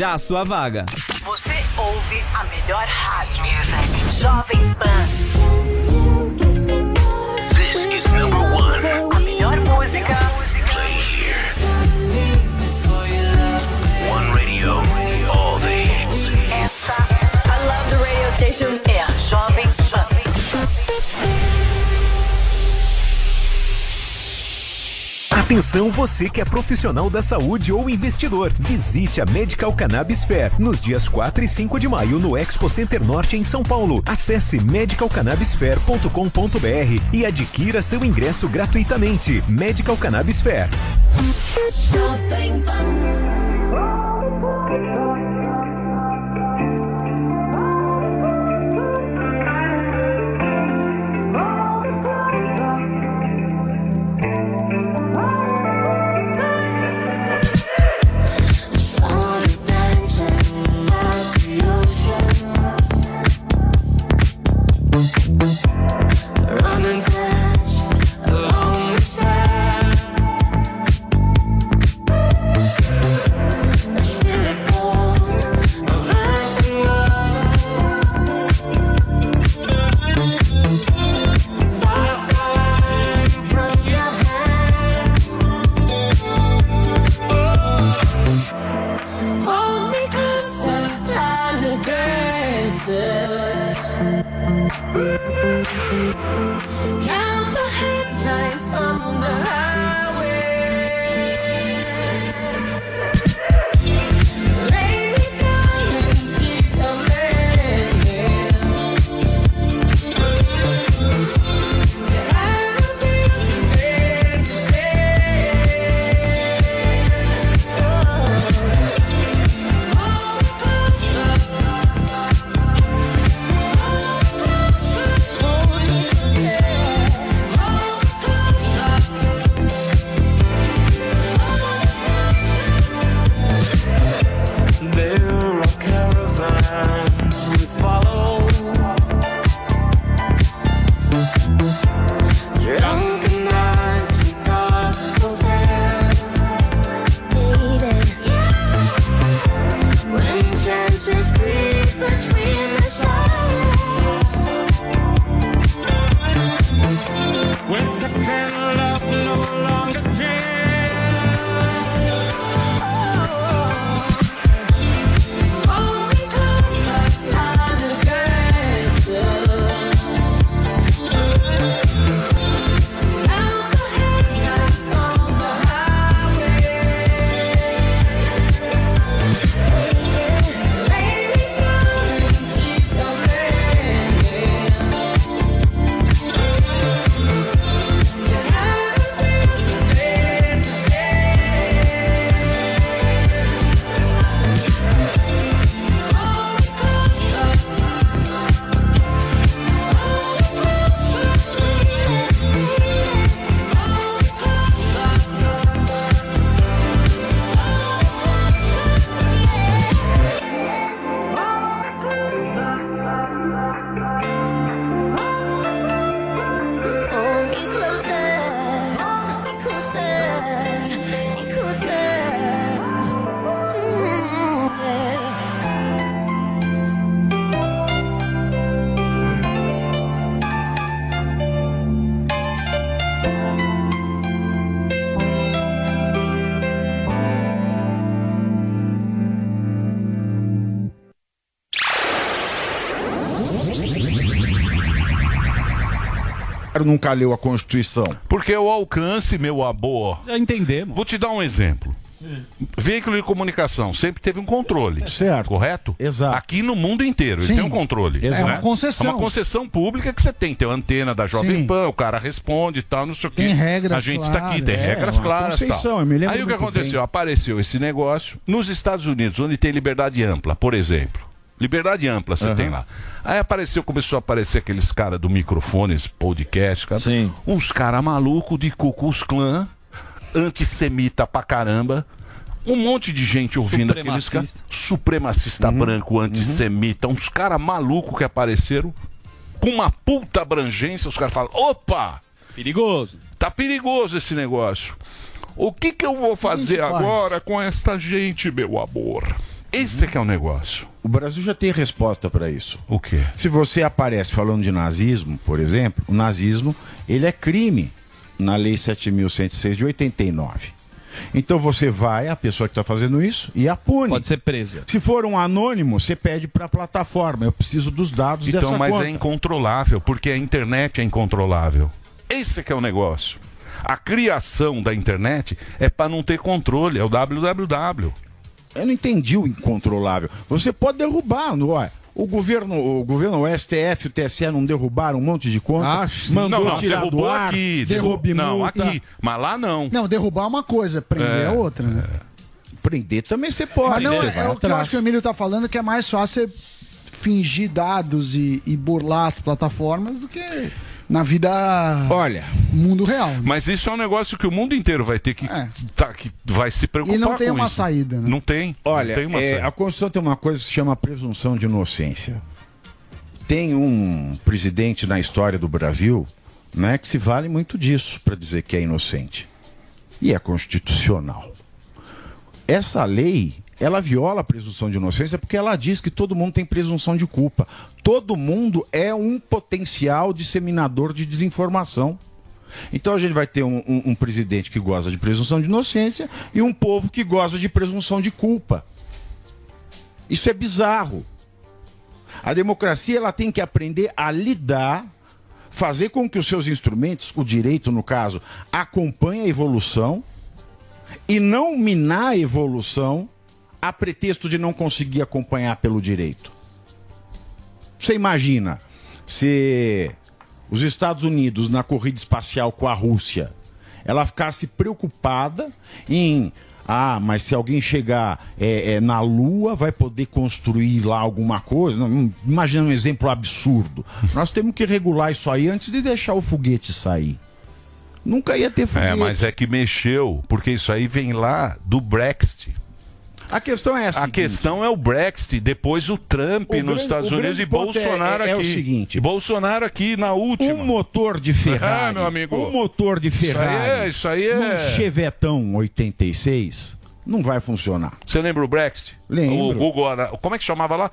[SPEAKER 23] a sua vaga.
[SPEAKER 17] Você ouve a melhor rádio. Jovem Pan. This is number one. A melhor música. Play here. One radio. All the hits. Essa. I love the radio station. É a Jovem Pan.
[SPEAKER 23] Atenção!
[SPEAKER 2] Atenção você que é profissional da saúde ou investidor. Visite a Medical Cannabis Fair nos dias 4 e 5 de maio no Expo Center Norte em São Paulo. Acesse medicalcannabisfair.com.br e adquira seu ingresso gratuitamente. Medical Cannabis Fair.
[SPEAKER 19] Hold me close, I'm tired of dancing.
[SPEAKER 17] uh,
[SPEAKER 19] Count the headlights on the highway. Lady darling, she's a
[SPEAKER 17] There are caravans we follow. Drunken nights we talk of baby. When chances breathe between the shadows, when sex and love no longer dance. Hold me closer, hold me closer, me closer. Mm, yeah.
[SPEAKER 21] Nunca leu a Constituição.
[SPEAKER 1] Porque o alcance, meu amor.
[SPEAKER 3] Já entendemos. É.
[SPEAKER 1] Vou te dar um exemplo. Veículo de comunicação sempre teve um controle. Certo. Correto? Exato. Aqui no mundo inteiro,
[SPEAKER 11] Sim.
[SPEAKER 1] ele tem um controle.
[SPEAKER 11] Exato.
[SPEAKER 1] né?
[SPEAKER 11] É uma concessão.
[SPEAKER 1] É uma concessão pública que você tem. Tem uma antena da Jovem
[SPEAKER 11] Sim.
[SPEAKER 1] Pan, o cara responde e tal, não sei o quê.
[SPEAKER 11] Tem regras
[SPEAKER 1] A gente está
[SPEAKER 11] claras.
[SPEAKER 1] aqui, tem
[SPEAKER 11] É,
[SPEAKER 1] regras
[SPEAKER 11] uma
[SPEAKER 1] claras. e
[SPEAKER 11] concessão,
[SPEAKER 1] tal.
[SPEAKER 11] eu me lembro
[SPEAKER 1] Aí o que
[SPEAKER 11] muito
[SPEAKER 1] aconteceu? Apareceu esse negócio nos Estados Unidos, onde tem liberdade ampla, por exemplo. Liberdade ampla você
[SPEAKER 9] Aham.
[SPEAKER 1] tem lá. Aí apareceu, começou a aparecer aqueles caras do microfone, esse podcast, cara. Uns caras malucos de Cucus Clã, antissemita pra caramba. Um monte de gente ouvindo aqueles caras. Supremacista branco, antissemita, uns caras malucos que apareceram com uma puta abrangência, os caras falam: opa!
[SPEAKER 3] Perigoso.
[SPEAKER 1] Tá perigoso esse negócio. O que, que eu vou fazer
[SPEAKER 21] faz?
[SPEAKER 1] agora com esta gente, meu amor? Esse é que é o negócio.
[SPEAKER 21] O Brasil já tem resposta para isso.
[SPEAKER 1] O quê?
[SPEAKER 21] Se você aparece falando de nazismo, por exemplo, o nazismo, ele é crime na lei 7106 de 89. Então você vai, a pessoa que está fazendo isso, e a pune. Pode
[SPEAKER 3] ser presa.
[SPEAKER 21] Se for um anônimo, você pede para a plataforma. Eu preciso dos dados
[SPEAKER 1] Então,
[SPEAKER 21] dessa
[SPEAKER 1] mas
[SPEAKER 21] conta.
[SPEAKER 1] é incontrolável, porque a internet é incontrolável. Esse que é o negócio. A criação da internet é para não ter controle, é o www.
[SPEAKER 21] Eu não entendi o incontrolável. Você pode derrubar, não é? O governo, o governo, o STF, o TSE não derrubaram um monte de conta? mandou
[SPEAKER 1] Ah, não, não,
[SPEAKER 21] tirar do
[SPEAKER 1] derrubou
[SPEAKER 21] ar,
[SPEAKER 1] aqui.
[SPEAKER 21] derrubou-
[SPEAKER 1] derru- Não,
[SPEAKER 21] multa.
[SPEAKER 1] aqui. Mas lá não.
[SPEAKER 11] Não, derrubar é uma coisa, prender é,
[SPEAKER 1] É,
[SPEAKER 11] outra, né?
[SPEAKER 21] Prender também você pode.
[SPEAKER 11] Mas não,
[SPEAKER 21] você
[SPEAKER 11] é, é o
[SPEAKER 21] vai
[SPEAKER 11] que eu
[SPEAKER 21] atrás.
[SPEAKER 11] acho que o Emílio tá falando, que é mais fácil você fingir dados e, e burlar as plataformas do que na vida.
[SPEAKER 21] Olha.
[SPEAKER 11] Mundo real.
[SPEAKER 1] Mas isso é um negócio que o mundo inteiro vai ter que, tá, que vai se preocupar
[SPEAKER 11] E não tem
[SPEAKER 1] com
[SPEAKER 11] uma
[SPEAKER 1] isso.
[SPEAKER 11] saída, né?
[SPEAKER 1] Não tem.
[SPEAKER 21] Olha,
[SPEAKER 1] não tem uma
[SPEAKER 21] é,
[SPEAKER 1] saída.
[SPEAKER 21] a Constituição tem uma coisa que se chama presunção de inocência. Tem um presidente na história do Brasil né, que se vale muito disso para dizer que é inocente. E é constitucional. Essa lei, ela viola a presunção de inocência porque ela diz que todo mundo tem presunção de culpa. Todo mundo é um potencial disseminador de desinformação. Então a gente vai ter um, um- um presidente que goza de presunção de inocência e um povo que goza de presunção de culpa. Isso é bizarro. A democracia ela tem que aprender a lidar, fazer com que os seus instrumentos, o direito no caso, acompanhe a evolução e não minar a evolução a pretexto de não conseguir acompanhar pelo direito. Você imagina se os Estados Unidos na corrida espacial com a Rússia, ela ficasse preocupada em ah, mas se alguém chegar é, é, na Lua, vai poder construir lá alguma coisa? Não, hum, imagina um exemplo absurdo. Nós temos que regular isso aí antes de deixar o foguete sair. Nunca ia ter foguete.
[SPEAKER 1] É, mas é que mexeu, porque isso aí vem lá do Brexit.
[SPEAKER 21] A questão é essa.
[SPEAKER 1] A questão é o Brexit, depois o Trump
[SPEAKER 21] O
[SPEAKER 1] nos
[SPEAKER 21] grande-
[SPEAKER 1] Estados
[SPEAKER 21] o
[SPEAKER 1] Unidos
[SPEAKER 21] grande
[SPEAKER 1] e
[SPEAKER 21] ponto é-
[SPEAKER 1] Bolsonaro
[SPEAKER 21] é- é o
[SPEAKER 1] aqui.
[SPEAKER 21] seguinte.
[SPEAKER 1] Bolsonaro aqui na última.
[SPEAKER 21] Um motor de Ferrari.
[SPEAKER 1] É, meu amigo.
[SPEAKER 21] Um motor de
[SPEAKER 1] Isso aí
[SPEAKER 21] Ferrari.
[SPEAKER 1] é- isso aí é-
[SPEAKER 21] Um Chevetão 86 não vai funcionar.
[SPEAKER 1] Você lembra o Brexit?
[SPEAKER 21] Lembro.
[SPEAKER 1] O Google, era- como é que chamava lá?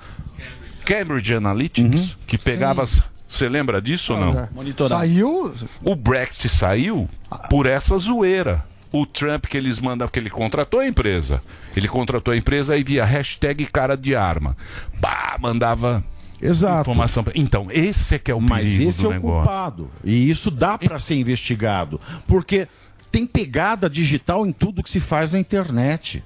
[SPEAKER 1] Cambridge
[SPEAKER 21] Uhum.
[SPEAKER 1] Analytics, que pegava. as- Você lembra disso ou não?
[SPEAKER 21] Monitorar.
[SPEAKER 11] Saiu.
[SPEAKER 1] O Brexit saiu por essa zoeira. O Trump que eles mandam, porque ele contratou a empresa. Ele contratou a empresa e via hashtag cara de arma. Pá, mandava informação. pra- Então, esse é que é o
[SPEAKER 21] Mas
[SPEAKER 1] perigo
[SPEAKER 21] esse é
[SPEAKER 1] do
[SPEAKER 21] o
[SPEAKER 1] negócio.
[SPEAKER 21] culpado. E isso dá para ser investigado. Porque tem pegada digital em tudo que se faz na internet.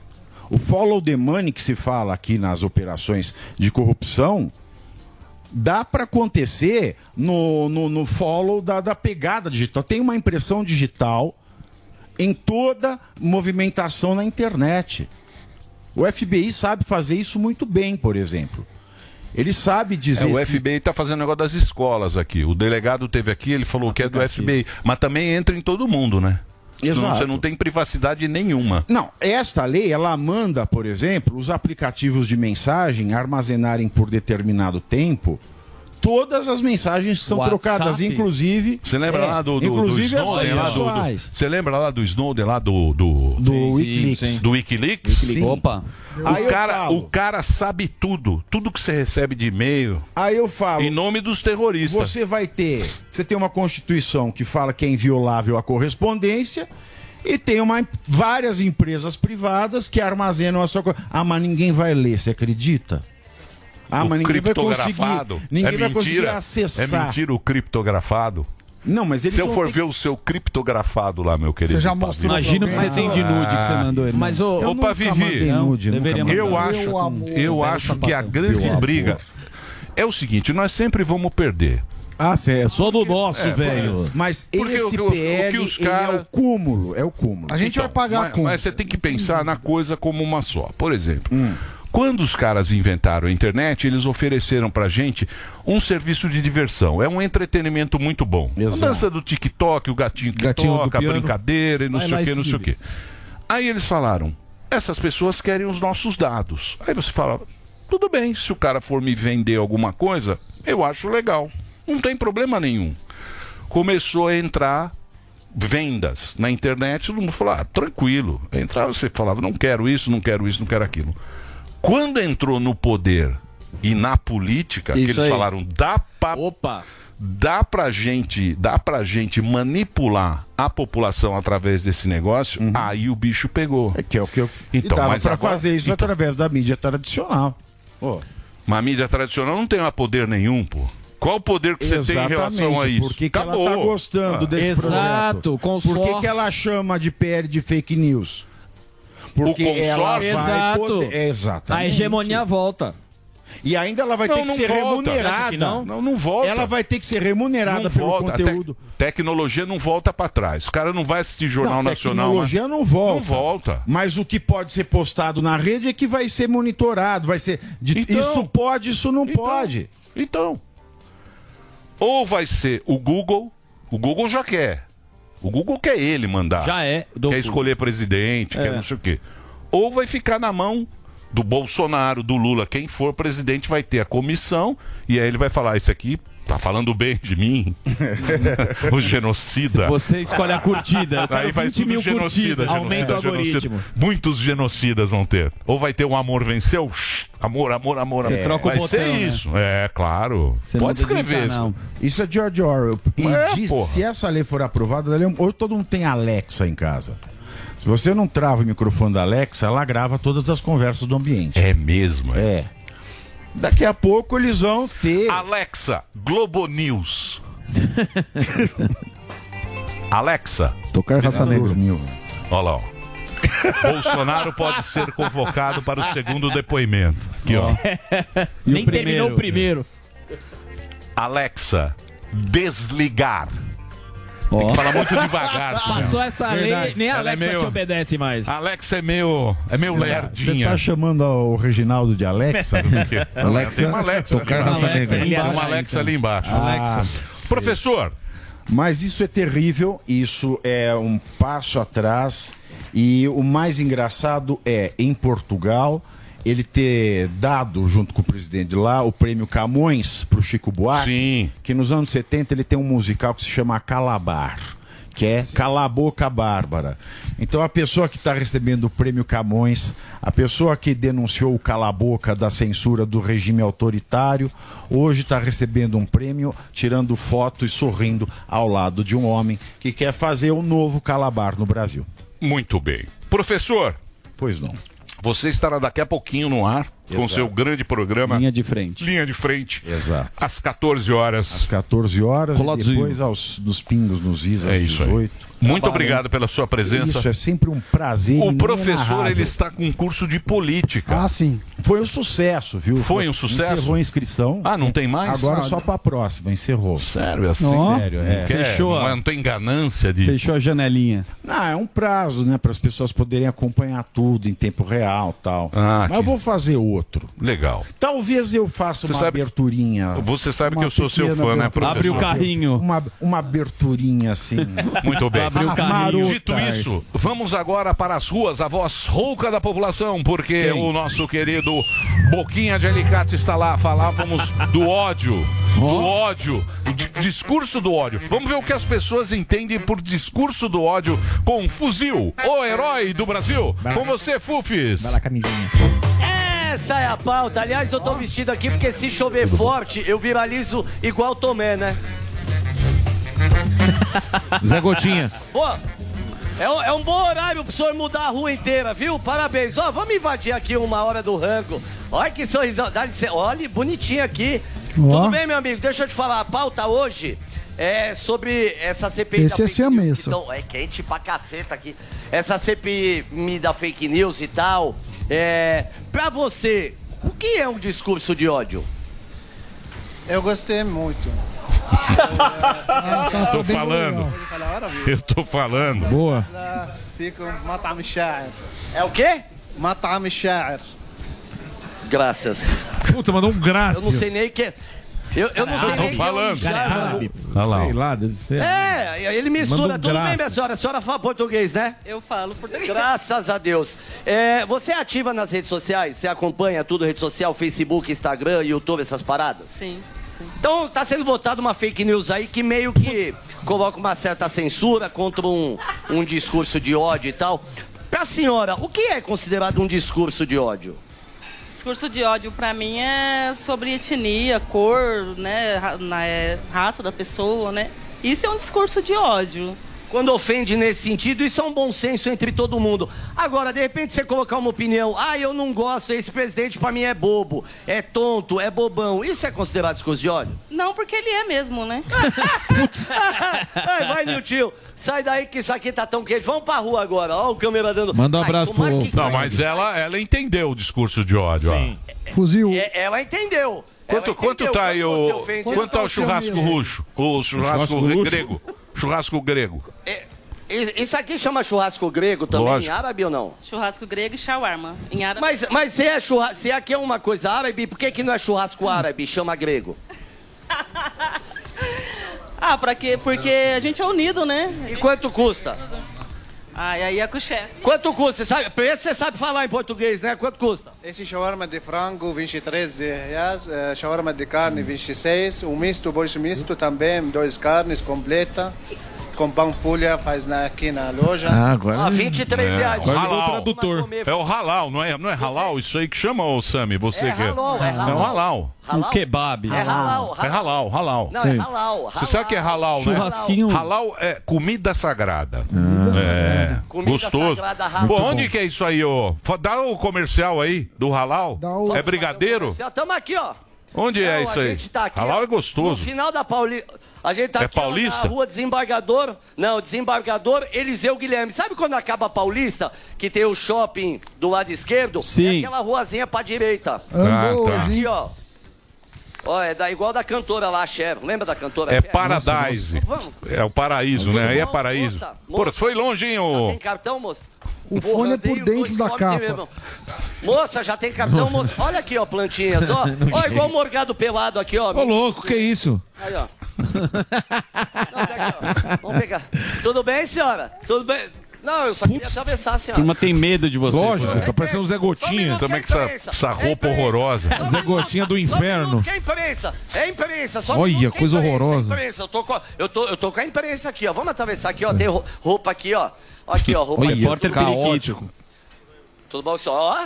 [SPEAKER 21] O follow the money que se fala aqui nas operações de corrupção dá para acontecer no, no, no follow da, da pegada digital. Tem uma impressão digital em toda movimentação na internet. O FBI sabe fazer isso muito bem, por exemplo. Ele sabe dizer.
[SPEAKER 1] É, o
[SPEAKER 21] se-
[SPEAKER 1] FBI está fazendo negócio das escolas aqui. O delegado teve aqui, ele falou que é do FBI. Mas também entra em todo mundo, né? Senão
[SPEAKER 21] Exato.
[SPEAKER 1] Você não tem privacidade nenhuma.
[SPEAKER 21] Não, esta lei ela manda, por exemplo, os aplicativos de mensagem armazenarem por determinado tempo todas as mensagens que são trocadas, inclusive.
[SPEAKER 1] Você lembra
[SPEAKER 21] É,
[SPEAKER 1] lá do, do, do
[SPEAKER 21] inclusive as
[SPEAKER 1] Snowden? lá do- do-
[SPEAKER 21] pessoais.
[SPEAKER 1] Você lembra lá do Snowden, lá do. Do,
[SPEAKER 21] sim, Wikileaks. sim.
[SPEAKER 1] Do Wikileaks?
[SPEAKER 21] Wikileaks. Sim. Opa. Aí
[SPEAKER 1] O
[SPEAKER 21] eu
[SPEAKER 1] cara,
[SPEAKER 21] falo.
[SPEAKER 1] o cara sabe tudo. Tudo que você recebe de e-mail.
[SPEAKER 21] Aí eu falo.
[SPEAKER 1] Em nome dos terroristas.
[SPEAKER 21] Você vai ter. Você tem uma Constituição que fala que é inviolável a correspondência. E tem uma, várias empresas privadas que armazenam a sua coisa. Ah, mas ninguém vai ler, você acredita? Ah,
[SPEAKER 1] O
[SPEAKER 21] mas ninguém vai conseguir.
[SPEAKER 1] criptografado.
[SPEAKER 21] Ninguém
[SPEAKER 1] é
[SPEAKER 21] vai conseguir
[SPEAKER 1] mentira. É
[SPEAKER 21] acessar.
[SPEAKER 1] mentira o criptografado.
[SPEAKER 21] Não, mas eles
[SPEAKER 1] Se eu
[SPEAKER 21] vão
[SPEAKER 1] for
[SPEAKER 21] ter
[SPEAKER 1] ver o seu criptografado lá, meu querido.
[SPEAKER 21] já
[SPEAKER 1] Pavi.
[SPEAKER 21] mostrou Imagina pra o que alguém. você tem de nude que você mandou, né? irmão.
[SPEAKER 1] Mas ô,
[SPEAKER 21] Eu
[SPEAKER 1] ô
[SPEAKER 21] nunca
[SPEAKER 1] Pavi,
[SPEAKER 21] mandei nude, nunca
[SPEAKER 1] eu,
[SPEAKER 21] mandei. Meu
[SPEAKER 1] acho,
[SPEAKER 21] amor.
[SPEAKER 1] eu
[SPEAKER 21] Pega o
[SPEAKER 1] acho que a
[SPEAKER 21] sapatão.
[SPEAKER 1] grande
[SPEAKER 21] Meu amor.
[SPEAKER 1] briga é o seguinte, nós sempre vamos perder.
[SPEAKER 21] Ah, sim, é só do nosso,
[SPEAKER 1] velho.
[SPEAKER 21] Mas
[SPEAKER 1] Porque
[SPEAKER 21] esse
[SPEAKER 1] o que os- o
[SPEAKER 21] PL,
[SPEAKER 1] que os
[SPEAKER 21] ele
[SPEAKER 1] cara-
[SPEAKER 21] é o cúmulo, é o cúmulo.
[SPEAKER 1] Então, mas, mas você tem que pensar na coisa como uma só. Por exemplo, quando os caras inventaram a internet, eles ofereceram pra gente um serviço de diversão. É um entretenimento muito bom. A dança do TikTok, o gatinho que
[SPEAKER 5] Gatinho do
[SPEAKER 1] toca, a
[SPEAKER 5] piano.
[SPEAKER 1] brincadeira e não
[SPEAKER 5] Vai
[SPEAKER 1] sei
[SPEAKER 5] lá
[SPEAKER 1] o que,
[SPEAKER 5] e
[SPEAKER 1] não
[SPEAKER 5] se
[SPEAKER 1] sei o que. Aí eles falaram: essas pessoas querem os nossos dados. Aí você fala: tudo bem, se o cara for me vender alguma coisa, eu acho legal. Não tem problema nenhum. Começou a entrar vendas na internet, todo mundo falou: ah, tranquilo. Entrava, você falava: não quero isso, não quero isso, não quero aquilo. Quando entrou no poder e na política, que
[SPEAKER 7] Isso
[SPEAKER 1] eles
[SPEAKER 7] aí.
[SPEAKER 1] falaram: dá pra. Dá pra gente, dá pra gente manipular a população através desse negócio, aí o bicho pegou.
[SPEAKER 21] Uhum. É que é o que eu e
[SPEAKER 1] então,
[SPEAKER 21] dava
[SPEAKER 1] mas
[SPEAKER 21] pra
[SPEAKER 1] agora- então,
[SPEAKER 21] fazer isso através da mídia tradicional. Ó,
[SPEAKER 1] Mas a mídia tradicional não tem mais poder nenhum, pô. Qual o poder que você tem em relação a isso?
[SPEAKER 21] Por que, que ela tá gostando
[SPEAKER 1] Ah.
[SPEAKER 21] desse
[SPEAKER 1] Exato,
[SPEAKER 21] projeto? Por que, que
[SPEAKER 1] consórcio.
[SPEAKER 21] ela chama de PL de fake news? Porque ela vai
[SPEAKER 10] Exato.
[SPEAKER 21] poder- É, exatamente.
[SPEAKER 10] A hegemonia volta.
[SPEAKER 21] E ainda ela vai
[SPEAKER 10] Não,
[SPEAKER 21] ter que
[SPEAKER 10] não
[SPEAKER 21] ser
[SPEAKER 10] volta. Você acha
[SPEAKER 21] remunerada.
[SPEAKER 10] que não?
[SPEAKER 1] Não, não volta.
[SPEAKER 21] Ela vai ter que ser remunerada
[SPEAKER 1] Não
[SPEAKER 21] pelo
[SPEAKER 1] volta. A te-
[SPEAKER 21] conteúdo.
[SPEAKER 1] tecnologia não volta pra trás. O cara não vai assistir Jornal
[SPEAKER 21] Não,
[SPEAKER 1] Nacional. né?
[SPEAKER 21] tecnologia
[SPEAKER 1] mas-
[SPEAKER 21] não volta.
[SPEAKER 1] Não volta.
[SPEAKER 21] Mas o que pode ser postado na rede é que vai ser monitorado, vai ser de- isso pode, isso não pode.
[SPEAKER 1] Então, Ou vai ser o Google. O Google já quer. O Google quer ele mandar. Já é. Quer escolher presidente,
[SPEAKER 3] É.
[SPEAKER 1] quer não sei o quê. Ou vai ficar na mão do Bolsonaro, do Lula. Quem for presidente vai ter a comissão e aí ele vai falar: Isso aqui tá falando bem de mim. o genocida.
[SPEAKER 3] Se você escolhe a curtida, eu quero
[SPEAKER 1] aí vai
[SPEAKER 3] 20
[SPEAKER 1] tudo
[SPEAKER 3] mil
[SPEAKER 1] genocida,
[SPEAKER 3] curtidas. Aumenta o
[SPEAKER 1] genocida,
[SPEAKER 3] algoritmo.
[SPEAKER 1] genocida. Muitos genocidas vão ter. Ou vai ter um amor venceu. Shhh, Amor, amor, amor,
[SPEAKER 21] Você
[SPEAKER 1] amor.
[SPEAKER 21] troca o
[SPEAKER 1] vai ser
[SPEAKER 21] botão, né?
[SPEAKER 1] isso. É, claro. Pode escrever isso.
[SPEAKER 21] Isso é George Orwell. E
[SPEAKER 1] É,
[SPEAKER 21] diz-
[SPEAKER 1] porra.
[SPEAKER 21] se essa lei for aprovada, ela é- hoje todo mundo tem Alexa em casa. Se você não trava o microfone da Alexa, ela grava todas as conversas do ambiente.
[SPEAKER 1] É mesmo?
[SPEAKER 21] É. Daqui a pouco eles vão ter.
[SPEAKER 1] Alexa, Globo News. Alexa.
[SPEAKER 21] Tocar raça negra.
[SPEAKER 1] Olha lá, ó. Bolsonaro pode ser convocado para o segundo depoimento. Aqui, ó.
[SPEAKER 19] Nem terminou o primeiro.
[SPEAKER 1] Alexa, desligar. Tem que falar muito devagar. com ela.
[SPEAKER 19] Passou essa lei,
[SPEAKER 1] Verdade.
[SPEAKER 19] nem a
[SPEAKER 1] Ela é
[SPEAKER 19] Alexa
[SPEAKER 1] meio-
[SPEAKER 19] te obedece mais.
[SPEAKER 1] Alexa é meu. É meu
[SPEAKER 21] Você
[SPEAKER 1] lerdinha.
[SPEAKER 21] tá chamando o Reginaldo de Alexa?
[SPEAKER 1] Alexa, tem uma Alexa.
[SPEAKER 21] Tocar
[SPEAKER 1] ali
[SPEAKER 21] raça
[SPEAKER 1] embaixo.
[SPEAKER 21] negra.
[SPEAKER 1] Tem uma Alexa ali embaixo.
[SPEAKER 21] Ah,
[SPEAKER 1] Alexa. Professor,
[SPEAKER 21] Mas isso é terrível, isso é um passo atrás. E o mais engraçado é, em Portugal, ele ter dado, junto com o presidente lá, o prêmio Camões para o Chico Buarque. Que nos anos 70 ele tem um musical que se chama Calabar. Que é Cala a Boca Bárbara. Então, a pessoa que está recebendo o prêmio Camões, a pessoa que denunciou o cala a boca da censura do regime autoritário, hoje está recebendo um prêmio, tirando foto e sorrindo ao lado de um homem que quer fazer um novo calabar no Brasil.
[SPEAKER 1] muito bem. Professor.
[SPEAKER 21] Pois não.
[SPEAKER 1] Você estará daqui a pouquinho no ar com
[SPEAKER 21] Exato.
[SPEAKER 1] seu grande programa. Linha de frente. Linha de frente.
[SPEAKER 21] Exato.
[SPEAKER 1] Às 14 horas.
[SPEAKER 21] Às 14 horas, e
[SPEAKER 1] Coladozinho.
[SPEAKER 21] depois aos, nos pingos nos is, às 18.
[SPEAKER 1] É Muito obrigado pela sua presença.
[SPEAKER 21] Isso é sempre um prazer.
[SPEAKER 1] O professor
[SPEAKER 21] inenarrável.
[SPEAKER 1] ele está com um curso de política.
[SPEAKER 21] Ah, sim. Foi um sucesso, viu?
[SPEAKER 1] Foi um sucesso?
[SPEAKER 21] Encerrou a inscrição.
[SPEAKER 1] Ah, não tem mais?
[SPEAKER 21] Agora
[SPEAKER 1] Ah,
[SPEAKER 21] só pra próxima, encerrou.
[SPEAKER 1] Sério, assim?
[SPEAKER 21] Sério, é.
[SPEAKER 1] Quer- Não, é- não tem ganância de. Fechou a janelinha.
[SPEAKER 21] Ah, é um prazo, né? Para as pessoas poderem acompanhar tudo em tempo real tal.
[SPEAKER 1] Ah,
[SPEAKER 21] Mas eu vou fazer outro.
[SPEAKER 1] Legal.
[SPEAKER 21] Talvez eu faça
[SPEAKER 1] Você
[SPEAKER 21] uma
[SPEAKER 1] sabe-
[SPEAKER 21] aberturinha.
[SPEAKER 1] Você sabe
[SPEAKER 21] Uma
[SPEAKER 1] que eu sou seu
[SPEAKER 21] pequena
[SPEAKER 1] fã, né,
[SPEAKER 21] abertura.
[SPEAKER 1] professor? Abre o carrinho.
[SPEAKER 21] Uma, uma aberturinha assim.
[SPEAKER 1] Muito bem.
[SPEAKER 21] Marota.
[SPEAKER 1] Dito isso, vamos agora para as ruas, a voz rouca da população, porque o nosso querido Boquinha de Alicate está lá. Falávamos do ódio. Do ódio, d- discurso do ódio. Vamos ver o que as pessoas entendem por discurso do ódio com um fuzil, o herói do Brasil. Com você, Fufis. Vai lá,
[SPEAKER 7] camisinha.
[SPEAKER 9] Essa é a pauta. Aliás, eu tô vestido aqui porque se chover forte, eu viralizo igual Tomé, né?
[SPEAKER 15] Zé Gotinha.
[SPEAKER 9] Pô, é, um- é um bom horário pro senhor mudar a rua inteira, viu? Parabéns. Ó, vamos invadir aqui uma hora do rango. Olha que sorrisão. Dá licença. Olha, bonitinho aqui. Tudo bem, meu amigo? Deixa eu te falar. A pauta hoje é sobre essa CPI
[SPEAKER 11] Esse é
[SPEAKER 9] fake news.
[SPEAKER 11] siamês.
[SPEAKER 9] Então, é quente pra caceta aqui. Essa CPI da fake news e tal. É, pra você, o que é um discurso de ódio?
[SPEAKER 24] Eu gostei muito.
[SPEAKER 11] Tá
[SPEAKER 1] Estou falando. Eu tô falando.
[SPEAKER 21] Boa.
[SPEAKER 24] Fica um matam الشاعر.
[SPEAKER 9] É o quê?
[SPEAKER 24] Matam الشاعر.
[SPEAKER 9] Graças.
[SPEAKER 5] Puta, mandou um
[SPEAKER 1] Ah,
[SPEAKER 5] graças.
[SPEAKER 9] Eu não sei nem que é. Eu, eu não sei nem que é um jarro.
[SPEAKER 5] Olha lá.
[SPEAKER 15] Sei lá, deve ser.
[SPEAKER 9] É, ele
[SPEAKER 15] Manda
[SPEAKER 9] mistura.
[SPEAKER 15] um
[SPEAKER 9] Tudo bem,
[SPEAKER 15] graças.
[SPEAKER 9] minha senhora? A senhora fala português, né? Eu falo português. Graças a Deus. É, você é ativa nas redes sociais? Você acompanha tudo, rede social, Facebook, Instagram, YouTube, essas paradas?
[SPEAKER 24] Sim, sim.
[SPEAKER 9] Então, tá sendo votada uma fake news aí que meio que coloca uma certa censura contra um, um discurso de ódio e tal. Pra senhora, o que é considerado um discurso de ódio?
[SPEAKER 25] Discurso de ódio pra mim é sobre etnia, cor, né, ra- na- é, raça da pessoa, né? Isso é um discurso de ódio.
[SPEAKER 9] quando ofende nesse sentido, isso é um bom senso entre todo mundo. Agora, de repente, você colocar uma opinião, ah, eu não gosto, esse presidente pra mim é bobo, é tonto, é bobão, isso é considerado discurso de ódio?
[SPEAKER 25] Não, porque ele é mesmo, né?
[SPEAKER 9] Ai, vai, meu tio, sai daí que isso aqui tá tão quente. Vamos pra rua agora, ó, o câmera dando.
[SPEAKER 1] um
[SPEAKER 9] Ai, tomara que-
[SPEAKER 1] Não, mas ela, ela entendeu o discurso de ódio. Sim.
[SPEAKER 11] Fuzil.
[SPEAKER 9] É, Ela entendeu.
[SPEAKER 1] Quanto, quanto tá aí
[SPEAKER 9] você
[SPEAKER 1] o.
[SPEAKER 9] ofende-
[SPEAKER 1] Quanto tá o churrasco russo? O churrasco,
[SPEAKER 9] churrasco russo?
[SPEAKER 1] grego. Churrasco grego.
[SPEAKER 9] I- Isso aqui chama churrasco grego também,
[SPEAKER 1] Lógico.
[SPEAKER 9] em árabe ou não?
[SPEAKER 25] Churrasco grego e shawarma. Em árabe.
[SPEAKER 9] Mas, mas se, é churra... se aqui é uma coisa árabe, por que, que não é churrasco árabe, chama grego?
[SPEAKER 25] Ah, pra quê? Porque a gente é unido, né?
[SPEAKER 9] E quanto custa?
[SPEAKER 25] Ah, e aí é com o chefe.
[SPEAKER 9] Quanto custa? Você sabe, preço você sabe falar em português, né? Quanto custa?
[SPEAKER 24] Esse shawarma de frango, 23 de reais. eh, shawarma de carne, 26. O Um misto, bois misto também, dois carnes completa. Com pão folha, faz na, aqui na loja.
[SPEAKER 1] Ah, agora-
[SPEAKER 24] Ah,
[SPEAKER 9] Ah, 23
[SPEAKER 1] É,
[SPEAKER 9] reais.
[SPEAKER 1] o halal.
[SPEAKER 9] tradutor.
[SPEAKER 1] É o halal, não é, não é halal isso aí que chama, ô Sami? Você
[SPEAKER 9] É
[SPEAKER 1] que
[SPEAKER 9] halal, é halal.
[SPEAKER 1] É um halal.
[SPEAKER 9] Halal? Um
[SPEAKER 1] kebab.
[SPEAKER 9] É halal,
[SPEAKER 1] É halal, halal.
[SPEAKER 9] Não, é halal,
[SPEAKER 1] Você sabe o que é halal, né?
[SPEAKER 9] Churrasquinho.
[SPEAKER 1] Halal é comida sagrada. É.
[SPEAKER 9] Comida
[SPEAKER 1] Gostoso.
[SPEAKER 9] sagrada, halal.
[SPEAKER 1] Pô,
[SPEAKER 9] Muito
[SPEAKER 1] onde
[SPEAKER 9] bom.
[SPEAKER 1] que é isso aí, ô? Fa- Dá o comercial aí do halal.
[SPEAKER 9] o-
[SPEAKER 1] É brigadeiro?
[SPEAKER 9] Estamos aqui, ó.
[SPEAKER 1] Onde é
[SPEAKER 9] Não,
[SPEAKER 1] isso
[SPEAKER 9] a
[SPEAKER 1] aí?
[SPEAKER 9] gente tá aqui,
[SPEAKER 1] halal
[SPEAKER 9] ó,
[SPEAKER 1] é gostoso.
[SPEAKER 9] No final da Paulista. A gente tá
[SPEAKER 1] É
[SPEAKER 9] aqui ó,
[SPEAKER 1] paulista?
[SPEAKER 9] na rua Desembargador. Não, Desembargador Eliseu Guilherme. Sabe quando acaba a Paulista, que tem o shopping do lado esquerdo?
[SPEAKER 3] Sim.
[SPEAKER 9] É aquela ruazinha pra direita.
[SPEAKER 1] Andou, Ah, tá.
[SPEAKER 9] Aqui, ó. Ó, é da, igual da cantora lá, Cher. Lembra da cantora
[SPEAKER 1] É
[SPEAKER 9] Cher?
[SPEAKER 1] paradise.
[SPEAKER 9] Vamos.
[SPEAKER 1] É o paraíso, né? Aí é paraíso. Pô, você foi longe, hein, ô?
[SPEAKER 9] Tá, Tem cartão, moça?
[SPEAKER 11] O fone é por dentro da capa.
[SPEAKER 9] Moça, já tem cartão, moça. Olha aqui, ó, plantinhas, ó.
[SPEAKER 11] Não
[SPEAKER 9] Ó,
[SPEAKER 11] sei.
[SPEAKER 9] igual o Morgado Pelado aqui, ó.
[SPEAKER 5] Ô, louco, que isso?
[SPEAKER 9] Aí, ó. Não, tá aqui, ó. Vamos pegar. Tudo bem, senhora? Tudo bem? Não, eu só queria atravessar,
[SPEAKER 3] A
[SPEAKER 9] senhora.
[SPEAKER 3] turma tem medo de você.
[SPEAKER 5] Lógico,
[SPEAKER 3] Porã.
[SPEAKER 5] tá parecendo o Zé Gotinha.
[SPEAKER 1] Ah, Também com essa, essa roupa horrorosa.
[SPEAKER 5] Zé Gotinha do inferno.
[SPEAKER 9] Que é imprensa? É imprensa, só
[SPEAKER 5] Olha,
[SPEAKER 9] minuto, que é
[SPEAKER 5] coisa
[SPEAKER 9] imprensa,
[SPEAKER 5] horrorosa.
[SPEAKER 9] é imprensa. Eu, tô com, a- eu, tô, eu tô com a imprensa aqui, ó. Vamos atravessar aqui, ó. Tem ro- roupa aqui, ó. Aqui, ó, roupa
[SPEAKER 5] Olha,
[SPEAKER 9] aqui.
[SPEAKER 5] repórter
[SPEAKER 9] tudo-
[SPEAKER 5] periquito.
[SPEAKER 9] Tudo bom, senhor? Ó,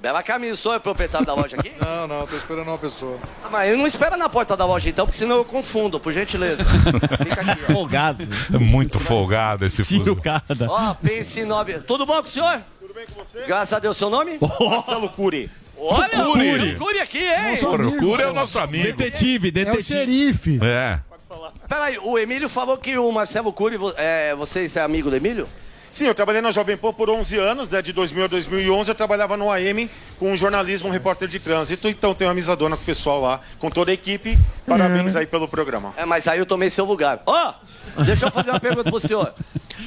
[SPEAKER 9] bela camisa. O senhor é proprietário da loja aqui?
[SPEAKER 24] Não, não, tô esperando uma pessoa.
[SPEAKER 9] Ah, Mas não espera na porta da loja então, porque senão eu confundo, por gentileza.
[SPEAKER 1] Folgado. É muito folgado esse Tio
[SPEAKER 3] cada.
[SPEAKER 9] Ó, pense nove. Tudo bom com o senhor? Tudo bem com você? Graças a Deus, seu nome? Marcelo Cury. Olha, o
[SPEAKER 1] Cury.
[SPEAKER 9] Cury. Cury aqui, hein?
[SPEAKER 1] Nosso amigo, Procura é o nosso amigo.
[SPEAKER 3] Detetive,
[SPEAKER 1] detetive.
[SPEAKER 11] xerife.
[SPEAKER 1] É.
[SPEAKER 9] Peraí, o Emílio falou que o Marcelo Cury, vo- é, vocês é amigo do Emílio?
[SPEAKER 26] Sim, eu trabalhei na Jovem Pan por 11 anos, né, de 2000 a 2011. Eu trabalhava no AM com um jornalismo, um repórter de trânsito. Então tenho uma amizadona com o pessoal lá, com toda a equipe. Parabéns aí pelo programa.
[SPEAKER 9] É, mas aí eu tomei seu lugar. Ó, deixa eu fazer uma pergunta pro senhor.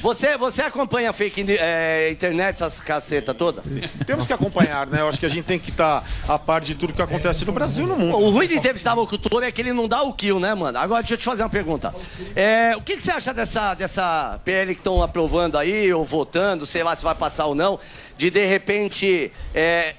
[SPEAKER 9] Você, você acompanha fake ne- é, internet, essas cacetas todas?
[SPEAKER 26] Temos que acompanhar, né? Eu acho que a gente tem que estar a par de tudo que acontece no Brasil e no mundo.
[SPEAKER 9] O ruim de entrevistar locutor é que ele não dá o kill, né, mano? Agora, deixa eu te fazer uma pergunta. É, o que, que você acha dessa, dessa PL que estão aprovando aí, ou votando, sei lá se vai passar ou não, de de repente. é,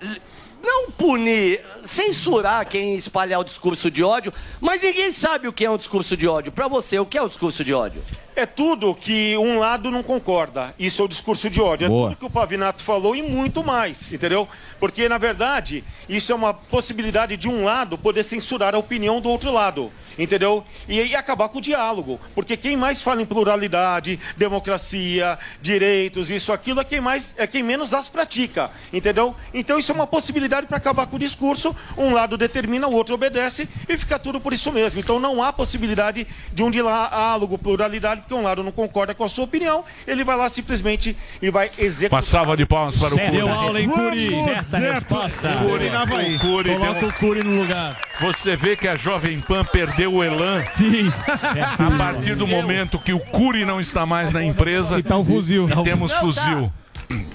[SPEAKER 9] l- não punir, censurar quem espalhar o discurso de ódio, mas ninguém sabe o que é um discurso de ódio. Pra você, o que é o discurso de ódio?
[SPEAKER 26] É tudo que um lado não concorda. Isso é o discurso de ódio. Boa. É tudo que o Pavinato falou e muito mais, entendeu? Porque, na verdade, isso é uma possibilidade de um lado poder censurar a opinião do outro lado, entendeu? E, aí acabar com o diálogo. Porque quem mais fala em pluralidade, democracia, direitos, isso, aquilo, é quem, mais, é quem menos as pratica, entendeu? Então isso é uma possibilidade para acabar com o discurso. Um lado determina, o outro obedece e fica tudo por isso mesmo. Então não há possibilidade de um diálogo, pluralidade, porque um lado não concorda com a sua opinião, ele vai lá simplesmente e vai executar.
[SPEAKER 1] Uma salva de palmas para o
[SPEAKER 26] Certo.
[SPEAKER 1] Curi.
[SPEAKER 26] Deu aula, hein, Curi?
[SPEAKER 1] Vamos,
[SPEAKER 26] Certa
[SPEAKER 1] certo.
[SPEAKER 26] resposta.
[SPEAKER 1] Curi,
[SPEAKER 26] Curi na Bahia.
[SPEAKER 1] Curi,
[SPEAKER 26] Coloca
[SPEAKER 1] deu-
[SPEAKER 26] o
[SPEAKER 1] um Você vê que a Jovem Pan perdeu o elan.
[SPEAKER 3] Sim.
[SPEAKER 5] É assim.
[SPEAKER 1] A partir do momento que o Curi não está mais na empresa. E
[SPEAKER 5] tá o fuzil.
[SPEAKER 1] E temos
[SPEAKER 9] Não, tá.
[SPEAKER 1] fuzil.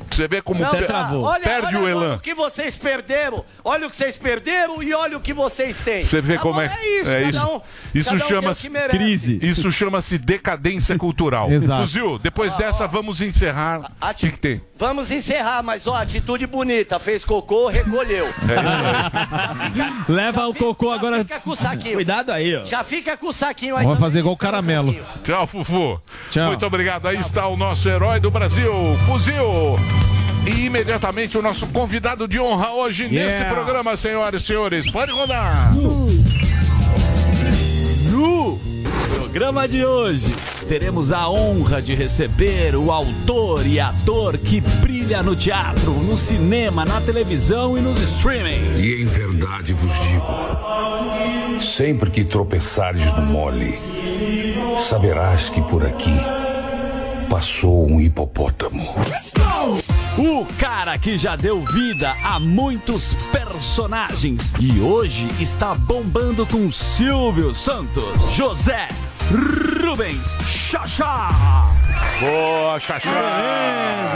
[SPEAKER 1] Você vê como
[SPEAKER 9] Não,
[SPEAKER 1] pe-
[SPEAKER 9] tá. Olha-
[SPEAKER 1] perde
[SPEAKER 9] olha
[SPEAKER 1] o elan.
[SPEAKER 9] O que vocês perderam, olha o que vocês perderam e olha o que vocês têm.
[SPEAKER 1] Você vê
[SPEAKER 9] Tá
[SPEAKER 1] como
[SPEAKER 9] bom,
[SPEAKER 1] é.
[SPEAKER 9] É isso,
[SPEAKER 1] é
[SPEAKER 9] cada
[SPEAKER 1] isso.
[SPEAKER 9] um-
[SPEAKER 1] Isso
[SPEAKER 9] cada um tem o
[SPEAKER 1] chama-se
[SPEAKER 9] que merece.
[SPEAKER 1] Isso chama-se decadência cultural.
[SPEAKER 5] Exato.
[SPEAKER 1] Fuzil, depois
[SPEAKER 9] Ah,
[SPEAKER 1] dessa vamos encerrar. O que, que tem?
[SPEAKER 9] Vamos encerrar, mas ó, atitude bonita. Fez cocô,
[SPEAKER 1] É
[SPEAKER 9] recolheu.
[SPEAKER 3] Leva o cocô agora.
[SPEAKER 9] Fica com o saquinho.
[SPEAKER 3] Cuidado aí, ó.
[SPEAKER 9] Já fica com o saquinho aí.
[SPEAKER 5] Vai fazer igual o caramelo.
[SPEAKER 1] Tchau, Fufu.
[SPEAKER 5] Tchau.
[SPEAKER 1] Muito obrigado. Aí está o nosso herói do Brasil, Fuzil. E imediatamente o nosso convidado de honra hoje
[SPEAKER 5] Yeah.
[SPEAKER 1] nesse programa, senhoras e senhores. Pode rodar.
[SPEAKER 3] No programa de hoje,
[SPEAKER 7] teremos a honra de receber o autor e ator que brilha no teatro, no cinema, na televisão e nos streamings.
[SPEAKER 12] E em verdade vos digo: sempre que tropeçares no mole, saberás que por aqui passou um hipopótamo.
[SPEAKER 7] O cara que já deu vida a muitos personagens e hoje está bombando com Silvio Santos, José Rubens Xaxá.
[SPEAKER 1] Boa, Xaxá.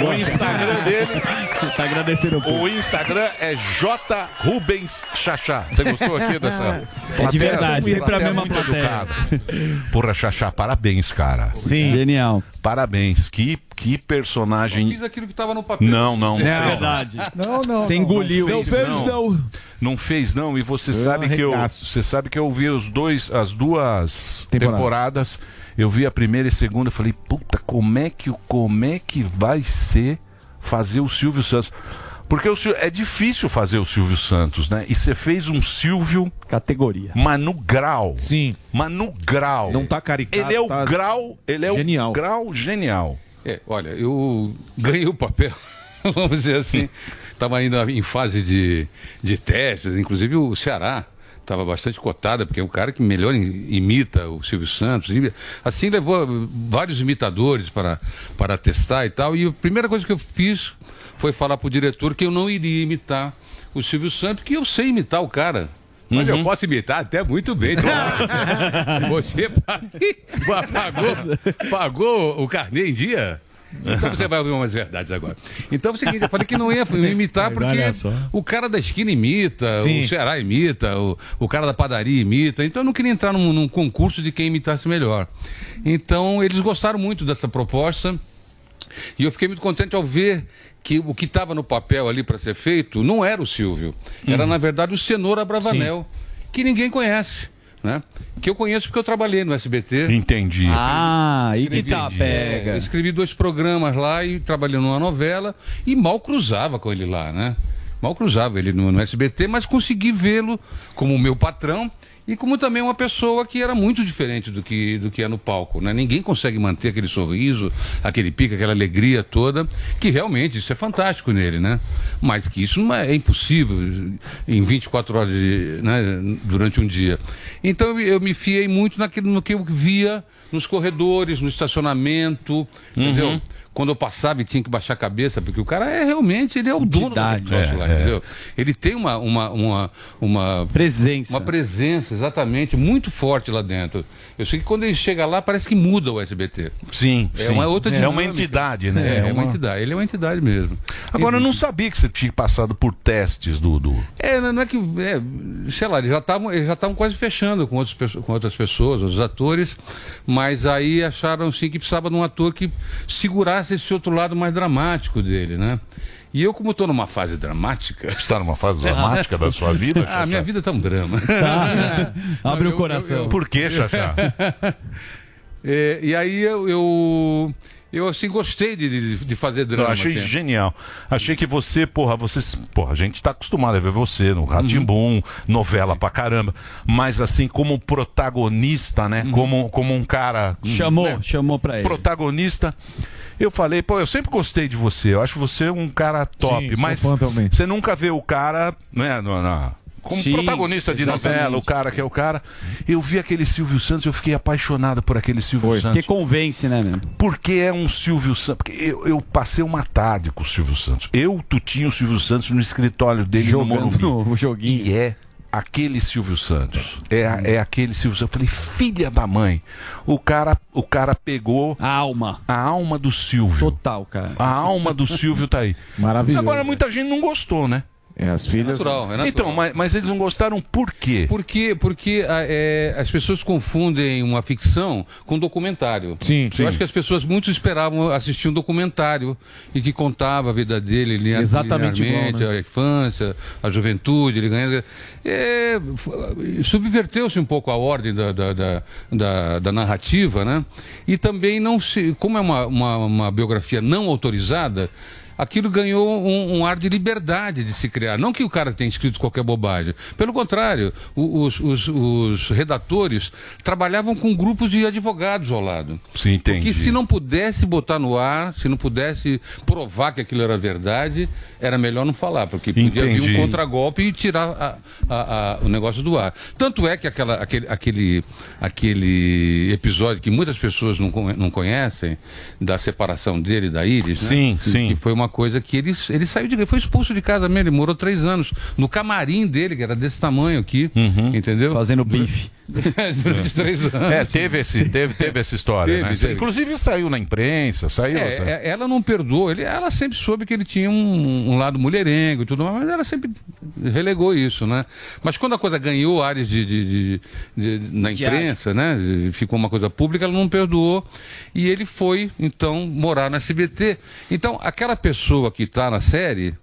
[SPEAKER 1] O Instagram dele.
[SPEAKER 3] Tá agradecendo o
[SPEAKER 1] O Instagram é J Rubens Xaxá. Você gostou aqui dessa?
[SPEAKER 3] É de
[SPEAKER 1] plateia?
[SPEAKER 3] verdade. Sempre a
[SPEAKER 1] Plateia
[SPEAKER 3] mesma
[SPEAKER 1] muito
[SPEAKER 3] plateia.
[SPEAKER 1] educada. Porra, Xaxá, parabéns, cara. Sim.
[SPEAKER 3] Genial.
[SPEAKER 1] Parabéns. Que, que personagem.
[SPEAKER 13] Fiz aquilo que tava no papel.
[SPEAKER 1] Não, não.
[SPEAKER 13] É
[SPEAKER 1] fez,
[SPEAKER 13] verdade.
[SPEAKER 11] Não,
[SPEAKER 13] não,
[SPEAKER 1] Você
[SPEAKER 13] não.
[SPEAKER 1] engoliu.
[SPEAKER 13] Não fez,
[SPEAKER 1] não. Não fez, não. E você
[SPEAKER 13] Eu
[SPEAKER 1] sabe que eu,
[SPEAKER 13] arregaço.
[SPEAKER 1] você sabe que eu vi os dois, as duas temporadas. Eu vi a primeira e segunda. Eu falei, puta, como é que, o- como é que vai ser fazer o Silvio Santos? Porque o Sil- é difícil fazer o Silvio Santos, né? E você fez um Silvio.
[SPEAKER 3] Categoria.
[SPEAKER 1] Mas no grau. Sim. Mas no grau.
[SPEAKER 13] Não tá caricato,
[SPEAKER 1] Ele é o
[SPEAKER 13] tá-
[SPEAKER 1] grau. Ele é o grau genial.
[SPEAKER 13] É, olha, eu ganhei o papel, vamos dizer assim. Estava ainda em fase de, de testes, inclusive o Ceará estava bastante cotado, porque é um cara que melhor im- imita o Silvio Santos. E, Assim levou vários imitadores para, para testar e tal. E a primeira coisa que eu fiz foi falar para o diretor que eu não iria imitar o Silvio Santos, que eu sei imitar o cara. Mas
[SPEAKER 3] Uhum.
[SPEAKER 13] eu posso imitar até muito bem. claro. Você pa- pagou, pagou o carnê em dia? Então você vai ouvir umas verdades agora. Então você queria falei que não ia imitar porque
[SPEAKER 3] Olha só.
[SPEAKER 13] o cara da esquina imita,
[SPEAKER 3] Sim.
[SPEAKER 13] o Ceará imita, o, o cara da padaria imita. Então eu não queria entrar num, num concurso de quem imitasse melhor. Então eles gostaram muito dessa proposta. E eu fiquei muito contente ao ver que o que estava no papel ali para ser feito não era o Silvio.
[SPEAKER 3] Uhum.
[SPEAKER 13] Era, na verdade, o Cenoura Bravanel, que ninguém conhece. Né? Que eu conheço porque eu trabalhei no SBT.
[SPEAKER 1] Entendi.
[SPEAKER 3] Ah, aí que tá a
[SPEAKER 13] Escrevi-
[SPEAKER 3] pega.
[SPEAKER 13] é, eu escrevi dois programas lá e trabalhei numa novela e mal cruzava com ele lá, né? Mal cruzava ele no, no SBT, mas consegui vê-lo como meu patrão e como também uma pessoa que era muito diferente do que, do que é no palco, né? Ninguém consegue manter aquele sorriso, aquele pico, aquela alegria toda, que realmente isso é fantástico nele, né? Mas que isso não é, é impossível em 24 horas, de- né? Durante um dia. Então eu, me- eu me fiei muito naquilo, no que eu via nos corredores, no estacionamento,
[SPEAKER 1] Uhum.
[SPEAKER 13] entendeu? Quando eu passava e tinha que baixar a cabeça, porque o cara é realmente, ele é o dono do negócio
[SPEAKER 3] é,
[SPEAKER 13] lá,
[SPEAKER 3] é.
[SPEAKER 13] entendeu? Ele tem uma, uma, uma, uma... Presença. Uma presença, exatamente, muito forte lá dentro. Eu sei que quando ele chega lá, parece que muda o SBT.
[SPEAKER 1] Sim,
[SPEAKER 13] É
[SPEAKER 1] sim.
[SPEAKER 13] uma outra
[SPEAKER 1] É uma
[SPEAKER 13] dinâmica.
[SPEAKER 1] entidade, né?
[SPEAKER 13] É, é uma
[SPEAKER 1] uma-
[SPEAKER 13] entidade, ele é uma entidade mesmo.
[SPEAKER 1] Agora, eu não sabia que você tinha passado por testes, Dudu.
[SPEAKER 13] É, não não é que. é, sei lá, eles já estavam eles já estavam quase fechando com, outros, perso- com outras pessoas, outros atores, mas aí acharam sim que precisava de um ator que segurasse esse outro lado mais dramático dele, né? E eu, como estou numa fase dramática.
[SPEAKER 1] Está tá numa fase dramática da sua vida,
[SPEAKER 13] Ah,
[SPEAKER 1] Xaxá?
[SPEAKER 13] minha vida tá um drama.
[SPEAKER 1] Abre
[SPEAKER 13] Tá. o coração.
[SPEAKER 1] Por quê, Xaxá?
[SPEAKER 13] É, e aí eu, eu, eu, assim gostei de, de- de fazer drama.
[SPEAKER 1] Eu achei
[SPEAKER 13] assim.
[SPEAKER 1] genial. Achei que você, porra, você, porra, a gente tá acostumado a ver você no Ratimbum, novela pra caramba, mas assim como protagonista, né?
[SPEAKER 13] Uhum.
[SPEAKER 1] Como como um cara hum,
[SPEAKER 3] Chamou,
[SPEAKER 1] né?
[SPEAKER 3] chamou pra ele.
[SPEAKER 1] protagonista. Eu falei, pô, eu sempre gostei de você. Eu acho você um cara top,
[SPEAKER 5] Sim, sou
[SPEAKER 1] mas
[SPEAKER 5] fã também.
[SPEAKER 1] você nunca vê o cara, né, no- na- como
[SPEAKER 5] Sim,
[SPEAKER 1] protagonista de
[SPEAKER 5] exatamente.
[SPEAKER 1] novela, o cara que é o cara. Eu vi aquele Silvio Santos, eu fiquei apaixonado por aquele Silvio Santos.
[SPEAKER 3] Porque convence, né, mesmo?
[SPEAKER 1] Porque é um Silvio Santos. Porque eu, eu passei uma tarde com o Silvio Santos. Eu tutinha o Silvio Santos no escritório dele
[SPEAKER 3] Jogando
[SPEAKER 1] no Morumbi. joguinho. E é aquele Silvio Santos. É, a- é aquele Silvio Santos. Eu falei, filha da mãe. O cara, o cara pegou.
[SPEAKER 3] A alma.
[SPEAKER 1] A alma do Silvio.
[SPEAKER 3] Total, cara.
[SPEAKER 1] A alma do Silvio tá aí.
[SPEAKER 3] Maravilhoso.
[SPEAKER 1] Agora, muita gente não gostou, né?
[SPEAKER 5] É, as
[SPEAKER 13] filhas- natural, é natural.
[SPEAKER 1] Então, mas, mas eles não gostaram por quê?
[SPEAKER 13] Porque, porque a- é, as pessoas confundem uma ficção com documentário. Sim, Eu
[SPEAKER 1] sim.
[SPEAKER 13] acho que as pessoas muito esperavam assistir um documentário e que contava a vida dele linea-
[SPEAKER 3] Exatamente
[SPEAKER 13] linearmente,
[SPEAKER 3] igual,
[SPEAKER 13] a infância, a juventude, ele ganha. É, f- subverteu-se um pouco a ordem da, da, da, da- da narrativa, né? E também não se. Como é uma, uma, uma biografia não autorizada. a aquilo ganhou um, um ar de liberdade de se criar. Não que o cara tenha escrito qualquer bobagem. Pelo contrário, o- os, os- os redatores trabalhavam com grupos de advogados ao lado.
[SPEAKER 1] Sim, entendi.
[SPEAKER 13] Porque se não pudesse botar no ar, se não pudesse provar que aquilo era verdade, era melhor não falar, porque podia vir um
[SPEAKER 1] entendi.
[SPEAKER 13] contragolpe e tirar a- a- a- o negócio do ar. Tanto é que aquela- aquele, aquele, aquele episódio que muitas pessoas não, con- não conhecem, da separação dele e da Iris, né?
[SPEAKER 1] Sim,
[SPEAKER 13] Que-
[SPEAKER 1] sim.
[SPEAKER 13] que foi uma coisa que ele, ele saiu de ele foi expulso de casa mesmo, ele morou três anos no camarim dele, que era desse tamanho aqui,
[SPEAKER 1] Uhum.
[SPEAKER 13] entendeu? Fazendo bife. Durante três anos.
[SPEAKER 1] É, teve, esse, teve, teve essa história,
[SPEAKER 13] Teve,
[SPEAKER 1] né?
[SPEAKER 13] teve.
[SPEAKER 1] Inclusive saiu na imprensa, saiu.
[SPEAKER 13] É,
[SPEAKER 1] sabe?
[SPEAKER 13] é, ela não perdoou, ele, ela sempre soube que ele tinha um, um lado mulherengo e tudo mais, mas ela sempre relegou isso, né? Mas quando a coisa ganhou áreas de, de- de- de- na
[SPEAKER 9] De
[SPEAKER 13] imprensa, né? de- Ficou uma coisa pública, ela não perdoou e ele foi, então, morar na SBT. Então, aquela pessoa que está na série.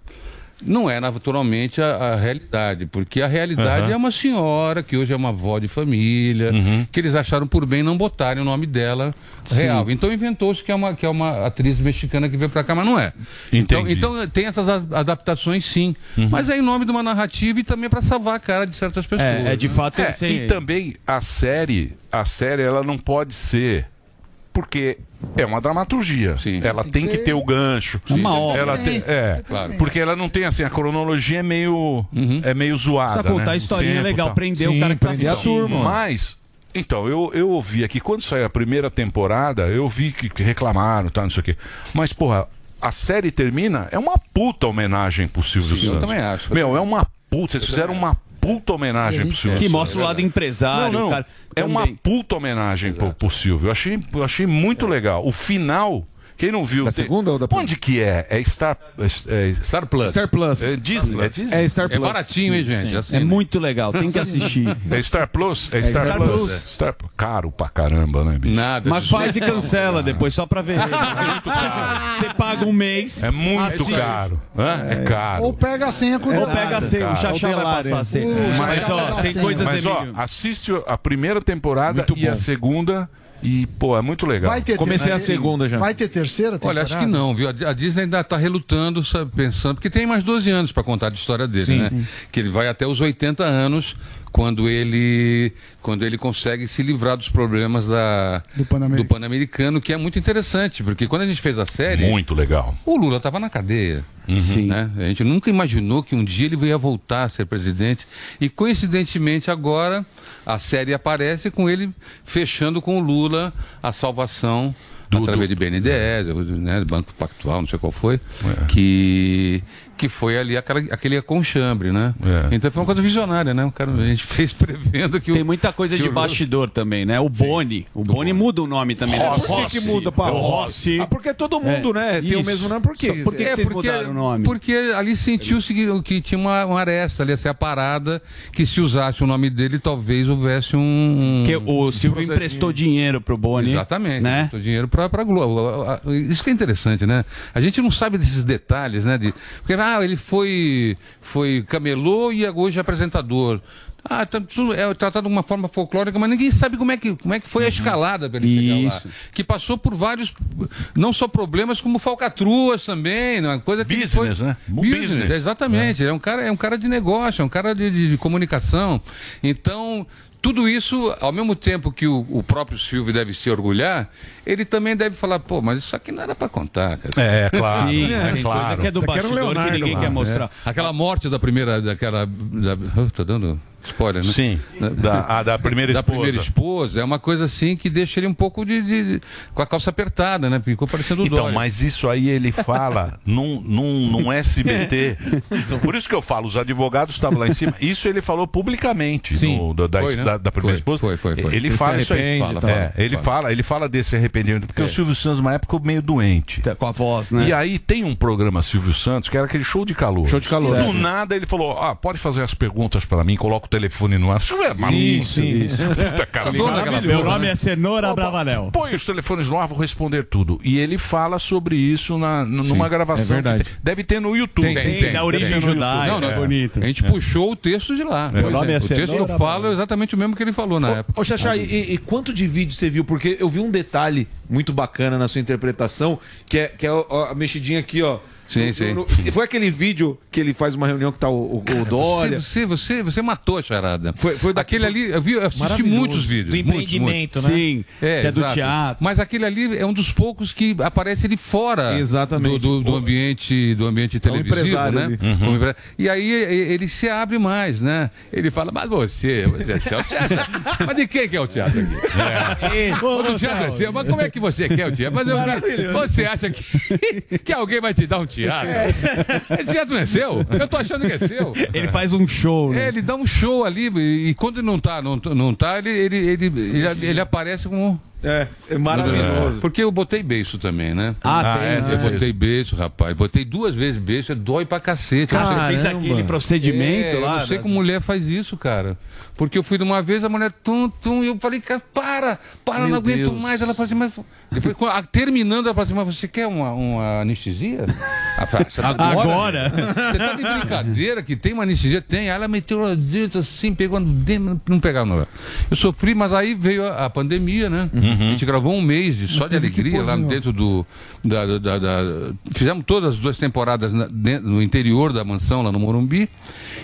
[SPEAKER 13] Não é naturalmente a, a realidade, porque a realidade
[SPEAKER 1] Aham.
[SPEAKER 13] é uma senhora que hoje é uma avó de família, que eles acharam por bem não botarem o nome dela
[SPEAKER 1] Uhum. Sim.
[SPEAKER 13] real. Então inventou-se que é uma que é uma atriz mexicana que veio pra cá, mas não é.
[SPEAKER 1] Entendi. Uhum.
[SPEAKER 13] Então, então tem essas a- adaptações sim, mas é em nome de uma narrativa e também pra salvar a cara de certas pessoas. né?
[SPEAKER 1] É,
[SPEAKER 7] assim,
[SPEAKER 1] E também a série, a série ela não pode ser porque é uma dramaturgia. Ela tem que ter o gancho.
[SPEAKER 13] É uma obra.
[SPEAKER 1] Ela tem- é,
[SPEAKER 13] Claro.
[SPEAKER 1] porque ela não tem assim a cronologia é meio é meio zoada.
[SPEAKER 7] Precisa Uhum. contar
[SPEAKER 1] né?
[SPEAKER 7] a
[SPEAKER 1] O
[SPEAKER 7] historinha
[SPEAKER 1] tempo,
[SPEAKER 7] legal,
[SPEAKER 1] tal.
[SPEAKER 7] prender o Sim, cara que tá prender a assistindo. turma.
[SPEAKER 1] Mas então, eu, eu ouvi aqui, quando saiu a primeira temporada, eu vi que, que reclamaram, tá, não sei o quê. Mas, porra, a série termina, é uma puta homenagem pro Silvio
[SPEAKER 13] Sim, eu
[SPEAKER 1] Santos.
[SPEAKER 13] também acho.
[SPEAKER 1] Meu, é uma puta, vocês fizeram uma puta homenagem pro Silvio
[SPEAKER 7] Que
[SPEAKER 1] Santos.
[SPEAKER 7] mostra o lado empresário,
[SPEAKER 1] é Não, não.
[SPEAKER 7] cara.
[SPEAKER 1] É
[SPEAKER 7] Também.
[SPEAKER 1] uma puta homenagem pro, pro Silvio. Eu achei, eu achei muito legal. O final. Quem não viu. Da segunda ou da Onde que é? É Star, é, é-
[SPEAKER 13] Star Plus.
[SPEAKER 1] Star Plus. É
[SPEAKER 13] Star
[SPEAKER 1] Disney.
[SPEAKER 13] Plus.
[SPEAKER 1] É, Disney?
[SPEAKER 13] É Star É Plus. baratinho, hein, gente? Sim. Assim,
[SPEAKER 7] É
[SPEAKER 13] né?
[SPEAKER 1] legal.
[SPEAKER 13] Sim.
[SPEAKER 1] É Star Plus? É Star, Plus. É Star... Caro pra caramba, né, bicho?
[SPEAKER 13] Nada.
[SPEAKER 7] Mas faz e cancela depois, só pra ver. Você paga um mês.
[SPEAKER 1] É muito
[SPEAKER 7] assiste.
[SPEAKER 1] caro. Hã? É caro.
[SPEAKER 11] Ou pega a senha
[SPEAKER 1] É
[SPEAKER 11] com
[SPEAKER 7] Ou
[SPEAKER 11] dourado.
[SPEAKER 7] pega a senha, o Xaxá vai passar a senha. Mas, ó, tem coisas,
[SPEAKER 1] tá Mas, ó,
[SPEAKER 7] Emílio.
[SPEAKER 1] assiste a primeira temporada e a segunda. E, pô, é muito legal.
[SPEAKER 11] Vai ter terceira- Vai ter terceira temporada?
[SPEAKER 13] Olha, acho que não, viu? A a Disney ainda está relutando, sabe, pensando, porque tem mais 12 anos para contar a história dele,
[SPEAKER 11] Sim.
[SPEAKER 13] né? Que ele vai até os 80 anos, quando ele, quando ele consegue se livrar dos problemas da, do Pan-Americano, que é muito interessante, porque quando a gente fez a série.
[SPEAKER 1] Muito legal. Uhum.
[SPEAKER 13] O Lula estava na cadeia.
[SPEAKER 1] Sim.
[SPEAKER 13] né? A gente nunca imaginou que um dia ele ia voltar a ser presidente. E coincidentemente agora a série aparece com ele fechando com o Lula a salvação através de BNDES,
[SPEAKER 1] É.
[SPEAKER 13] do, do, né, do Banco Pactual, não sei qual foi, que, que foi ali aquela, aquele aconchambro, né?
[SPEAKER 1] É.
[SPEAKER 13] Então foi uma coisa visionária, né? O cara, a gente fez prevendo que o-
[SPEAKER 7] Tem muita coisa
[SPEAKER 13] que
[SPEAKER 7] de
[SPEAKER 13] o-
[SPEAKER 7] bastidor também, né? O Boni. O Boni muda o nome também. né?
[SPEAKER 13] Rossi.
[SPEAKER 7] O
[SPEAKER 13] Por que que muda,
[SPEAKER 7] O
[SPEAKER 13] Paulo?
[SPEAKER 1] É
[SPEAKER 7] Rossi.
[SPEAKER 13] Ah, porque todo né?
[SPEAKER 7] É, isso. Só Por que, que
[SPEAKER 13] É,
[SPEAKER 7] vocês
[SPEAKER 13] porque-
[SPEAKER 7] mudaram o nome?
[SPEAKER 13] Porque ali sentiu-se que, que tinha uma, uma aresta ali, assim, a parada, que se usasse o nome dele, talvez houvesse um... um
[SPEAKER 7] Porque o Silvio
[SPEAKER 13] processinho.
[SPEAKER 7] emprestou dinheiro pro Boni.
[SPEAKER 13] Exatamente,
[SPEAKER 7] Né?
[SPEAKER 13] emprestou dinheiro para pra Globo. A- a- Isso que é interessante, né? A gente não sabe desses detalhes, né? De, porque, ah, ele foi, foi camelô e hoje é apresentador. Ah, tá, tudo é tratado de uma forma folclórica, mas ninguém sabe como é que, como é que
[SPEAKER 7] Uhum.
[SPEAKER 13] foi a escalada para ele chegar lá. Que passou por vários, não só problemas, como falcatruas também, né? Uma coisa que ele
[SPEAKER 1] Business,
[SPEAKER 13] foi-
[SPEAKER 1] né?
[SPEAKER 13] Business,
[SPEAKER 1] Business.
[SPEAKER 13] exatamente. É. um cara, é um cara de negócio, é um cara de, de- de comunicação. Então, tudo isso, ao mesmo tempo que o, o próprio Silvio deve se orgulhar, ele também deve falar, pô, mas isso aqui não era pra contar, cara.
[SPEAKER 1] É, claro,
[SPEAKER 7] Sim,
[SPEAKER 1] é
[SPEAKER 7] tem
[SPEAKER 1] claro.
[SPEAKER 7] coisa que é do
[SPEAKER 1] Isso aqui era o
[SPEAKER 7] bastidor
[SPEAKER 1] Leonardo
[SPEAKER 7] que ninguém
[SPEAKER 1] lá,
[SPEAKER 7] quer
[SPEAKER 1] né?
[SPEAKER 7] mostrar.
[SPEAKER 13] Aquela morte da primeira, daquela. Da, Ah, tô dando spoiler, né?
[SPEAKER 1] Sim, da- a da primeira
[SPEAKER 13] Da
[SPEAKER 1] esposa.
[SPEAKER 13] primeira esposa. É uma coisa assim que deixa ele um pouco de. de- com a calça apertada, né? Ficou parecendo o
[SPEAKER 1] Então,
[SPEAKER 13] Dória.
[SPEAKER 1] mas isso aí ele fala num, num, num SBT. Por isso que eu falo, os advogados estavam lá em cima. Isso ele falou publicamente no- da, da-
[SPEAKER 13] Foi, né?
[SPEAKER 1] da- da primeira
[SPEAKER 13] Foi,
[SPEAKER 1] esposa.
[SPEAKER 13] foi, foi, foi.
[SPEAKER 1] Ele
[SPEAKER 13] Ele
[SPEAKER 1] fala
[SPEAKER 13] se
[SPEAKER 1] isso aí.
[SPEAKER 13] arrepende,
[SPEAKER 1] Fala,
[SPEAKER 13] tá.
[SPEAKER 1] é, ele,
[SPEAKER 13] Fala.
[SPEAKER 1] fala, ele fala desse arrependimento. Porque
[SPEAKER 13] É.
[SPEAKER 1] o Silvio Santos, numa época, ficou meio doente.
[SPEAKER 7] Com a voz,
[SPEAKER 1] E aí tem um programa Silvio Santos que era aquele show de calor. Show de
[SPEAKER 5] calor.
[SPEAKER 1] Do
[SPEAKER 5] Certo.
[SPEAKER 1] nada ele falou: ah, pode fazer as perguntas pra mim, coloca o telefone no ar. Isso é
[SPEAKER 5] Sim,
[SPEAKER 1] maluco.
[SPEAKER 5] sim.
[SPEAKER 1] Puta cara,
[SPEAKER 5] Adoro aquela
[SPEAKER 1] maravilhoso.
[SPEAKER 5] pergunta.
[SPEAKER 7] é Cenoura Bravanel.
[SPEAKER 1] Põe os telefones no ar, vou responder tudo. E ele fala sobre isso na, n- numa
[SPEAKER 13] Sim,
[SPEAKER 1] gravação.
[SPEAKER 13] é verdade.
[SPEAKER 1] que tem- Deve ter no YouTube.
[SPEAKER 13] Não,
[SPEAKER 1] é
[SPEAKER 13] é não, A gente puxou o texto de lá.
[SPEAKER 1] Meu
[SPEAKER 13] Pois
[SPEAKER 1] nome é
[SPEAKER 13] o texto que eu
[SPEAKER 1] Cenoura
[SPEAKER 13] falo é exatamente o mesmo que ele falou na época. Tá
[SPEAKER 4] Ô, Xaxá, e, e- e quanto de vídeo você viu? Porque eu vi um detalhe muito bacana na sua interpretação, que é, que é a, a mexidinha aqui, ó.
[SPEAKER 13] Sim, sim.
[SPEAKER 7] No- Foi aquele vídeo que ele faz uma reunião que tá o, o, o Dória.
[SPEAKER 13] É, Você, você, você matou a charada. Foi, Aquele ali, eu, vi, eu assisti
[SPEAKER 7] Maravilhoso.
[SPEAKER 13] muitos vídeos.
[SPEAKER 7] Do
[SPEAKER 13] muitos,
[SPEAKER 7] empreendimento,
[SPEAKER 13] muitos.
[SPEAKER 7] né?
[SPEAKER 13] Sim, é,
[SPEAKER 7] Que é do
[SPEAKER 13] exato.
[SPEAKER 7] teatro.
[SPEAKER 13] Mas aquele ali é um dos poucos que aparece ele fora
[SPEAKER 7] Exatamente.
[SPEAKER 13] Do, do, do ambiente, do ambiente
[SPEAKER 7] um
[SPEAKER 13] televisivo,
[SPEAKER 7] empresário
[SPEAKER 13] né?
[SPEAKER 7] ali. Uhum.
[SPEAKER 13] Um empre- E aí e- ele se abre mais, né? Ele fala, mas você, você é o teatro. mas de quem que é o teatro aqui? É. Mas o teatro é seu, mas como é que você quer o teatro? Mas eu,
[SPEAKER 17] Maravilhoso.
[SPEAKER 13] você acha que, que alguém vai te dar um teatro?
[SPEAKER 7] É.
[SPEAKER 13] O teatro não é seu? Eu tô achando que é seu.
[SPEAKER 6] Ele faz um show, né?
[SPEAKER 13] É, ele dá um show ali e e quando não tá, não, tá- não tá, ele, ele, ele, ele, ele aparece um como.
[SPEAKER 7] É, é maravilhoso.
[SPEAKER 13] Porque eu botei beijo também, né?
[SPEAKER 6] Ah, tem,
[SPEAKER 13] é,
[SPEAKER 6] né?
[SPEAKER 13] Eu botei beijo, rapaz. Botei duas vezes beijo, é dói pra cacete.
[SPEAKER 6] Cara, você fez
[SPEAKER 13] Caramba.
[SPEAKER 6] aquele procedimento
[SPEAKER 13] É,
[SPEAKER 6] lá
[SPEAKER 13] Eu não sei
[SPEAKER 6] das-
[SPEAKER 13] como mulher faz isso, cara. Porque eu fui de uma vez, a mulher tum, tum, e eu falei, cara, para, para,
[SPEAKER 6] Meu
[SPEAKER 13] não aguento
[SPEAKER 6] Deus.
[SPEAKER 13] mais. Ela falou assim, mas. Depois, quando- a- terminando, ela falou assim, mas você quer uma, uma anestesia? Ela falou, "Você tá
[SPEAKER 6] Agora?
[SPEAKER 13] Você tá de brincadeira que tem uma anestesia? Tem. Aí ela meteu os dedos assim, pegou no dedo, mas não pegava nada. Eu sofri, mas aí veio a, a pandemia, né? A gente gravou um mês de- só de alegria lá dentro do. da- da- da- da- fizemos todas as duas temporadas na- dentro- no interior da mansão, lá no Morumbi.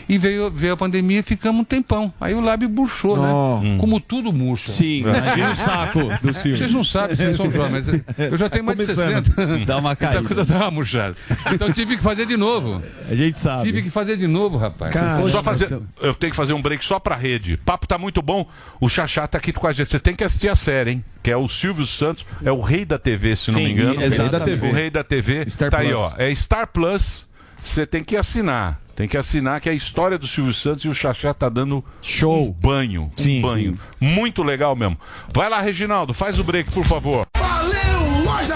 [SPEAKER 13] E veio, veio a pandemia e ficamos um tempão. Aí o lábio burchou, né? Como tudo murcha. Sim,
[SPEAKER 6] imagina o saco do Silvio.
[SPEAKER 13] Vocês não sabem, vocês são jovens. Eu já tenho mais de
[SPEAKER 6] Começando.
[SPEAKER 13] 60.
[SPEAKER 6] Dá uma
[SPEAKER 13] Então,
[SPEAKER 6] caída.
[SPEAKER 13] quando eu tava murchado. Então tive que fazer de novo.
[SPEAKER 6] A gente sabe.
[SPEAKER 13] Tive que fazer de novo, rapaz.
[SPEAKER 1] Cara, só fazer, eu tenho que fazer um break só pra rede. Papo tá muito bom. O Xaxá tá aqui com a gente. Você tem que assistir a série, hein? Que é o Silvio Santos, é o rei da TV, se não
[SPEAKER 6] Sim,
[SPEAKER 1] me engano.
[SPEAKER 6] exatamente.
[SPEAKER 1] O rei da TV.
[SPEAKER 6] Star
[SPEAKER 1] tá aí,
[SPEAKER 6] Plus.
[SPEAKER 1] ó. É Star Plus. Você tem que assinar. Tem que assinar que é a história do Silvio Santos e o Xaxá tá dando show, um banho, um banho. Muito legal mesmo. Vai lá, Reginaldo, faz o break, por favor.
[SPEAKER 17] Valeu, Loja 100!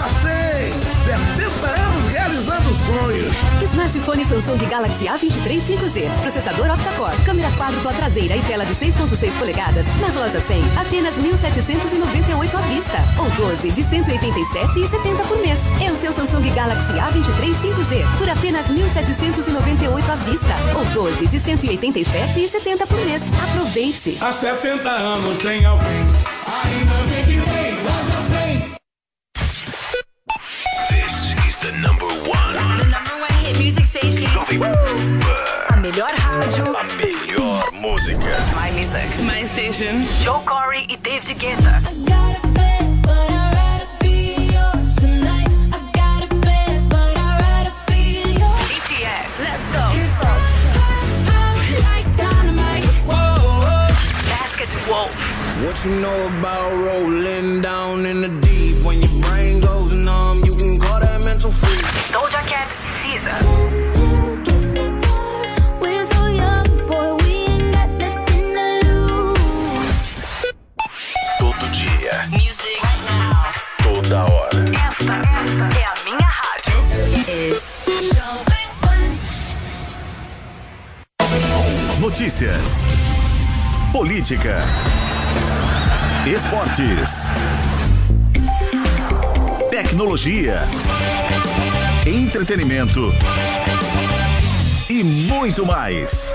[SPEAKER 17] 70 anos realizando sonhos.
[SPEAKER 27] Smartphone Samsung Galaxy A23 5G, processador octa-core, câmera quádrupla traseira e tela de 6.6 polegadas. Nas lojas 100, apenas 1.798 à vista, ou 12 de 187,70 por mês. É o seu Samsung Galaxy A23 5G, por apenas 1.798 à vista, ou 12 de 187,70 por mês. Aproveite!
[SPEAKER 17] Há 70 anos tem alguém, ainda bem que tem Loja 100.
[SPEAKER 28] This is the number one.
[SPEAKER 19] The number one hit music station.
[SPEAKER 28] Jovem Pan.
[SPEAKER 19] A melhor rádio.
[SPEAKER 28] A melhor música.
[SPEAKER 19] My music. My station. Joe Corey e David Guetta. BTS. Let's go. Basket Wolf.
[SPEAKER 29] What you know about rolling down in the deep? When your brain goes numb, you can call that mental freak.
[SPEAKER 19] Doja Cat. Caesar.
[SPEAKER 28] Todo dia. Toda hora.
[SPEAKER 19] Esta, esta é a minha rádio.
[SPEAKER 30] Notícias. Política. Esportes. Tecnologia. Entretenimento. E muito mais.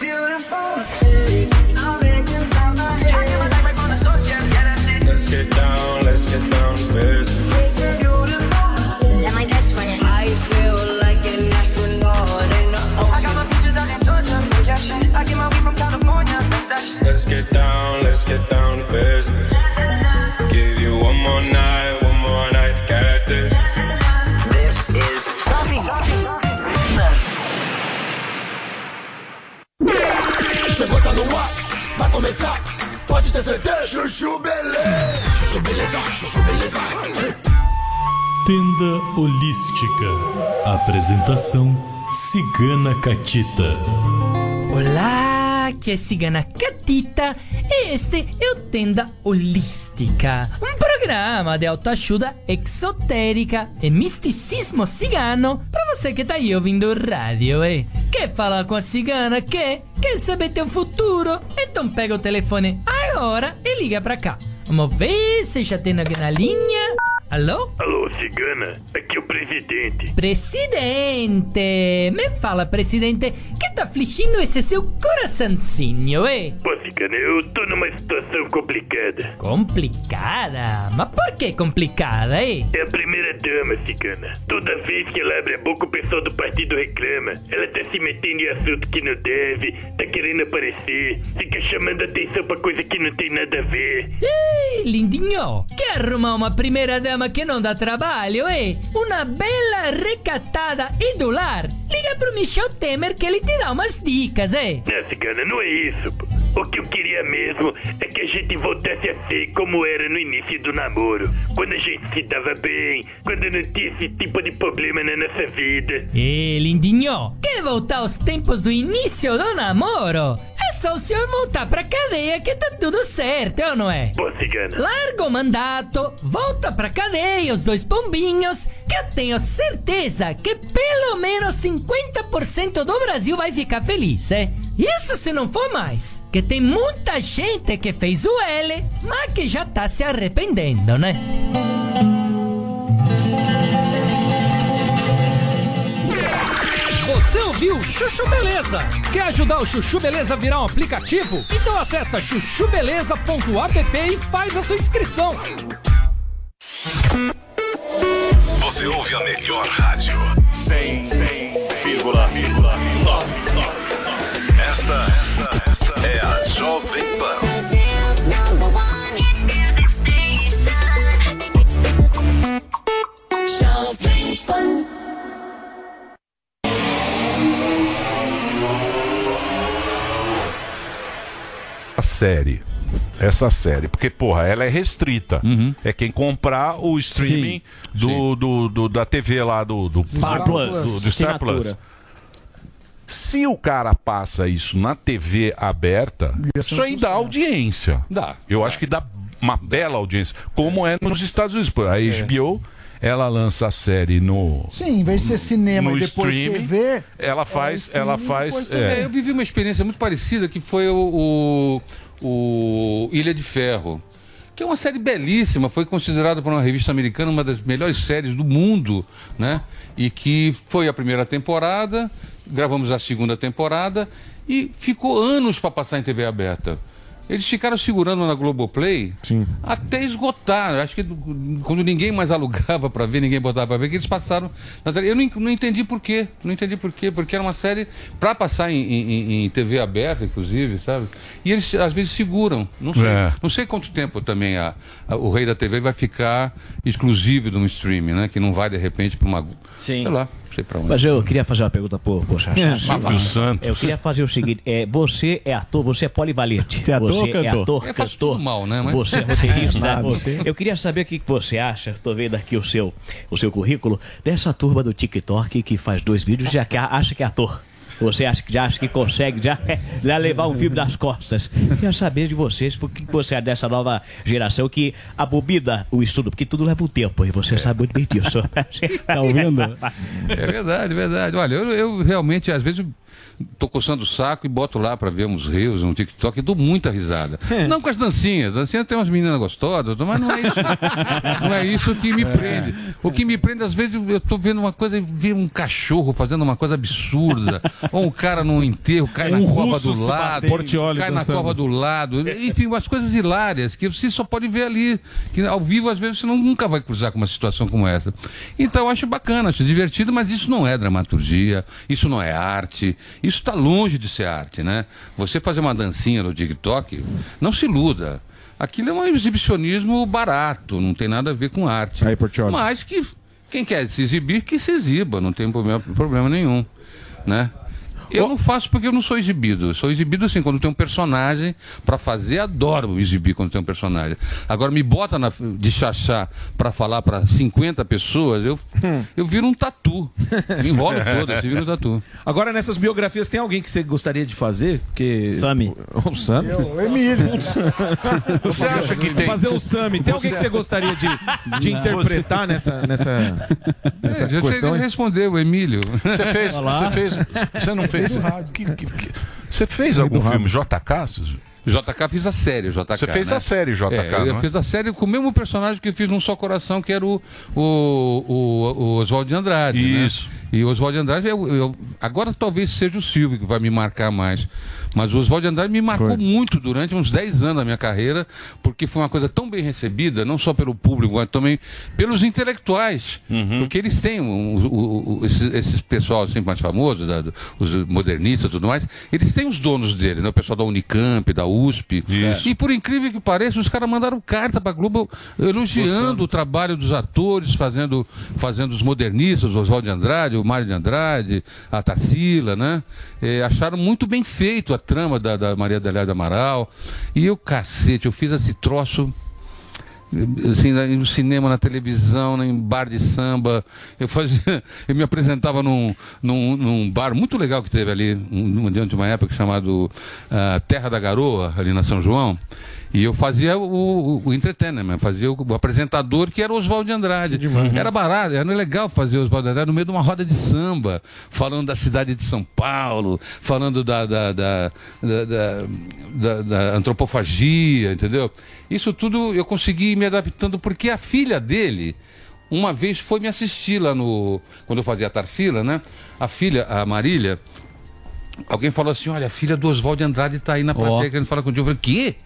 [SPEAKER 17] Beautiful city, oranges on my head. I get my backpack on the source, yeah, yeah, that's it.
[SPEAKER 18] Let's get down, let's get down to business.
[SPEAKER 17] Beautiful city. Let my desk ring. I feel like an astronaut in the ocean. I got my peaches out in Georgia, booyah I get my weed from California, that's that shit.
[SPEAKER 18] Let's get down, let's get down to business. Give you one more night, one more night to get this.
[SPEAKER 19] This is Shopping.
[SPEAKER 17] Chegou, tá no ar, vai começar. Pode ter certeza. Chuchu Beleza. Chuchu Beleza, Chuchu Beleza.
[SPEAKER 16] Tenda Holística. Apresentação Cigana Catita.
[SPEAKER 2] Olá, que é Cigana Catita e este é o Tenda Holística, um programa de autoajuda exotérica e misticismo cigano para você que tá aí ouvindo rádio, hein? Quer falar com a cigana que quer saber teu futuro? Então pega o telefone agora e liga pra cá. Vamos ver se já tem alguém na linha. Alô?
[SPEAKER 16] Alô, cigana, aqui é o presidente.
[SPEAKER 2] Presidente, me fala, presidente, que tá afligindo esse seu coraçãozinho, hein?
[SPEAKER 16] Pô, cigana, eu tô numa situação complicada.
[SPEAKER 2] Complicada? Mas por que complicada, eh? hein?
[SPEAKER 16] É a primeira dama, cigana. Toda vez que ela abre a boca, o pessoal do partido reclama. Ela tá se metendo em assunto que não deve, tá querendo aparecer, fica chamando atenção pra coisa que não tem nada a ver.
[SPEAKER 2] Ih, lindinho, quer arrumar uma primeira dama que não dá trabalho, hein? Uma bela recatada e do lar? Liga pro Michel Temer que ele te dá umas dicas, eh? hein?
[SPEAKER 16] Não, cigana, não é isso. pô. O que eu queria mesmo é que a gente voltasse a ser como era no início do namoro. Quando a gente se dava bem, quando não tinha esse tipo de problema na nossa vida.
[SPEAKER 2] Ê, lindinho, quer voltar aos tempos do início do namoro? É só o senhor voltar pra cadeia que tá tudo certo, ou não é?
[SPEAKER 16] Pô, cigana.
[SPEAKER 2] Larga o mandato, volta pra cadeia os dois pombinhos, que eu tenho certeza que pelo menos 50% do Brasil vai ficar feliz, é? Isso se não for mais, que tem muita gente que fez o L, mas que já tá se arrependendo, né?
[SPEAKER 10] Você ouviu Chuchu Beleza? Quer ajudar o Chuchu Beleza a virar um aplicativo? Então acessa chuchubeleza.app e faz a sua inscrição.
[SPEAKER 16] Você ouve a melhor rádio. 100,9. Esta, esta é a Jovem Pan.
[SPEAKER 1] A série. Essa série. Porque, porra, ela é restrita. É quem comprar o streaming do, do- do- da TV lá do, do,
[SPEAKER 3] Star
[SPEAKER 1] do-
[SPEAKER 3] Plus.
[SPEAKER 1] do- do Star
[SPEAKER 3] Assinatura.
[SPEAKER 1] Plus. Se o cara passa isso na TV aberta, isso aí dá audiência. Dá. Eu acho que dá uma bela audiência. Como é nos Estados Unidos. A HBO, ela lança a série no.
[SPEAKER 11] Sim, em vez de ser cinema
[SPEAKER 1] No
[SPEAKER 11] e depois
[SPEAKER 1] streaming,
[SPEAKER 11] TV.
[SPEAKER 1] Ela faz. ela faz.
[SPEAKER 13] É,
[SPEAKER 1] é.
[SPEAKER 13] eu vivi uma experiência muito parecida que foi o, o- o Ilha de Ferro, que é uma série belíssima, foi considerada por uma revista americana uma das melhores séries do mundo, né? E que foi a primeira temporada, gravamos a segunda temporada e ficou anos para passar em TV aberta. Eles ficaram segurando na Globoplay até esgotar. Eu Acho que do- quando ninguém mais alugava para ver, ninguém botava para ver, que eles passaram. na tele. Eu não, en- não entendi por quê. Não entendi por quê. Porque era uma série para passar em, em- em TV aberta, inclusive, sabe? E eles às vezes seguram. Não sei,
[SPEAKER 1] É.
[SPEAKER 13] não sei quanto tempo também a- a- o rei da TV vai ficar exclusivo de um streaming, né? Que não vai de repente para uma. Sim. Sei lá, não sei para onde.
[SPEAKER 23] Mas eu queria fazer uma pergunta pro Bochacha.
[SPEAKER 13] É, Silvio
[SPEAKER 23] Mas,
[SPEAKER 13] Santos.
[SPEAKER 23] Eu queria fazer o seguinte: é, você é ator, você é polivalente. Você é
[SPEAKER 13] ator ou
[SPEAKER 23] é
[SPEAKER 13] cantor?
[SPEAKER 23] ator,
[SPEAKER 13] Eu faço
[SPEAKER 23] cantor.
[SPEAKER 13] tudo mal, né, mas-
[SPEAKER 23] Você é roteirista.
[SPEAKER 13] Nada.
[SPEAKER 23] você- Eu queria saber o que que você acha, estou vendo aqui o seu, o seu currículo, dessa turma do TikTok que faz dois vídeos e já que- acha que é ator. Você acha que já acha que consegue já, já levar um filme nas costas? Quero saber de vocês, porque você é dessa nova geração que abobina o estudo, porque tudo leva um tempo e você sabe muito bem disso. tá ouvindo?
[SPEAKER 13] É verdade, é verdade. Olha, eu, eu realmente, às vezes, tô coçando o saco e boto lá pra ver uns reels, um TikTok, e dou muita risada. Não com as dancinhas. Dancinha tem umas meninas gostosas, mas não é isso. não é isso que me prende. O que me prende, às vezes, eu tô vendo uma coisa e vejo um cachorro fazendo uma coisa absurda. ou um cara num enterro, cai
[SPEAKER 5] Um
[SPEAKER 13] na cova
[SPEAKER 5] russo
[SPEAKER 13] do
[SPEAKER 5] se
[SPEAKER 13] lado.
[SPEAKER 5] batendo. Portioli
[SPEAKER 13] cai
[SPEAKER 5] dançando.
[SPEAKER 13] na cova do lado. Enfim, umas coisas hilárias que você só pode ver ali. Que ao vivo, às vezes, você não- nunca vai cruzar com uma situação como essa. Então, eu acho bacana, acho divertido, mas isso não é dramaturgia, isso não é arte, isso está longe de ser arte, né? Você fazer uma dancinha no TikTok, não se iluda. Aquilo é um exibicionismo barato, não tem nada a ver com arte. Mas que quem quer se exibir, que se exiba, não tem problema, problema nenhum, né? Eu não faço porque eu não sou exibido. Eu sou exibido assim, quando tem um personagem pra fazer, adoro exibir quando tem um personagem. Agora me bota na- de chachá pra falar pra 50 pessoas, eu,
[SPEAKER 1] Hum.
[SPEAKER 13] eu viro um tatu. Me enrolo todo, assim, viro um tatu.
[SPEAKER 4] Agora, nessas biografias, tem alguém que você gostaria de fazer? Porque...
[SPEAKER 23] Sami.
[SPEAKER 4] O Sami?
[SPEAKER 11] Eu, Emílio.
[SPEAKER 4] Você acha que tem? Fazer o Sami. Tem alguém que você gostaria de, de
[SPEAKER 13] Não.
[SPEAKER 4] interpretar nessa, nessa, nessa
[SPEAKER 13] É, já
[SPEAKER 4] questão?
[SPEAKER 13] cheguei a
[SPEAKER 4] aí?
[SPEAKER 13] responder, o Emílio.
[SPEAKER 1] Você fez, você fez, você não fez. que- que- que- Você fez algum filme JK?
[SPEAKER 13] JK fiz a série, JK.
[SPEAKER 1] Você fez
[SPEAKER 13] né?
[SPEAKER 1] a série JK,
[SPEAKER 13] É, eu
[SPEAKER 1] não é?
[SPEAKER 13] fiz a série com o mesmo personagem que eu fiz no Só Coração, que era o, o, o, o Oswaldo de Andrade. Isso. E o Oswaldo de Andrade, eu, eu- agora talvez seja o Silvio que vai me marcar mais. Mas o Oswaldo de Andrade me marcou muito durante uns 10 anos da minha carreira, porque foi uma coisa tão bem recebida, não só pelo público, mas também pelos intelectuais.
[SPEAKER 1] Uhum.
[SPEAKER 13] Porque eles têm um- o- o- o- esses, esses pessoal assim, mais famoso, da- do- os modernistas e tudo mais, eles têm os donos dele, né? o pessoal da Unicamp, da USP. E por incrível que pareça, os caras mandaram carta para Globo elogiando o trabalho dos atores, fazendo, fazendo os modernistas, o Oswaldo de Andrade, o Mário de Andrade, a Tarsila, né? É, acharam muito bem feito a trama da, da Maria Delia do Amaral. E eu, cacete, eu fiz esse troço assim, na- no cinema, na televisão, né, em bar de samba. Eu fazia, eu me apresentava num, num, num bar muito legal que teve ali, um, um- diante de uma época chamado ah, Terra da Garoa, ali na São João. E eu fazia o, o, o entertainment, fazia o, o apresentador que era Oswaldo de Andrade. Era barato, era legal fazer Oswaldo de Andrade no meio de uma roda de samba, falando da cidade de São Paulo, falando da, da, da, da- da- da- da antropofagia, entendeu? Isso tudo eu consegui ir me adaptando porque a filha dele uma vez foi me assistir lá no quando eu fazia a Tarsila, né? A filha, a Marília, alguém falou assim: "Olha, a filha do Oswaldo de Andrade tá aí na plateia querendo falar contigo". Eu falei: "Quê?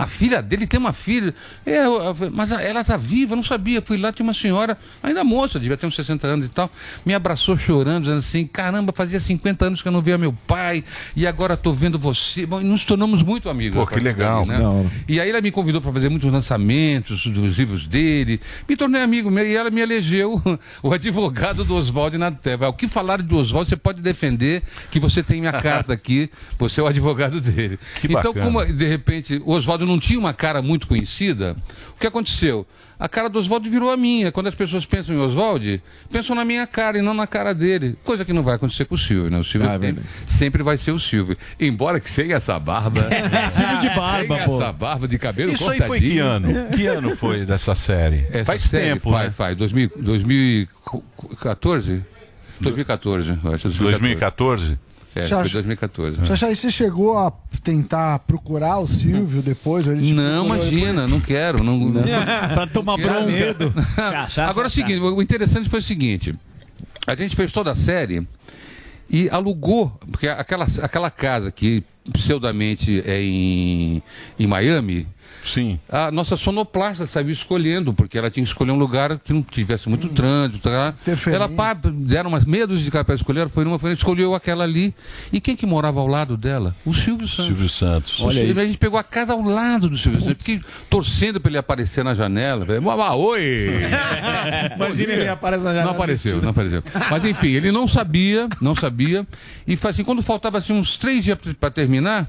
[SPEAKER 13] A filha dele tem uma filha. É, eu- eu- mas a- ela tá viva, eu não sabia. Fui lá, tinha uma senhora, ainda moça, devia ter uns 60 anos e tal, me abraçou chorando, dizendo assim: caramba, fazia 50 anos que eu não via meu pai, e agora tô vendo você. Bom, e nos tornamos muito amigos.
[SPEAKER 1] Pô, que legal,
[SPEAKER 13] né?
[SPEAKER 1] que da hora.
[SPEAKER 13] E aí ela me convidou para fazer muitos lançamentos dos livros dele. Me tornei amigo meu e ela me elegeu o advogado do Oswaldo na Teva. O que falaram do Oswaldo, você pode defender que você tem minha carta aqui, você é o advogado dele. então,
[SPEAKER 1] bacana.
[SPEAKER 13] como de repente o Oswaldo não tinha uma cara muito conhecida, o que aconteceu? A cara do Oswaldo virou a minha. Quando as pessoas pensam em Oswaldo, pensam na minha cara e não na cara dele. Coisa que não vai acontecer com o Silvio, né? O Silvio sempre, sempre vai ser o Silvio. Embora que sem essa barba.
[SPEAKER 1] Silvio É, de barba,
[SPEAKER 13] sem
[SPEAKER 1] pô.
[SPEAKER 13] essa barba de cabelo
[SPEAKER 1] Isso aí foi que ano? Que ano foi dessa série?
[SPEAKER 13] Essa
[SPEAKER 1] Faz
[SPEAKER 13] série,
[SPEAKER 1] tempo,
[SPEAKER 13] faz,
[SPEAKER 1] né?
[SPEAKER 13] Faz, 2000, 2014? 2014, eu acho.
[SPEAKER 1] 2014?
[SPEAKER 13] É,
[SPEAKER 11] Já
[SPEAKER 13] foi
[SPEAKER 11] acho-
[SPEAKER 13] 2014. né?
[SPEAKER 11] Xaxá, e você chegou a tentar procurar o Silvio depois? Ele te
[SPEAKER 13] Não,
[SPEAKER 11] procurou depois?
[SPEAKER 13] imagina, não quero. Não, não,
[SPEAKER 11] Pra tomar
[SPEAKER 13] quero.
[SPEAKER 11] bronca.
[SPEAKER 13] Agora é o seguinte, o interessante foi o seguinte. A gente fez toda a série e alugou, porque aquela, aquela casa que pseudamente é em, em Miami.
[SPEAKER 1] Sim.
[SPEAKER 13] A nossa sonoplasta saiu escolhendo, porque ela tinha que escolher um lugar que não tivesse muito trânsito. Tá? Ela pá, deram umas meia dúzia de cara para escolher, foi numa, foi, outra, escolheu aquela ali. E quem que morava ao lado dela? O Silvio Santos.
[SPEAKER 1] Silvio Santos.
[SPEAKER 13] Olha a gente pegou a casa ao lado do Silvio Santos. Fiquei torcendo pra ele aparecer na janela. Falei, "Mamá, oi!
[SPEAKER 4] Imagina ele aparece na janela
[SPEAKER 13] Não apareceu, não apareceu. Mas enfim, ele não sabia, não sabia. E faz assim, quando faltava assim, uns três dias pra- pra terminar,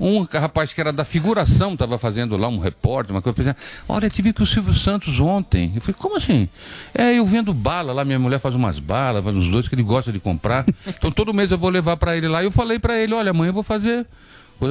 [SPEAKER 13] um rapaz que era da figuração, tava fazendo lá um repórter, uma coisa, fazia, olha, tive com o Silvio Santos ontem. Eu falei, como assim? É, eu vendo bala lá, minha mulher faz umas balas, faz uns dois que ele gosta de comprar. Então todo mês eu vou levar pra ele lá. E eu falei pra ele, olha, amanhã eu vou fazer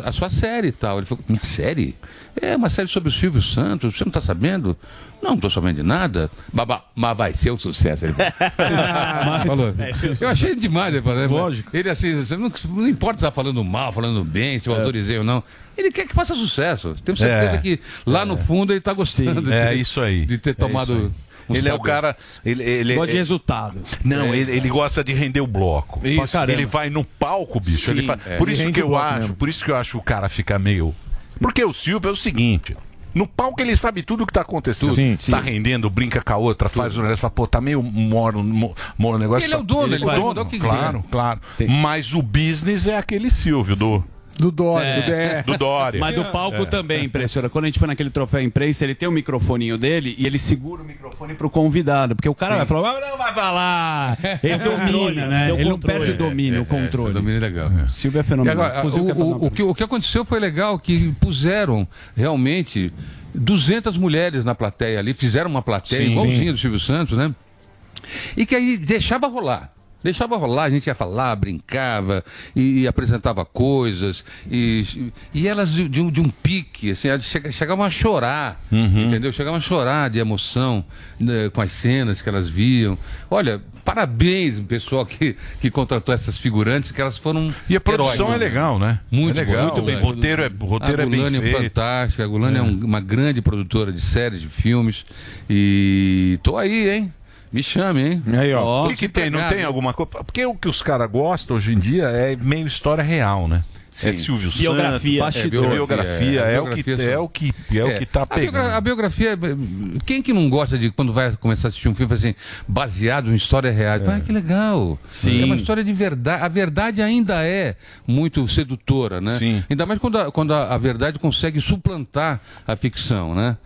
[SPEAKER 13] a sua série e tal. Ele falou, "Hum, série? É, uma série sobre o Silvio Santos, você não tá sabendo? Não, não tô sabendo de nada. Babá, mas vai ser um sucesso. Ele falou.
[SPEAKER 1] Ah,
[SPEAKER 13] Falou. é, Eu achei demais, ele falou. Lógico. Ele assim, você não, não importa se tá falando mal, falando bem, se eu autorizei ou não. Ele quer que faça sucesso. Tenho certeza
[SPEAKER 1] É.
[SPEAKER 13] que lá no fundo ele tá gostando. de-
[SPEAKER 1] É isso aí.
[SPEAKER 13] De ter
[SPEAKER 1] isso
[SPEAKER 13] tomado.
[SPEAKER 1] aí.
[SPEAKER 13] uns
[SPEAKER 1] Ele é o
[SPEAKER 13] tablets.
[SPEAKER 1] cara. Ele, ele,
[SPEAKER 13] Gosta de
[SPEAKER 1] é-
[SPEAKER 3] resultado.
[SPEAKER 1] Não,
[SPEAKER 13] É.
[SPEAKER 1] ele, ele gosta de render o bloco.
[SPEAKER 13] Isso.
[SPEAKER 1] Pra caramba. Ele vai no palco,
[SPEAKER 13] Sim,
[SPEAKER 1] bicho. ele fa-
[SPEAKER 13] é.
[SPEAKER 1] Por
[SPEAKER 13] Ele
[SPEAKER 1] isso
[SPEAKER 13] rende
[SPEAKER 1] que
[SPEAKER 13] o
[SPEAKER 1] eu
[SPEAKER 13] bloco
[SPEAKER 1] acho,
[SPEAKER 13] mesmo.
[SPEAKER 1] por isso que eu acho que o cara fica meio. Porque o Silvio é o seguinte. No palco ele sabe tudo o que tá acontecendo.
[SPEAKER 13] Sim,
[SPEAKER 1] tá rendendo, brinca com a outra, faz o negócio, fala, pô, tá meio moro, mo- moro o negócio.
[SPEAKER 13] Ele é o dono, ele
[SPEAKER 1] é o
[SPEAKER 13] vai
[SPEAKER 1] dono,
[SPEAKER 13] mandar o que quiser.
[SPEAKER 1] Claro, claro. Mas o business é aquele Silvio do.
[SPEAKER 11] Do Dória.
[SPEAKER 3] É.
[SPEAKER 11] do Dória.
[SPEAKER 3] Mas do palco
[SPEAKER 11] É.
[SPEAKER 3] também impressiona. Quando a gente foi naquele troféu imprensa, ele tem o microfoninho dele e ele segura o microfone pro convidado. Porque o cara vai falar, "Ah, não vai falar.
[SPEAKER 13] É
[SPEAKER 3] Ele domina, né? Ele não perde o domínio, o controle.
[SPEAKER 13] domínio legal.
[SPEAKER 3] Silvio é
[SPEAKER 13] E
[SPEAKER 3] fenomenal.
[SPEAKER 13] agora,
[SPEAKER 3] Fuzil
[SPEAKER 13] o,
[SPEAKER 3] quer fazer uma
[SPEAKER 13] o- o que, o que aconteceu foi legal que puseram realmente 200 mulheres na plateia ali, fizeram uma plateia
[SPEAKER 5] Sim,
[SPEAKER 13] igualzinha
[SPEAKER 5] sim.
[SPEAKER 13] do Silvio Santos, né? E que aí deixava rolar. Deixava rolar, a gente ia falar, brincava e, e apresentava coisas. E, e elas de, de um, de um pique, assim, elas chega- chegavam a chorar,
[SPEAKER 1] Uhum.
[SPEAKER 13] entendeu? Chegavam a chorar de emoção né, com as cenas que elas viam. Olha, parabéns pro pessoal que, que contratou essas figurantes, que elas foram.
[SPEAKER 1] E a produção é legal, né?
[SPEAKER 13] Muito
[SPEAKER 1] É legal.
[SPEAKER 13] bom, muito bem.
[SPEAKER 1] O roteiro é- o roteiro
[SPEAKER 13] a
[SPEAKER 1] é bem
[SPEAKER 13] Gulani
[SPEAKER 1] feito.
[SPEAKER 13] fantástica. A Gulani é, um- uma grande produtora de séries, de filmes. E tô aí, hein? Me chame, hein?
[SPEAKER 1] Aí, ó. O que, que tem? Não tem alguma coisa? Porque o que os caras gostam hoje em dia é meio história real, né? É Silvio
[SPEAKER 13] Biografia.
[SPEAKER 1] Santos,
[SPEAKER 13] É,
[SPEAKER 1] bastidor.
[SPEAKER 13] biografia,
[SPEAKER 1] biografia,
[SPEAKER 13] é.
[SPEAKER 1] é, o que
[SPEAKER 13] Biografia
[SPEAKER 1] é
[SPEAKER 13] são-
[SPEAKER 1] o que é o que tá
[SPEAKER 13] a, biogra
[SPEAKER 1] pegando.
[SPEAKER 13] a biografia, quem que não gosta de quando vai começar a assistir um filme assim, baseado em história real? Ah, que legal.
[SPEAKER 7] Sim.
[SPEAKER 13] É uma história de verdade. A verdade ainda é muito sedutora, né? Sim. Ainda mais quando a, quando a, a verdade consegue suplantar a ficção, né?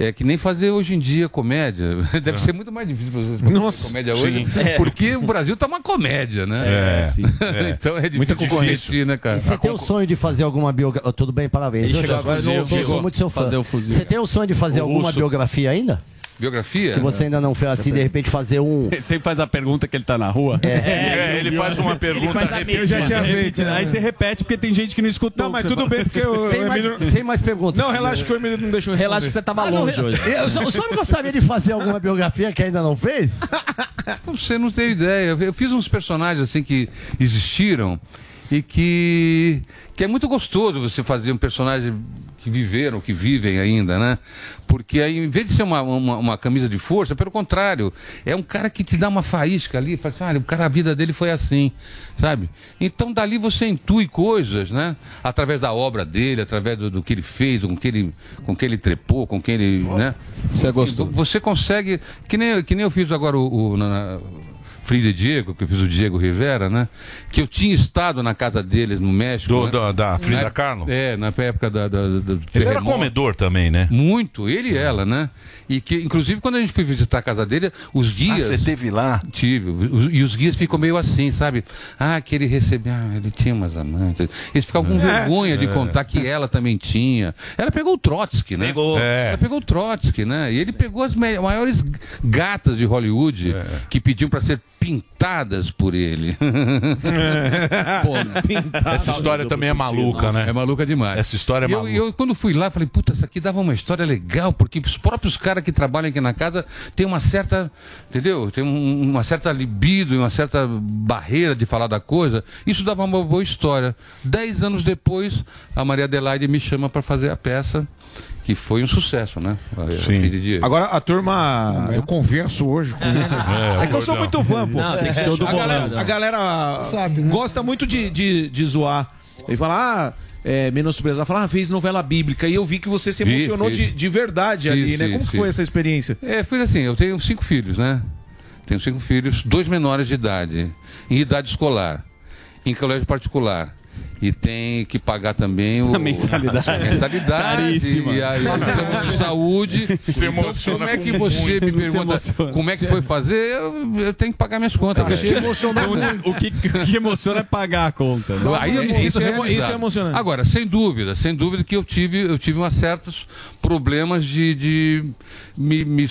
[SPEAKER 13] É que nem fazer hoje em dia comédia. Deve ser muito mais difícil para vocês fazerem
[SPEAKER 5] Nossa,
[SPEAKER 13] comédia
[SPEAKER 5] sim.
[SPEAKER 13] hoje,
[SPEAKER 5] É.
[SPEAKER 13] porque o Brasil tá uma comédia, né?
[SPEAKER 5] É, sim.
[SPEAKER 6] É.
[SPEAKER 13] então é difícil
[SPEAKER 6] Muita
[SPEAKER 13] competir, né, cara?
[SPEAKER 6] E você tem o sonho de fazer alguma biografia? Tudo bem, parabéns.
[SPEAKER 13] Ele
[SPEAKER 6] Eu
[SPEAKER 13] chegou
[SPEAKER 6] já-
[SPEAKER 13] a fuzil,
[SPEAKER 6] eu sou-
[SPEAKER 13] chegou.
[SPEAKER 6] sou muito seu fã.
[SPEAKER 13] Fazer o fuzil.
[SPEAKER 6] Você tem o sonho de fazer
[SPEAKER 13] O
[SPEAKER 6] alguma
[SPEAKER 13] russo. É, né?
[SPEAKER 6] biografia ainda?
[SPEAKER 13] Biografia?
[SPEAKER 6] Que você ainda não fez assim, de repente fazer um.
[SPEAKER 3] Ele sempre faz a pergunta que ele tá na rua.
[SPEAKER 6] É.
[SPEAKER 1] É, ele faz uma pergunta repetida.
[SPEAKER 6] Eu já tinha feito, né?
[SPEAKER 3] Aí você repete porque tem gente que não escutou.
[SPEAKER 6] Não,
[SPEAKER 3] o
[SPEAKER 6] mas
[SPEAKER 3] que você
[SPEAKER 6] tudo bem,
[SPEAKER 3] falou.
[SPEAKER 6] porque o- Sem o mais- Emílio- sem mais perguntas.
[SPEAKER 3] Não, relaxa que o Emílio não deixou responder.
[SPEAKER 6] Relaxa que você tava Ah, não, longe hoje. Eu só- o senhor não gostaria de fazer alguma biografia que ainda não fez?
[SPEAKER 13] Você não tem ideia. Eu fiz uns personagens assim que existiram e que, que é muito gostoso você fazer um personagem que viveram, que vivem ainda, né? Porque aí, em vez de ser uma, uma, uma camisa de força, pelo contrário, é um cara que te dá uma faísca ali, fala assim, olha, o cara, a vida dele foi assim, sabe? Então, dali você intui coisas, né? Através da obra dele, através do, do que ele fez, com que ele, com que ele trepou, com que ele, né?
[SPEAKER 1] é
[SPEAKER 13] Você gostou? Você consegue, que nem, que nem eu fiz agora o, o- na- Frida e Diego, que eu fiz o Diego Rivera, né? Que eu tinha estado na casa deles no México.
[SPEAKER 1] Do-
[SPEAKER 13] né?
[SPEAKER 1] da- da Frida
[SPEAKER 13] Na-
[SPEAKER 1] Kahlo?
[SPEAKER 13] É, na época da, da, da- do
[SPEAKER 1] Ele era
[SPEAKER 13] terremoto.
[SPEAKER 1] comedor também, né?
[SPEAKER 13] Muito, ele e ela, né? E que, inclusive, quando a gente foi visitar a casa dele, os guias.
[SPEAKER 1] Ah, você teve lá?
[SPEAKER 13] Tive. Os- e os guias ficam meio assim, sabe? Ah, que ele recebia. Ah, ele tinha umas amantes. Eles ficavam com
[SPEAKER 5] É.
[SPEAKER 13] vergonha de
[SPEAKER 5] É.
[SPEAKER 13] contar que ela também tinha. Ela pegou o Trotsky, né? Pegou.
[SPEAKER 1] É.
[SPEAKER 13] Ela pegou o Trotsky, né? E ele pegou as me- maiores gatas de Hollywood
[SPEAKER 1] É.
[SPEAKER 13] que pediam pra ser pintadas por ele. né?
[SPEAKER 1] Pô, pintada. Essa história também é maluca, né?
[SPEAKER 13] É maluca demais.
[SPEAKER 1] Essa história é
[SPEAKER 13] E eu-
[SPEAKER 1] maluca.
[SPEAKER 13] e eu, quando fui lá, falei, puta, isso aqui dava uma história legal, porque os próprios caras que trabalham aqui na casa têm uma certa, entendeu? Tem um- uma certa libido e uma certa barreira de falar da coisa. Isso dava uma boa história. Dez anos depois, a Maria Adelaide me chama para fazer a peça, que foi um sucesso, né? Sim.
[SPEAKER 5] Agora, a
[SPEAKER 7] Ah,
[SPEAKER 5] turma, Ah, eu converso hoje com ele. É, que eu sou muito fã, pô.
[SPEAKER 13] Não, tem que ser do
[SPEAKER 5] a, galera,
[SPEAKER 13] bolado.
[SPEAKER 5] a galera
[SPEAKER 1] né?
[SPEAKER 5] gosta muito de, de, de zoar. E fala, ah, é, menosprezar. Fala, ah, fez novela bíblica. E eu vi que você se
[SPEAKER 13] Vi,
[SPEAKER 5] emocionou
[SPEAKER 13] fiz.
[SPEAKER 5] de, de
[SPEAKER 13] Fiz,
[SPEAKER 5] verdade ali, né?
[SPEAKER 13] fiz,
[SPEAKER 5] Como que
[SPEAKER 13] fiz.
[SPEAKER 5] foi essa experiência?
[SPEAKER 13] É, foi assim, eu tenho cinco filhos, né? Tenho cinco filhos, dois menores de idade, em idade escolar, em colégio particular. E tem que pagar também o...
[SPEAKER 5] A mensalidade.
[SPEAKER 13] a mensalidade.
[SPEAKER 5] Caríssima.
[SPEAKER 13] E aí, precisamos de saúde.
[SPEAKER 5] Se
[SPEAKER 13] então,
[SPEAKER 5] emociona
[SPEAKER 13] como é que
[SPEAKER 5] com
[SPEAKER 13] você
[SPEAKER 5] muito.
[SPEAKER 13] me
[SPEAKER 5] Não se
[SPEAKER 13] pergunta
[SPEAKER 5] emociona.
[SPEAKER 13] como é que foi fazer? Eu, eu tenho que pagar minhas contas.
[SPEAKER 3] Tá
[SPEAKER 13] velho.
[SPEAKER 3] cheio O que, o que emociona é pagar a conta. né?
[SPEAKER 13] Aí eu me
[SPEAKER 3] isso,
[SPEAKER 13] sinto
[SPEAKER 3] é,
[SPEAKER 13] realizado.
[SPEAKER 3] isso é emocionante.
[SPEAKER 13] Agora, sem dúvida, sem dúvida que eu tive, eu tive umas certos problemas de, de me, me,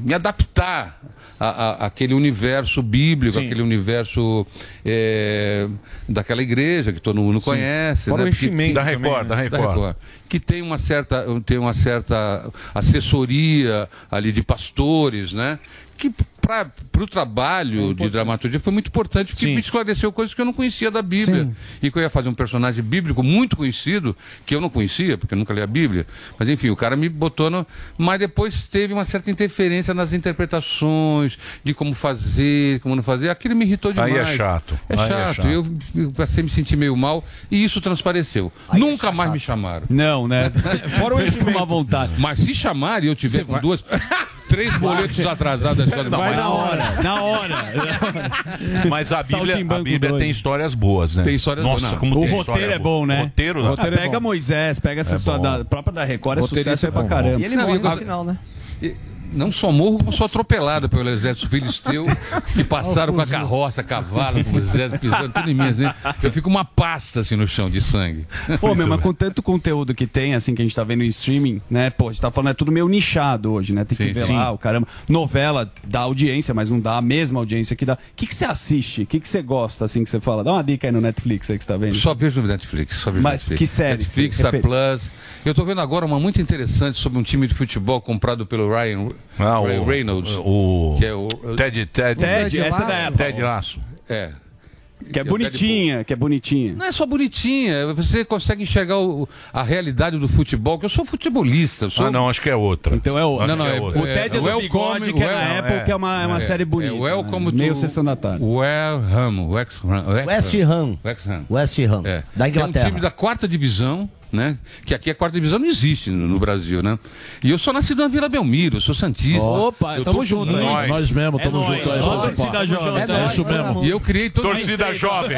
[SPEAKER 13] me adaptar a- a- àquele universo bíblico, aquele universo eh, daquela igreja que todo mundo conhece.
[SPEAKER 1] Fora o
[SPEAKER 13] Porque-
[SPEAKER 1] enchimento Da também, Record, né? da Record.
[SPEAKER 13] Que tem uma certa, tem uma certa assessoria ali de pastores, né? Que para o
[SPEAKER 1] É
[SPEAKER 13] trabalho de dramaturgia foi muito importante, porque me esclareceu coisas que eu não conhecia da Bíblia. E que eu ia fazer um personagem bíblico muito conhecido, que eu não conhecia, porque eu nunca li a Bíblia. Mas enfim, o cara me botou no. Mas depois teve uma certa interferência nas interpretações, de como fazer, como não fazer. Aquilo me irritou demais.
[SPEAKER 1] Aí é chato.
[SPEAKER 13] É
[SPEAKER 1] Aí é
[SPEAKER 13] chato.
[SPEAKER 1] chato.
[SPEAKER 13] Eu, eu passei a me sentir meio mal e isso transpareceu. Nunca mais me chamaram.
[SPEAKER 3] Não, né? Fora o enchimento.
[SPEAKER 13] Mas se chamarem e eu tiver com duas. Três boletos atrasados da escola de
[SPEAKER 1] Vai
[SPEAKER 13] Mas-
[SPEAKER 1] na hora,
[SPEAKER 13] na hora.
[SPEAKER 1] Mas a Bíblia, a
[SPEAKER 13] Saltimbanco
[SPEAKER 1] Bíblia
[SPEAKER 13] doido.
[SPEAKER 1] tem histórias boas, né?
[SPEAKER 3] Tem histórias
[SPEAKER 1] Nossa,
[SPEAKER 3] boas, não.
[SPEAKER 1] como
[SPEAKER 3] O
[SPEAKER 1] tem
[SPEAKER 3] roteiro
[SPEAKER 1] história
[SPEAKER 3] é
[SPEAKER 1] boa.
[SPEAKER 3] bom, né?
[SPEAKER 1] Roteiro,
[SPEAKER 3] Ah,
[SPEAKER 1] não.
[SPEAKER 3] pega Moisés, pega essa
[SPEAKER 1] É
[SPEAKER 3] história
[SPEAKER 1] bom.
[SPEAKER 3] da, própria da Record, é
[SPEAKER 13] Roteirista
[SPEAKER 3] sucesso
[SPEAKER 13] é
[SPEAKER 3] pra
[SPEAKER 13] bom.
[SPEAKER 3] caramba.
[SPEAKER 13] E ele Não, morre e no agora- final,
[SPEAKER 6] né?
[SPEAKER 13] E Não só morro, como sou atropelado pelo exército filisteu, que passaram com a carroça, cavalo, com o exército, pisando tudo em mim. Assim. Eu fico uma pasta assim no chão de sangue.
[SPEAKER 3] Pô, meu, mas com tanto conteúdo que tem, assim, que a gente tá vendo em streaming, né? Pô, a gente tá falando, é tudo meio nichado hoje, né? Tem que
[SPEAKER 13] Sim,
[SPEAKER 3] ver
[SPEAKER 13] sim.
[SPEAKER 3] lá, o caramba. Novela dá audiência, mas não dá a mesma audiência que dá. O que que você assiste? O que que você gosta, assim, que você fala? Dá uma dica aí no Netflix aí que você tá vendo.
[SPEAKER 13] Só vejo no Netflix. Só vejo
[SPEAKER 3] Mas
[SPEAKER 13] Netflix.
[SPEAKER 3] que série?
[SPEAKER 13] Netflix,
[SPEAKER 3] Você
[SPEAKER 13] Star
[SPEAKER 3] prefere?
[SPEAKER 13] Plus. Eu tô vendo agora uma muito interessante sobre um time de futebol comprado pelo Ryan,
[SPEAKER 1] Ah, o-
[SPEAKER 13] Ryan Reynolds.
[SPEAKER 1] o-
[SPEAKER 13] que é o,
[SPEAKER 1] Ted, Ted,
[SPEAKER 13] Ted, essa da época.
[SPEAKER 1] Ted Laço.
[SPEAKER 13] É.
[SPEAKER 3] Que é bonitinha, que é bonitinha.
[SPEAKER 13] Não é só bonitinha, você consegue enxergar o- a realidade do futebol, que eu sou futebolista. eu sou-
[SPEAKER 1] Ah, não, acho que é outra.
[SPEAKER 3] Então é outra.
[SPEAKER 13] Não, não, é,
[SPEAKER 3] O Ted é do
[SPEAKER 13] Welcome,
[SPEAKER 3] bigode, que é na
[SPEAKER 13] Welcome,
[SPEAKER 3] Apple, que é uma- é uma série bonita,
[SPEAKER 13] É Welcome
[SPEAKER 3] né? Meio
[SPEAKER 13] to
[SPEAKER 3] Sessão da Tarde.
[SPEAKER 13] West Ham. West Ham.
[SPEAKER 3] West
[SPEAKER 13] Ham. West Ham.
[SPEAKER 6] West Ham,
[SPEAKER 13] É.
[SPEAKER 6] da
[SPEAKER 13] É um
[SPEAKER 6] Inglaterra.
[SPEAKER 13] time da quarta divisão, né? Que aqui a quarta divisão não existe no, no Brasil, né? E eu sou nascido na Vila Belmiro, eu sou santista.
[SPEAKER 4] Opa,
[SPEAKER 13] eu
[SPEAKER 4] tamo
[SPEAKER 13] torço
[SPEAKER 4] junto, hein? É
[SPEAKER 13] muito.
[SPEAKER 4] Nós mesmo, tamo junto. aí, bora, pá. É isso mesmo.
[SPEAKER 13] E eu criei todo
[SPEAKER 1] Torcida jovem.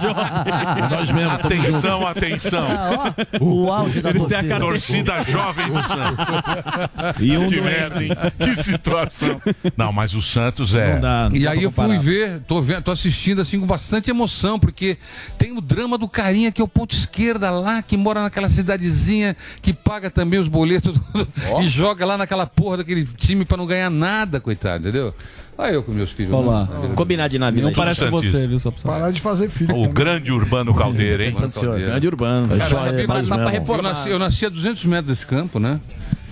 [SPEAKER 4] Nós mesmo, tamo junto.
[SPEAKER 1] Atenção, atenção.
[SPEAKER 6] Ah, O auge da
[SPEAKER 1] Eles têm a
[SPEAKER 6] torcida.
[SPEAKER 1] torcida jovem do Santos.
[SPEAKER 13] E um
[SPEAKER 1] que
[SPEAKER 13] do-
[SPEAKER 1] merda, hein? Que situação. Não, mas o Santos é.
[SPEAKER 13] e aí eu fui ver, tô vendo, tô assistindo assim com bastante emoção, porque tem o drama do carinha que é o ponto esquerda lá, que mora naquela cidadezinha, que paga também os boletos do- e joga lá naquela porra daquele time pra não ganhar nada, coitado, entendeu? Aí eu com meus filhos. né?
[SPEAKER 23] Vamos lá.
[SPEAKER 13] Combinar
[SPEAKER 23] Combinar de navio. né,
[SPEAKER 1] Não parece com você,
[SPEAKER 3] viu, só
[SPEAKER 11] Parar de fazer filho.
[SPEAKER 1] O grande Urbano Caldeira, hein?
[SPEAKER 23] Grande urbano.
[SPEAKER 13] Cara,
[SPEAKER 23] Joia,
[SPEAKER 13] sabe, mas
[SPEAKER 23] mais
[SPEAKER 13] dá pra
[SPEAKER 23] mesmo.
[SPEAKER 13] reformar. Eu nasci, eu nasci a 200 metros desse campo, né?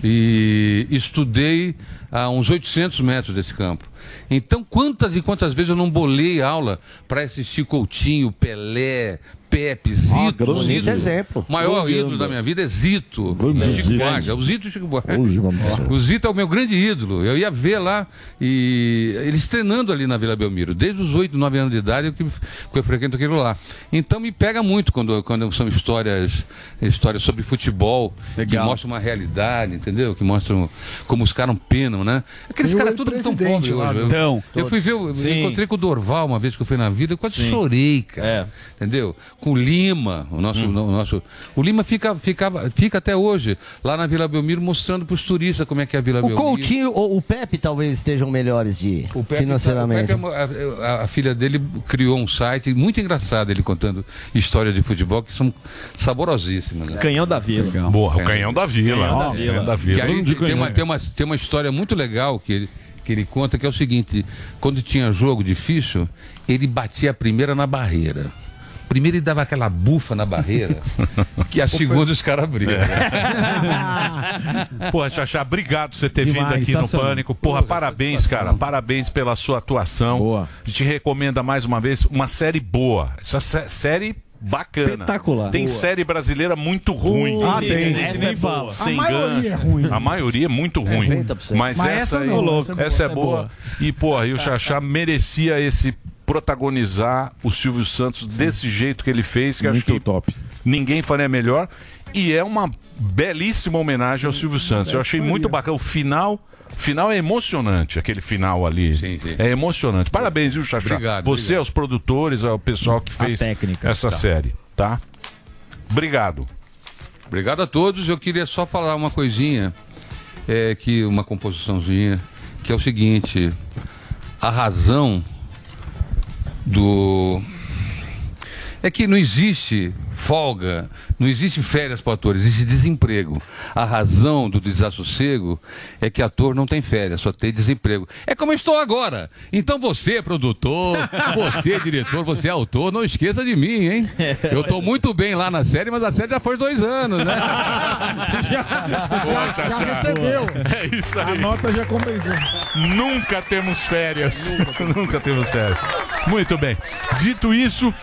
[SPEAKER 13] E estudei a uns 800 metros desse campo. Então, quantas e quantas vezes eu não bolei aula para assistir Coutinho, Pelé, Pepe,
[SPEAKER 1] Ah,
[SPEAKER 13] Zito.
[SPEAKER 12] grande
[SPEAKER 13] Zito.
[SPEAKER 12] ídolo. exemplo.
[SPEAKER 13] O maior
[SPEAKER 12] Grande
[SPEAKER 13] ídolo
[SPEAKER 12] ídolo.
[SPEAKER 13] da minha vida é Zito.
[SPEAKER 12] Grande
[SPEAKER 13] né? Chico
[SPEAKER 12] Zito.
[SPEAKER 13] Buarque. É o Zito e o Chico Buarque.
[SPEAKER 12] Hoje, vamos lá.
[SPEAKER 13] O Zito é o meu grande ídolo. Eu ia ver lá e eles treinando ali na Vila Belmiro. Desde os 8, 9 anos de idade eu que, que eu frequento aquilo lá. Então me pega muito quando, quando são histórias, histórias sobre futebol que mostram uma realidade, entendeu? Que mostram como os caras penam, né? Aqueles
[SPEAKER 11] Tem o
[SPEAKER 13] caras todos que estão
[SPEAKER 11] ex-presidente
[SPEAKER 13] pobres
[SPEAKER 11] lá,
[SPEAKER 13] hoje.
[SPEAKER 11] né?
[SPEAKER 13] Eu-
[SPEAKER 11] Então,
[SPEAKER 13] eu fui ver, eu
[SPEAKER 11] todos.
[SPEAKER 13] encontrei com o Dorval uma vez que eu fui na vida, eu quase chorei, cara.
[SPEAKER 12] É.
[SPEAKER 13] Entendeu? Com o Lima, o
[SPEAKER 12] Hum.
[SPEAKER 13] nosso, o nosso. O Lima fica, ficava, fica até hoje lá na Vila Belmiro mostrando para os turistas como é que é a Vila
[SPEAKER 12] O
[SPEAKER 13] Belmiro.
[SPEAKER 12] Coutinho ou o Pepe talvez estejam melhores de
[SPEAKER 13] Pepe- é
[SPEAKER 12] financeiramente.
[SPEAKER 13] o Pepe é uma- a, a- a filha dele criou um site muito engraçado, ele contando histórias de futebol que são saborosíssimas. né?
[SPEAKER 23] Canhão da Vila.
[SPEAKER 1] Boa, o Canhão da Vila.
[SPEAKER 13] Canhão da
[SPEAKER 1] Ó,
[SPEAKER 13] Vila.
[SPEAKER 1] Canhão da Vila.
[SPEAKER 13] Que aí
[SPEAKER 1] Grande
[SPEAKER 13] tem, tem uma,
[SPEAKER 1] canhão.
[SPEAKER 13] tem, uma, tem uma história muito legal que ele, que ele conta, que é o seguinte: quando tinha jogo difícil, ele batia a primeira na barreira. Primeiro ele dava aquela bufa na barreira, que a segunda os caras abriam.
[SPEAKER 1] É. Porra, Xaxá, obrigado por você ter
[SPEAKER 13] Demais,
[SPEAKER 1] vindo aqui no
[SPEAKER 13] sensacional.
[SPEAKER 1] Pânico. Porra, parabéns, cara. Parabéns pela sua atuação. Boa. A gente recomenda mais uma vez uma série boa. Essa sé- série bacana.
[SPEAKER 11] Espetacular.
[SPEAKER 1] Tem
[SPEAKER 11] Boa.
[SPEAKER 1] série brasileira muito ruim.
[SPEAKER 11] Ah, tem.
[SPEAKER 1] Essa
[SPEAKER 11] Nem
[SPEAKER 1] é
[SPEAKER 11] fala.
[SPEAKER 1] boa.
[SPEAKER 11] A
[SPEAKER 1] Sem
[SPEAKER 11] maioria
[SPEAKER 1] gancho.
[SPEAKER 11] é ruim.
[SPEAKER 1] A maioria é muito ruim.
[SPEAKER 11] 80%.
[SPEAKER 1] Mas,
[SPEAKER 11] Mas
[SPEAKER 1] essa,
[SPEAKER 11] essa
[SPEAKER 1] aí-
[SPEAKER 11] não,
[SPEAKER 1] essa, é,
[SPEAKER 11] essa é
[SPEAKER 1] boa.
[SPEAKER 11] boa.
[SPEAKER 1] E, porra, e o Xaxá merecia esse protagonizar o Silvio Santos desse jeito que ele fez, que acho que top. ninguém faria melhor. E é uma belíssima homenagem ao Silvio Santos. Eu achei muito bacana. O final, final é emocionante, aquele final ali. É emocionante. Parabéns, viu, Xaxá?
[SPEAKER 13] Obrigado,
[SPEAKER 1] Você, aos produtores, ao pessoal que fez
[SPEAKER 13] técnica.
[SPEAKER 1] essa
[SPEAKER 13] Tá.
[SPEAKER 1] série, tá? Obrigado.
[SPEAKER 13] Obrigado a todos. Eu queria só falar uma coisinha, é, que uma composiçãozinha, que é o seguinte: a razão do é que não existe folga, não existe férias para ator, existe desemprego. A razão do desassossego é que ator não tem férias, só tem desemprego. É como eu estou agora. Então você, produtor, você, diretor, você, é autor, não esqueça de mim, hein? Eu estou muito bem lá na série, mas a série já foi dois anos, né?
[SPEAKER 1] Boa, Xaxá. É isso aí. A nota já compensou. Nunca temos férias. Nunca temos férias. Muito bem. Dito isso,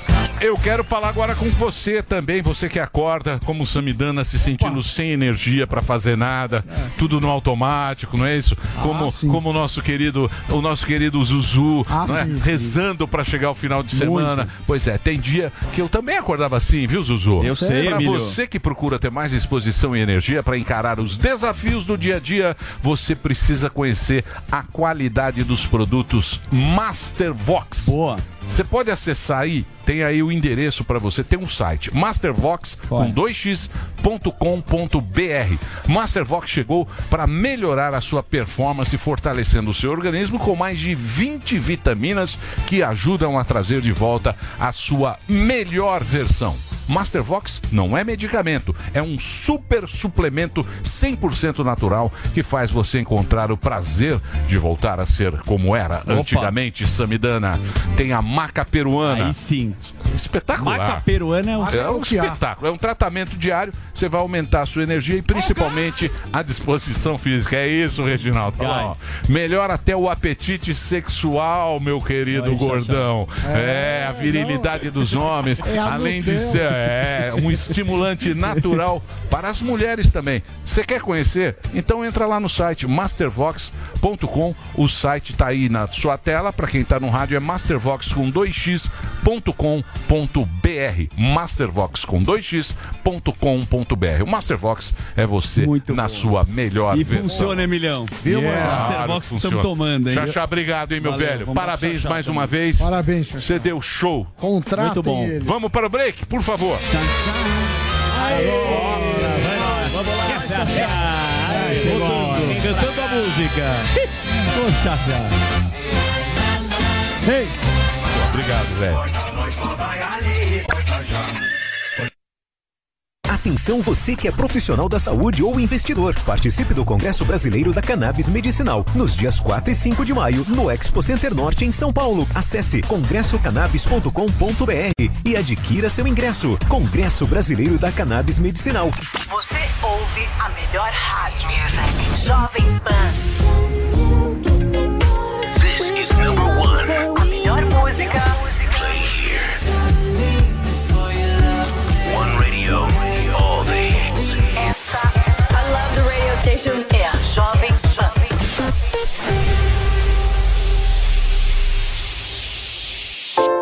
[SPEAKER 1] Eu quero falar agora com você também, você que acorda como o Samidana se sentindo sem energia para fazer nada,
[SPEAKER 11] É.
[SPEAKER 1] tudo no automático, não é isso?
[SPEAKER 11] Ah,
[SPEAKER 1] Como como o nosso querido, o nosso querido Zuzu,
[SPEAKER 11] Ah,
[SPEAKER 1] não é?
[SPEAKER 11] sim, sim.
[SPEAKER 1] rezando para chegar ao final de semana. Pois é, tem dia que eu também acordava assim, viu, Zuzu?
[SPEAKER 3] Eu sei,
[SPEAKER 1] Para
[SPEAKER 3] Emílio.
[SPEAKER 1] você que procura ter mais disposição e energia para encarar os desafios do dia a dia, você precisa conhecer a qualidade dos produtos Mastervox. Boa. Você pode acessar aí, tem aí o endereço para você, tem um site, mastervox com 2x.com.br. Mastervox chegou para melhorar a sua performance, fortalecendo o seu organismo com mais de 20 vitaminas que ajudam a trazer de volta a sua melhor versão. Mastervox não é medicamento, é um super suplemento 100% natural que faz você encontrar o prazer de voltar a ser como era antigamente, Samidana. Tem a maca peruana. Aí sim. Espetacular.
[SPEAKER 23] Maca peruana é um-
[SPEAKER 1] é um
[SPEAKER 23] o que há.
[SPEAKER 1] espetáculo, é um tratamento diário, você vai aumentar a sua energia e principalmente a disposição física. É isso, Reginaldo. Ó, melhora até o apetite sexual, meu querido gordão. É, a virilidade dos homens,
[SPEAKER 11] É a
[SPEAKER 1] além de
[SPEAKER 11] Nutella.
[SPEAKER 1] ser é, um estimulante natural para as mulheres também. Você quer conhecer? Então entra lá no site mastervox.com. O site tá aí na sua tela. Para quem tá no rádio é mastervox com 2x.com.br. Mastervox com 2x.com.br. O Mastervox é você na sua melhor
[SPEAKER 3] E
[SPEAKER 1] versão.
[SPEAKER 3] funciona, Emilhão. Viu, mano? Mastervox
[SPEAKER 1] Claro,
[SPEAKER 3] estamos
[SPEAKER 1] funciona.
[SPEAKER 3] tomando, hein?
[SPEAKER 1] Xaxá, obrigado, hein, meu
[SPEAKER 3] Valeu,
[SPEAKER 1] velho.
[SPEAKER 3] vamos dar
[SPEAKER 1] Parabéns
[SPEAKER 3] xaxá
[SPEAKER 1] mais
[SPEAKER 3] também.
[SPEAKER 1] uma vez.
[SPEAKER 11] Parabéns,
[SPEAKER 1] Você deu show.
[SPEAKER 11] Contratem
[SPEAKER 1] Muito bom.
[SPEAKER 11] ele.
[SPEAKER 1] Vamos para o break, por favor.
[SPEAKER 23] Vamos lá, Xaxá. Cantando a música. Ô, Xaxá.
[SPEAKER 1] Ei. Obrigado, velho.
[SPEAKER 15] Atenção você que é profissional da saúde ou investidor. Participe do Congresso Brasileiro da Cannabis Medicinal nos dias 4 e 5 de maio no Expo Center Norte em São Paulo. Acesse congressocanabis.com.br e adquira seu ingresso. Congresso Brasileiro da Cannabis Medicinal.
[SPEAKER 18] Você ouve a melhor rádio. Jovem Pan. This is number one. A melhor música. Play here. One radio. All the hits. Essa. I love the radio station. É a Jovem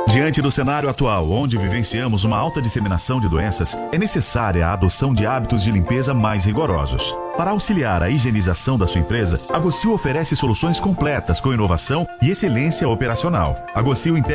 [SPEAKER 30] Diante do cenário atual, onde vivenciamos uma alta disseminação de doenças, é necessária a adoção de hábitos de limpeza mais rigorosos. Para auxiliar a higienização da sua empresa, a Gocil oferece soluções completas com inovação e excelência operacional. A Gocil integra